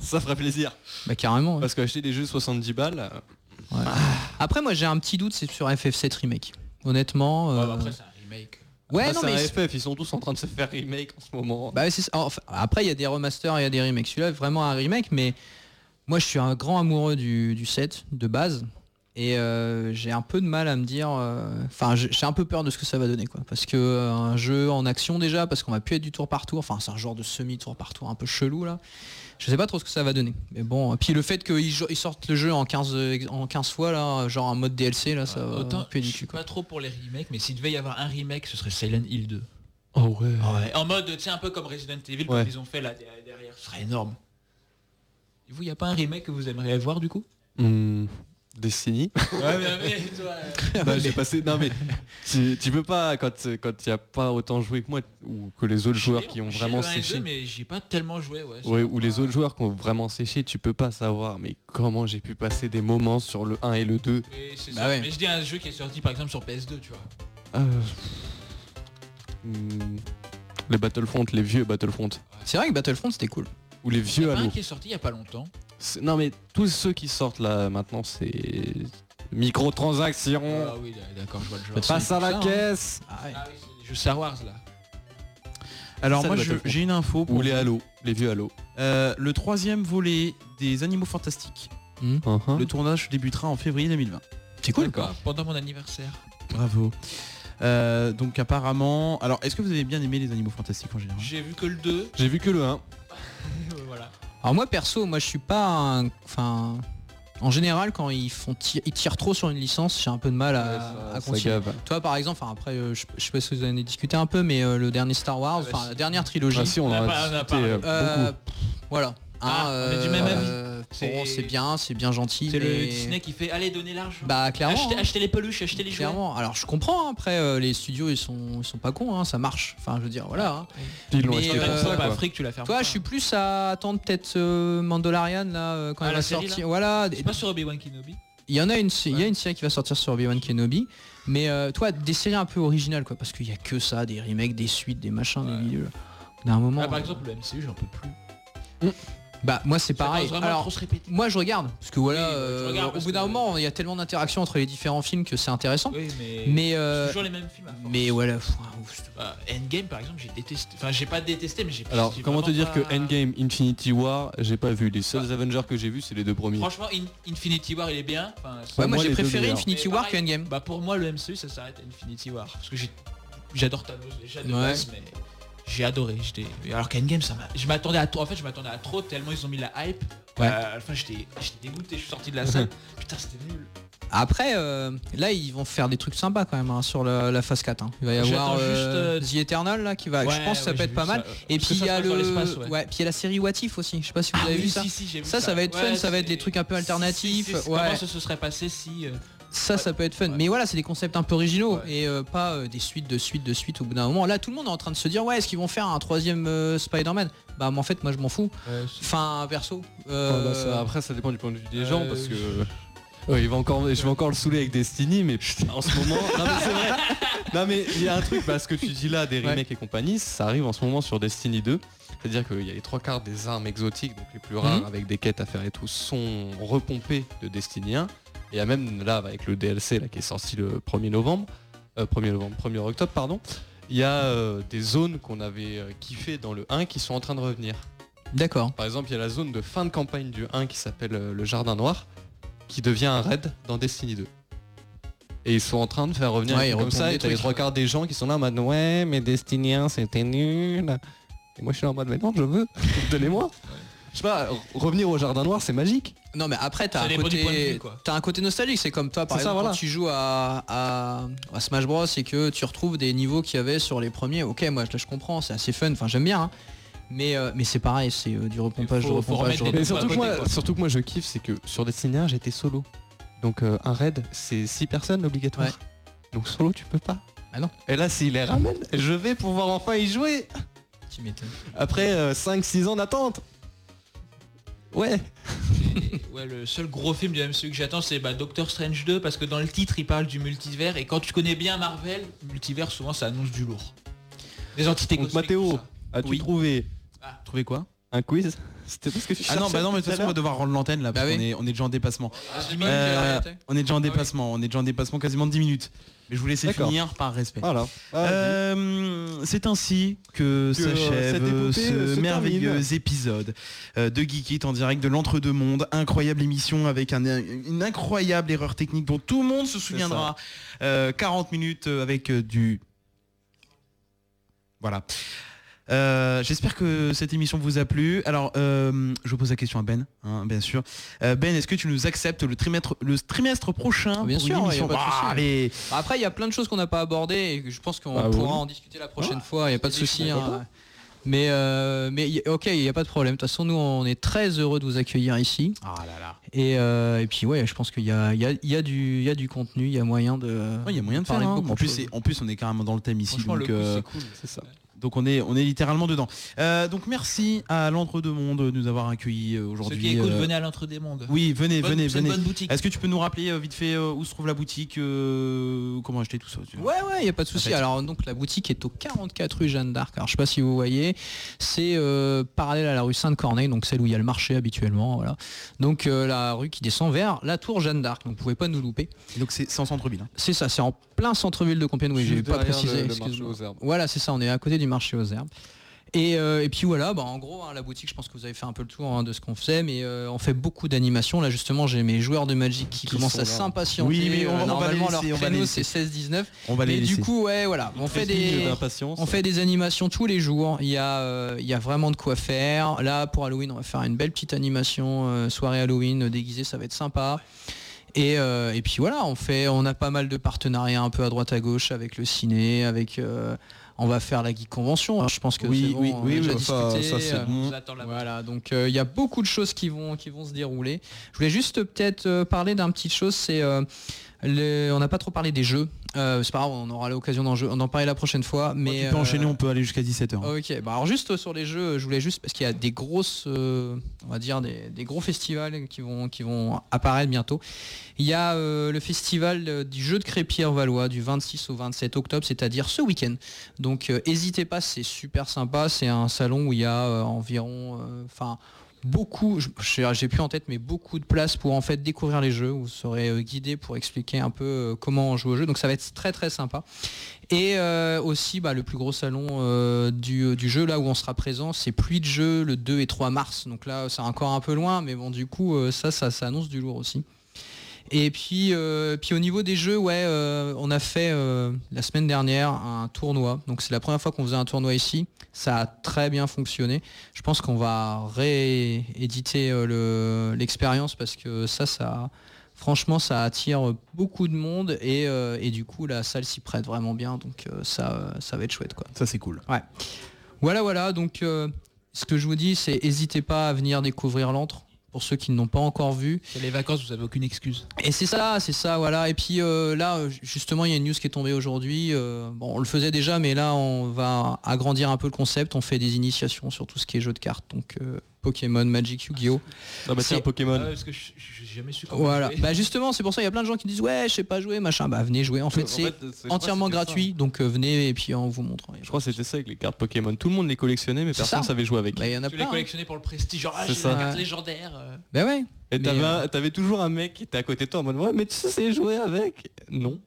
Speaker 6: Ça ferait plaisir.
Speaker 18: Bah carrément.
Speaker 6: Parce qu'acheter des jeux 70 balles, euh,
Speaker 18: Après, moi, j'ai un petit doute, c'est sur FF7 remake. Honnêtement. euh,
Speaker 8: bah, Après, c'est un remake.
Speaker 18: Ouais,
Speaker 6: bah,
Speaker 18: non,
Speaker 6: c'est
Speaker 18: mais
Speaker 6: un FF, ils sont tous en train de se faire remake en ce moment.
Speaker 18: Bah, c'est ça. Enfin, après, il y a des remasters, il y a des remakes. Celui-là, est vraiment un remake, mais moi, je suis un grand amoureux du, du set de base. Et euh, j'ai un peu de mal à me dire. euh, Enfin, j'ai j'ai un peu peur de ce que ça va donner, quoi. Parce que euh, un jeu en action déjà, parce qu'on va plus être du tour par tour. Enfin, c'est un genre de semi-tour par tour un peu chelou là. Je sais pas trop ce que ça va donner. Mais bon, puis le fait qu'ils jo- ils sortent le jeu en 15, en 15 fois, là, genre en mode DLC, là, ça va
Speaker 8: Autant,
Speaker 18: puer du
Speaker 8: je suis pas trop pour les remakes, mais s'il devait y avoir un remake, ce serait Silent Hill 2.
Speaker 10: Oh ouais.
Speaker 8: Ouais, en mode, tu sais, un peu comme Resident Evil,
Speaker 10: Ouais.
Speaker 8: comme ils ont fait là derrière- derrière. Ce serait énorme. Et vous, il n'y a pas un remake que vous aimeriez voir du coup
Speaker 9: Hmm, Destiny.
Speaker 8: Ouais, mais- mais toi, euh,
Speaker 9: Non, j'ai passé. Non mais tu, tu peux pas quand euh, quand il y a pas autant joué que moi ou que les autres joueurs qui ont
Speaker 8: J'ai
Speaker 9: vraiment
Speaker 8: joué à un jeu,
Speaker 9: séché.
Speaker 8: mais j'ai pas tellement joué, ouais.
Speaker 9: Ouais, ou les autres joueurs qui ont vraiment séché, tu peux pas savoir mais comment j'ai pu passer des moments sur le 1 et le 2.
Speaker 8: Mais, c'est
Speaker 9: Bah
Speaker 8: ça.
Speaker 9: ouais.
Speaker 8: Mais je dis un jeu qui est sorti par exemple sur PS2, tu vois.
Speaker 9: Ah, euh, hmm, Les Battlefront, les vieux Battlefront.
Speaker 18: C'est vrai que Battlefront c'était cool.
Speaker 9: Ou les vieux
Speaker 8: Un
Speaker 9: Halo.
Speaker 8: qui est sorti il y a pas longtemps.
Speaker 9: C'est- Non mais tous ceux qui sortent là maintenant c'est microtransactions.
Speaker 8: Ah oui, d'accord, je vois le genre.
Speaker 9: Passe à la caisse.
Speaker 8: hein. Ah oui, c'est les jeux Star Wars là.
Speaker 7: Alors
Speaker 8: Ça,
Speaker 7: moi
Speaker 8: le
Speaker 7: je-
Speaker 8: Battlefront.
Speaker 7: j'ai une info pour Euh,
Speaker 9: Ou les Halo, les vieux Halo.
Speaker 7: le troisième volet des Animaux Fantastiques. Le tournage débutera en février 2020. Hum. C'est cool quoi.
Speaker 8: Pendant mon anniversaire.
Speaker 7: Bravo. Euh, donc apparemment, alors est-ce que vous avez bien aimé les Animaux Fantastiques en général
Speaker 8: J'ai vu que le 2.
Speaker 9: J'ai vu que le 1.
Speaker 8: voilà.
Speaker 18: Alors moi perso, moi je suis pas un... Enfin... En général, quand ils font ti- ils tirent trop sur une licence, j'ai un peu de mal à, à
Speaker 9: ça
Speaker 18: continuer.
Speaker 9: gave.
Speaker 18: Toi, par exemple, enfin après, euh, je, je sais pas si vous en avez discuté un peu, mais euh, le dernier Star Wars, enfin la dernière trilogie.
Speaker 9: Ah si, on en a On a pas- on a discuté, parlé. euh,
Speaker 18: Euh,
Speaker 9: beaucoup.
Speaker 18: pff, voilà.
Speaker 8: Ah,
Speaker 18: Hein,
Speaker 8: on est du même avis.
Speaker 18: euh, bon, c'est bien, c'est bien gentil.
Speaker 8: C'est le
Speaker 18: mais-
Speaker 8: Disney qui fait allez donner l'argent.
Speaker 18: Bah clairement.
Speaker 8: Achetez,
Speaker 18: hein.
Speaker 8: achetez les peluches, achetez les jouets.
Speaker 18: Clairement. Alors je comprends. hein, Après, euh, les studios, ils sont, ils sont pas cons. hein, ça marche. Enfin, je veux dire, voilà. hein.
Speaker 8: Puis ils l'ont
Speaker 18: Mais, euh,
Speaker 8: acheté pour ça, quoi. Afrique, tu la fermes
Speaker 18: Toi, je suis plus à attendre peut-être euh, Mandalorian là euh, quand
Speaker 8: Ah,
Speaker 18: elle
Speaker 8: la
Speaker 18: va
Speaker 8: série,
Speaker 18: sortir.
Speaker 8: là
Speaker 18: Voilà.
Speaker 8: C'est pas sur Obi-Wan Kenobi.
Speaker 18: Il y en a une, sé- il y a une série qui va sortir sur Obi-Wan Kenobi, mais euh, toi des séries un peu originales quoi, parce qu'il y a que ça, des remakes, des suites, des machins, des milieux. D'un moment.
Speaker 8: Ah, par
Speaker 18: euh,
Speaker 8: exemple, le MCU, j'en peux plus.
Speaker 18: bah moi c'est pareil.
Speaker 8: commence vraiment à
Speaker 18: Alors
Speaker 8: trop se répéter.
Speaker 18: moi je regarde parce que voilà, euh,
Speaker 8: regardes
Speaker 18: au
Speaker 8: parce
Speaker 18: bout d'un moment il y a tellement d'interactions entre les différents films que c'est intéressant.
Speaker 8: Oui, mais,
Speaker 18: Mais,
Speaker 8: c'est
Speaker 18: euh,
Speaker 8: toujours les mêmes films. à force.
Speaker 18: Mais voilà. pff,
Speaker 8: Bah, Endgame, par exemple, j'ai détesté. Enfin, j'ai pas détesté, mais j'ai.
Speaker 9: Alors
Speaker 8: j'ai
Speaker 9: comment te
Speaker 8: vraiment
Speaker 9: dire
Speaker 8: pas- Bah.
Speaker 9: que Endgame, Infinity War, j'ai pas vu. Les seuls Avengers que j'ai vu c'est les deux premiers.
Speaker 8: Franchement, In- Infinity War, il est bien. Enfin,
Speaker 9: Ouais, moi, moi, j'ai les deux préféré meilleurs. Infinity
Speaker 8: Mais
Speaker 9: War
Speaker 8: pareil,
Speaker 9: que Endgame.
Speaker 8: Bah, pour moi, le MCU, ça s'arrête à Infinity War, parce que j'ai- j'adore Thanos déjà de
Speaker 18: Ouais.
Speaker 8: base, mais j'ai adoré. J'étais. Alors qu'Endgame, ça m'a. Je m'attendais à trop. En fait, je m'attendais à trop tellement ils ont mis la hype.
Speaker 18: Ouais.
Speaker 8: Euh, à la fin, j'étais, j'étais dégoûté. Je suis sorti de la salle. Putain, c'était nul.
Speaker 18: Après, euh, là, ils vont faire des trucs sympas quand même hein, sur la, la phase 4. hein. Il va y
Speaker 8: J'attends
Speaker 18: avoir euh,
Speaker 8: juste,
Speaker 18: The Eternal là qui va.
Speaker 8: Ouais,
Speaker 18: je pense que ça
Speaker 8: ouais,
Speaker 18: peut
Speaker 8: j'ai
Speaker 18: être
Speaker 8: vu
Speaker 18: pas mal.
Speaker 8: ça.
Speaker 18: Et
Speaker 8: Parce que
Speaker 18: puis il y
Speaker 8: ça
Speaker 18: a
Speaker 8: se passe dans
Speaker 18: le.
Speaker 8: l'espace, ouais.
Speaker 18: puis il y a la série What If aussi. Je sais pas si vous
Speaker 8: Ah
Speaker 18: avez
Speaker 8: oui,
Speaker 18: vu ça.
Speaker 8: si, si, j'ai vu
Speaker 18: ça,
Speaker 8: ça.
Speaker 18: va être
Speaker 8: Ouais,
Speaker 18: fun. Ça va être
Speaker 8: c'est-
Speaker 18: des trucs un peu alternatifs.
Speaker 8: Si, si, si,
Speaker 18: ouais.
Speaker 8: Comment ça se serait passé si. euh,
Speaker 18: Ça, ça peut être fun. Mais voilà, c'est des concepts un peu originaux et euh, pas euh, des suites de suites de suites au bout d'un moment. Là, tout le monde est en train de se dire ouais, est-ce qu'ils vont faire un troisième euh, Spider-Man Bah, mais en fait, moi, je m'en fous. Enfin, perso. euh,
Speaker 9: Ouais, bah, ça- après ça dépend du point de vue des gens
Speaker 18: euh,
Speaker 9: parce que euh, Ouais, il va encore, je vais encore le saouler avec Destiny, mais en ce moment, non mais c'est vrai. Non mais il y a un truc, parce que tu dis là des remakes et compagnie, ça arrive en ce moment sur Destiny 2. C'est-à-dire qu'il y a les trois quarts des armes exotiques, donc les plus rares,
Speaker 10: Mhm.
Speaker 9: avec des quêtes à faire et tout, sont repompées de Destiny 1. Et il y a même là, avec le DLC là, qui est sorti le 1er novembre, euh, 1er novembre, 1er octobre, pardon, il y a euh, des zones qu'on avait euh, kiffées dans le 1 qui sont en train de revenir.
Speaker 18: D'accord.
Speaker 9: Par exemple, il y a la zone de fin de campagne du 1 qui s'appelle euh, le Jardin Noir, qui devient un raid dans Destiny 2. Et ils sont en train de faire revenir un
Speaker 10: Ouais,
Speaker 9: truc
Speaker 10: ils
Speaker 9: comme
Speaker 10: repompent
Speaker 9: ça,
Speaker 10: des
Speaker 9: et t'as les
Speaker 10: trucs.
Speaker 9: trois quarts des gens qui sont là en mode ouais, mais Destiny 1 c'était nul. Et moi je suis là en mode mais non, je veux, donnez-moi. Je sais pas, re- revenir au Jardin Noir c'est magique.
Speaker 18: Non mais après t'as
Speaker 9: Ça
Speaker 18: un
Speaker 9: dépend du point de
Speaker 18: côté
Speaker 9: vue, quoi.
Speaker 18: t'as un côté nostalgique c'est
Speaker 7: Ah,
Speaker 18: comme toi par
Speaker 9: C'est Ah, ça,
Speaker 18: exemple
Speaker 9: voilà.
Speaker 18: quand tu joues à, à- à Smash Bros et que tu retrouves des niveaux qu'il y avait sur les premiers ok moi je, je comprends c'est assez fun enfin j'aime bien hein. mais euh, mais c'est pareil c'est euh, du repompage du repompage du
Speaker 9: Mais
Speaker 18: repompage.
Speaker 9: surtout que, moi, surtout que moi je kiffe, c'est que sur Destiny 1 j'étais solo. Donc euh, un raid c'est 6 personnes obligatoire. Donc solo tu peux pas.
Speaker 18: Ah non.
Speaker 9: Et là s'il les ramène, je vais pouvoir enfin y jouer.
Speaker 18: Tu m'étonnes.
Speaker 9: Après 5-6 ans d'attente. Ouais.
Speaker 8: Ouais, le seul gros film du MCU que j'attends, c'est bah, Doctor Strange 2, parce que dans le titre, il parle du multivers, et quand tu connais bien Marvel, multivers, souvent, ça annonce du lourd. Des entités
Speaker 9: Donc Mathéo, as-tu trouvé
Speaker 18: Ah.
Speaker 7: Trouvé quoi
Speaker 9: Un quiz C'était parce que tu
Speaker 7: Ah non,
Speaker 9: cherchais
Speaker 7: bah non, mais de
Speaker 9: tout
Speaker 7: toute
Speaker 9: à
Speaker 7: façon, on va
Speaker 9: l'heure Bah
Speaker 7: devoir rendre l'antenne là, parce qu'on est, on est déjà en dépassement.
Speaker 8: Ah, j'ai pas vu,
Speaker 7: Euh,
Speaker 8: j'ai arrêté.
Speaker 7: on est déjà en dépassement, on est déjà en dépassement quasiment de 10 minutes. Mais je vous laissais
Speaker 9: D'accord.
Speaker 7: finir par respect.
Speaker 9: Voilà. Ah,
Speaker 7: Euh, c'est ainsi que,
Speaker 9: Que, euh, cette
Speaker 7: s'achève
Speaker 9: épopée, euh,
Speaker 7: ce
Speaker 9: se
Speaker 7: merveilleux
Speaker 9: termine.
Speaker 7: épisode euh, de Geek It en direct de l'entre-deux-mondes. Incroyable émission avec un- une incroyable erreur technique dont tout le monde se souviendra. Euh, 40 minutes euh, avec euh, du... Voilà. Euh, J'espère que cette émission vous a plu. Alors, euh, je pose la question à Ben, hein, bien sûr. Euh, ben, est-ce que tu nous acceptes le trimestre, le trimestre prochain
Speaker 18: Bien
Speaker 7: pour
Speaker 18: sûr,
Speaker 7: une
Speaker 18: ouais, y a
Speaker 7: émission
Speaker 18: pas de souci.
Speaker 7: Ah, allez.
Speaker 18: Bah, Après, il y a plein de choses qu'on n'a pas abordées et que je pense qu'on
Speaker 7: Bah,
Speaker 18: pourra
Speaker 7: oui.
Speaker 18: en discuter la prochaine
Speaker 7: Ouais.
Speaker 18: fois, il n'y a pas de
Speaker 7: C'est des
Speaker 18: souci.
Speaker 7: choses qu'on
Speaker 18: hein.
Speaker 7: peut.
Speaker 18: Mais, euh, mais y- ok, il n'y a pas de problème. De toute façon, nous, on est très heureux de vous accueillir ici.
Speaker 7: Ah
Speaker 18: Et, euh, et puis, ouais, je pense qu'il y a, il y, a, il y a du il y a du contenu, il y a moyen de...
Speaker 7: Ouais, Il y a moyen de faire.
Speaker 18: parler
Speaker 7: hein.
Speaker 18: beaucoup
Speaker 7: En
Speaker 18: de
Speaker 7: plus,
Speaker 18: choses.
Speaker 7: c'est- en plus, on est carrément dans le thème ici.
Speaker 18: Franchement, le
Speaker 7: donc,
Speaker 18: coup,
Speaker 7: euh,
Speaker 18: c'est cool, c'est ça.
Speaker 7: Donc on est, on est littéralement dedans. Euh, donc merci à l'entre deux mondes de nous avoir accueillis euh,
Speaker 8: Ceux
Speaker 7: aujourd'hui.
Speaker 8: qui écoutent,
Speaker 7: Euh,
Speaker 8: venez à l'entre-des-mondes.
Speaker 7: Oui, venez,
Speaker 8: Bonne-
Speaker 7: venez,
Speaker 8: c'est une
Speaker 7: venez.
Speaker 8: bonne boutique.
Speaker 7: Est-ce que tu peux nous rappeler euh, vite fait euh, où se trouve la boutique, euh, comment acheter tout ça tu vois
Speaker 18: Ouais ouais, il y a pas de souci.
Speaker 7: Parfait.
Speaker 18: Alors donc la boutique est au 44 rue Jeanne d'Arc. Alors je sais pas si vous voyez, c'est euh, parallèle à la rue Sainte-Corneille, donc celle où il y a le marché habituellement, voilà. Donc euh, la rue qui descend vers la tour Jeanne d'Arc. Donc vous pouvez pas nous louper.
Speaker 7: Donc c'est en centre-ville. hein.
Speaker 18: C'est ça, c'est en plein centre-ville de Compiègne, oui,
Speaker 6: Juste
Speaker 18: j'ai pas
Speaker 6: derrière le-
Speaker 18: précisé.
Speaker 6: le
Speaker 18: excuse-moi.
Speaker 6: marché aux herbes.
Speaker 18: Voilà, c'est ça, on est à côté du marché aux herbes. Et, euh, et puis voilà, bah, en gros, hein, la boutique, je pense que vous avez fait un peu le tour hein, de ce qu'on faisait, mais euh, on fait beaucoup d'animations. Là, justement, j'ai mes joueurs de Magic qui,
Speaker 7: Qui
Speaker 18: commencent
Speaker 7: sont
Speaker 18: à
Speaker 7: là. hein.
Speaker 18: s'impatienter.
Speaker 7: Oui, mais on
Speaker 18: Euh,
Speaker 7: va- on va
Speaker 18: normalement,
Speaker 7: les laisser, on
Speaker 18: leur
Speaker 7: va
Speaker 18: créneau,
Speaker 7: les
Speaker 18: c'est
Speaker 7: laisser.
Speaker 18: 16-19.
Speaker 7: On va les
Speaker 18: Mais du
Speaker 7: laisser.
Speaker 18: coup, ouais, voilà, on fait,
Speaker 7: Prestige
Speaker 18: des,
Speaker 7: d'impatience.
Speaker 18: on fait des animations tous les jours. Il y, a, euh, il y a vraiment de quoi faire. Là, pour Halloween, on va faire une belle petite animation, euh, soirée Halloween euh, déguisée, ça va être sympa. Et, euh, et puis voilà, on fait, on a pas mal de partenariats un peu à droite à gauche avec le ciné, avec, euh, on va faire la Geek Convention. Alors, je pense que
Speaker 7: Oui,
Speaker 18: c'est bon,
Speaker 7: oui,
Speaker 18: on a
Speaker 7: oui,
Speaker 18: déjà
Speaker 7: oui, ça-
Speaker 18: discuté,
Speaker 7: ça, c'est
Speaker 18: euh,
Speaker 7: bon.
Speaker 18: Voilà, donc euh, il y a beaucoup de choses qui vont, qui vont se dérouler. Je voulais juste euh, peut-être euh, parler d'un petit chose, c'est euh, le- on n'a pas trop parlé des jeux. Euh, c'est pas grave, on aura l'occasion d'en jeu- d'en parler la prochaine fois. Mais
Speaker 7: Tu peux
Speaker 18: euh,
Speaker 7: enchaîner, on peut aller jusqu'à 17h.
Speaker 18: Ok, bah alors juste sur les jeux, je voulais juste parce qu'il y a des grosses, euh, on va dire des, des gros festivals qui vont qui vont apparaître bientôt. Il y a euh, le festival euh, du jeu de Crépierre Valois du 26 au 27 octobre, c'est-à-dire ce week-end. Donc n'hésitez pas, c'est super sympa. C'est un salon où il y a euh, environ, euh, enfin beaucoup, je- je- j'ai plus en tête, mais beaucoup de places pour en fait découvrir les jeux. Vous serez euh, guidé pour expliquer un peu euh, comment on joue au jeu. Donc ça va être très très sympa. Et euh, aussi bah, le plus gros salon euh, du, du jeu, là où on sera présent, c'est Pluie de jeu le 2 et 3 mars. Donc là c'est encore un peu loin, mais bon du coup euh, ça, ça, ça annonce du lourd aussi. Et puis, euh, puis au niveau des jeux, ouais, euh, on a fait euh, la semaine dernière un tournoi. Donc c'est la première fois qu'on faisait un tournoi ici. Ça a très bien fonctionné. Je pense qu'on va rééditer euh, le- l'expérience parce que ça, ça, franchement, ça attire beaucoup de monde et, euh, et du coup la salle s'y prête vraiment bien. Donc euh, ça, euh, ça va être chouette quoi.
Speaker 7: Ça c'est cool.
Speaker 18: Ouais. Voilà, voilà. Donc, euh, ce que je vous dis, c'est n'hésitez pas à venir découvrir l'antre. Pour ceux qui ne l'ont pas encore vu.
Speaker 8: C'est les vacances, vous avez aucune excuse.
Speaker 18: Et c'est ça, c'est ça, voilà. Et puis euh, là, euh, justement, il y a une news qui est tombée aujourd'hui. Euh, bon, on le faisait déjà, mais là, on va agrandir un peu le concept. On fait des initiations sur tout ce qui est jeu de cartes, donc euh, Pokémon, Magic, Yu-Gi-Oh.
Speaker 9: bah,
Speaker 18: C'est-
Speaker 8: Ah ouais, parce que je- je- j'ai jamais su comment
Speaker 18: Voilà,
Speaker 8: jouer.
Speaker 18: bah justement, c'est pour ça il y a plein de gens qui disent ouais, je sais pas jouer, machin. Bah venez jouer. En fait,
Speaker 9: En
Speaker 18: c'est
Speaker 9: fait, c'est- je crois
Speaker 18: entièrement
Speaker 9: que c'était
Speaker 18: gratuit, donc euh, venez et puis on vous montre.
Speaker 9: Je crois que c'était ça avec les cartes Pokémon. Tout le monde les collectionnait, mais
Speaker 18: C'est
Speaker 9: personne ne
Speaker 18: ça.
Speaker 9: savait jouer avec.
Speaker 18: Bah, il y en a
Speaker 8: Tu
Speaker 18: plein,
Speaker 8: l'as
Speaker 18: hein.
Speaker 8: collectionné pour le prestige, genre ah,
Speaker 9: C'est
Speaker 8: j'ai
Speaker 9: ça.
Speaker 8: la carte légendaire. euh.
Speaker 18: Bah ouais.
Speaker 9: Et
Speaker 18: Mais,
Speaker 9: t'avais
Speaker 18: euh,
Speaker 9: un- t'avais toujours un mec qui était à côté de toi en mode ouais mais tu sais jouer avec Non.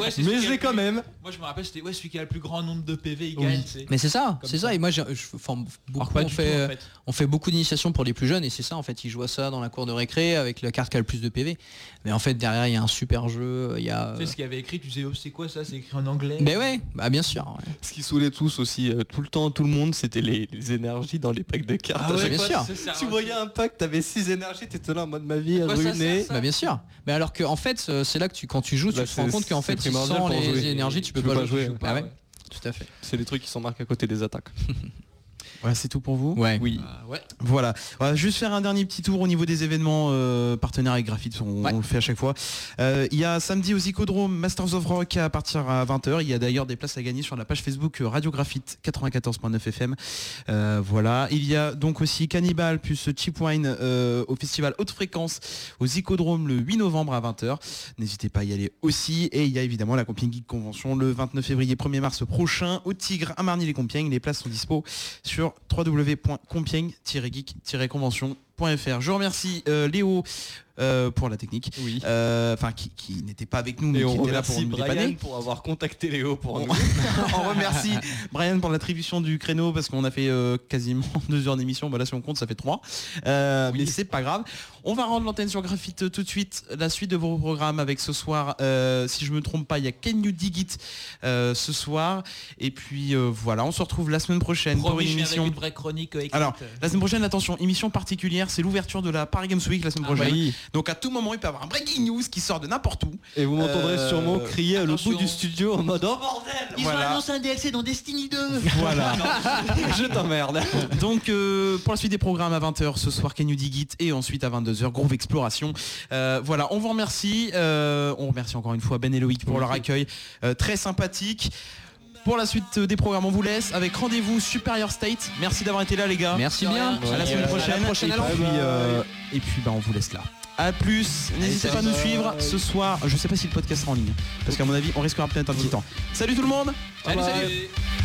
Speaker 8: Ouais, c'est
Speaker 9: mais je
Speaker 8: celui qui a
Speaker 9: l'ai
Speaker 8: le
Speaker 9: quand
Speaker 8: plus-
Speaker 9: même.
Speaker 8: Moi je me rappelle c'était ouais, celui qui a le plus grand nombre de PV il gagne. tu sais.
Speaker 18: Mais c'est ça,
Speaker 8: Comme
Speaker 18: c'est ça. Et moi, j'ai- je, enfin, beaucoup,
Speaker 8: pas
Speaker 18: on,
Speaker 8: du
Speaker 18: fait,
Speaker 8: tout, en
Speaker 18: euh,
Speaker 8: fait.
Speaker 18: on fait beaucoup d'initiations pour les plus jeunes et c'est ça en fait. Ils jouent à ça dans la cour de récré avec la carte qui a le plus de PV. Mais en fait, derrière, il y a un super jeu. Il y a.
Speaker 8: Tu sais ce qu'il y avait écrit, tu sais oh, c'est quoi ça, c'est écrit en anglais.
Speaker 18: Mais ouais, bah bien sûr. ouais.
Speaker 9: Ce qui saoulait tous aussi, euh, tout le temps, tout le monde, c'était les, les énergies dans les packs de cartes.
Speaker 18: Ah ouais,
Speaker 9: À chaque
Speaker 18: bien
Speaker 9: fois,
Speaker 18: sûr.
Speaker 9: tu- Tu voyais un pack, t'avais 6 énergies, t'étais là en mode ma vie est
Speaker 18: Ouais, ça,
Speaker 9: ruinée.
Speaker 18: ça, ça. Bah bien sûr. Mais alors que en fait, euh, c'est là que tu, quand tu joues, tu
Speaker 9: Bah,
Speaker 18: te rends
Speaker 9: c'est-
Speaker 18: compte qu'en
Speaker 9: c'est
Speaker 18: fait,
Speaker 9: primordial
Speaker 18: sans
Speaker 9: pour
Speaker 18: les
Speaker 9: jouer.
Speaker 18: énergies, tu peux, pas, jouer.
Speaker 9: ouais.
Speaker 18: Bah ouais, Tout à fait.
Speaker 9: C'est les trucs qui sont marqués à côté des attaques.
Speaker 7: Voilà, c'est tout pour vous
Speaker 18: Ouais.
Speaker 7: Oui.
Speaker 8: ouais.
Speaker 7: Voilà. On va juste faire un dernier petit tour au niveau des événements euh, partenaires avec Graphite. On, on le fait à chaque fois. Euh, Il y a samedi au Zicodrome Masters of Rock à partir à 20h. Il y a d'ailleurs des places à gagner sur la page Facebook euh, Radio Graphite 94.9 FM. Euh, voilà. Il y a donc aussi Cannibal plus Cheap Wine euh, au festival Haute Fréquence au Zicodrome le 8 novembre à 20h. N'hésitez pas à y aller aussi. Et il y a évidemment la Compiègne Geek Convention le 29 février 1er mars prochain au Tigre à Marny-les-Compiègnes. Les places sont dispo sur www.compiègne-geek-convention www.radioscoop.fr. Je remercie euh, Léo euh, pour la technique. Euh, Enfin, qui, qui n'était pas avec nous, mais
Speaker 9: Et
Speaker 7: qui
Speaker 9: on
Speaker 7: était là pour
Speaker 9: remercie
Speaker 7: nous
Speaker 9: Brian
Speaker 7: dépanner.
Speaker 9: pour avoir contacté Léo pour nous.
Speaker 7: on remercie Brian pour l'attribution du créneau parce qu'on a fait euh, quasiment deux heures d'émission. Bah là, si on compte, ça fait trois. Euh, Mais c'est pas grave. On va rendre l'antenne sur Graphite euh, tout de suite. La suite de vos programmes avec ce soir, euh, si je me trompe pas, il y a Can You Dig It euh, ce soir. Et puis euh, voilà, on se retrouve la semaine prochaine pour
Speaker 8: Promis,
Speaker 7: une
Speaker 8: je viens avec
Speaker 7: émission.
Speaker 8: une vraie chronique euh, écrite.
Speaker 7: Alors, la semaine prochaine, attention, émission particulière, c'est l'ouverture de la Paris Games Week la semaine
Speaker 8: Ah
Speaker 7: prochaine.
Speaker 8: oui.
Speaker 7: Donc à tout moment, il peut y avoir un breaking news qui sort de n'importe où.
Speaker 9: Et vous m'entendrez
Speaker 7: Euh,
Speaker 9: sûrement crier à l'autre bout du
Speaker 7: attention.
Speaker 9: studio en mode Oh bordel
Speaker 7: Ils ont Voilà. annoncé
Speaker 25: un DLC dans Destiny 2
Speaker 7: Voilà.
Speaker 9: Je t'emmerde.
Speaker 7: Donc euh, pour la suite des programmes à 20h ce soir Can You Dig It et ensuite à 22h Groove Exploration. Euh, voilà, on vous remercie. Euh, on remercie encore une fois Ben et Loïc pour leur accueil euh, très sympathique. Pour la suite euh, des programmes, on vous laisse avec rendez-vous Superior State. Merci d'avoir été là les gars.
Speaker 18: Merci
Speaker 7: De
Speaker 18: bien.
Speaker 7: rien. À la
Speaker 18: Ouais.
Speaker 7: semaine
Speaker 18: Euh,
Speaker 7: prochaine.
Speaker 18: à la prochaine,
Speaker 7: et,
Speaker 18: alors.
Speaker 7: puis,
Speaker 18: Bye bye.
Speaker 7: euh, et puis bah, on vous laisse là. A plus, n'hésitez
Speaker 18: Allez,
Speaker 7: pas à nous
Speaker 18: bye.
Speaker 7: suivre ce soir. Je sais pas si le podcast sera en ligne. Parce qu'à mon avis, on risquera peut-être un petit temps. Salut tout le monde
Speaker 18: Salut, salut.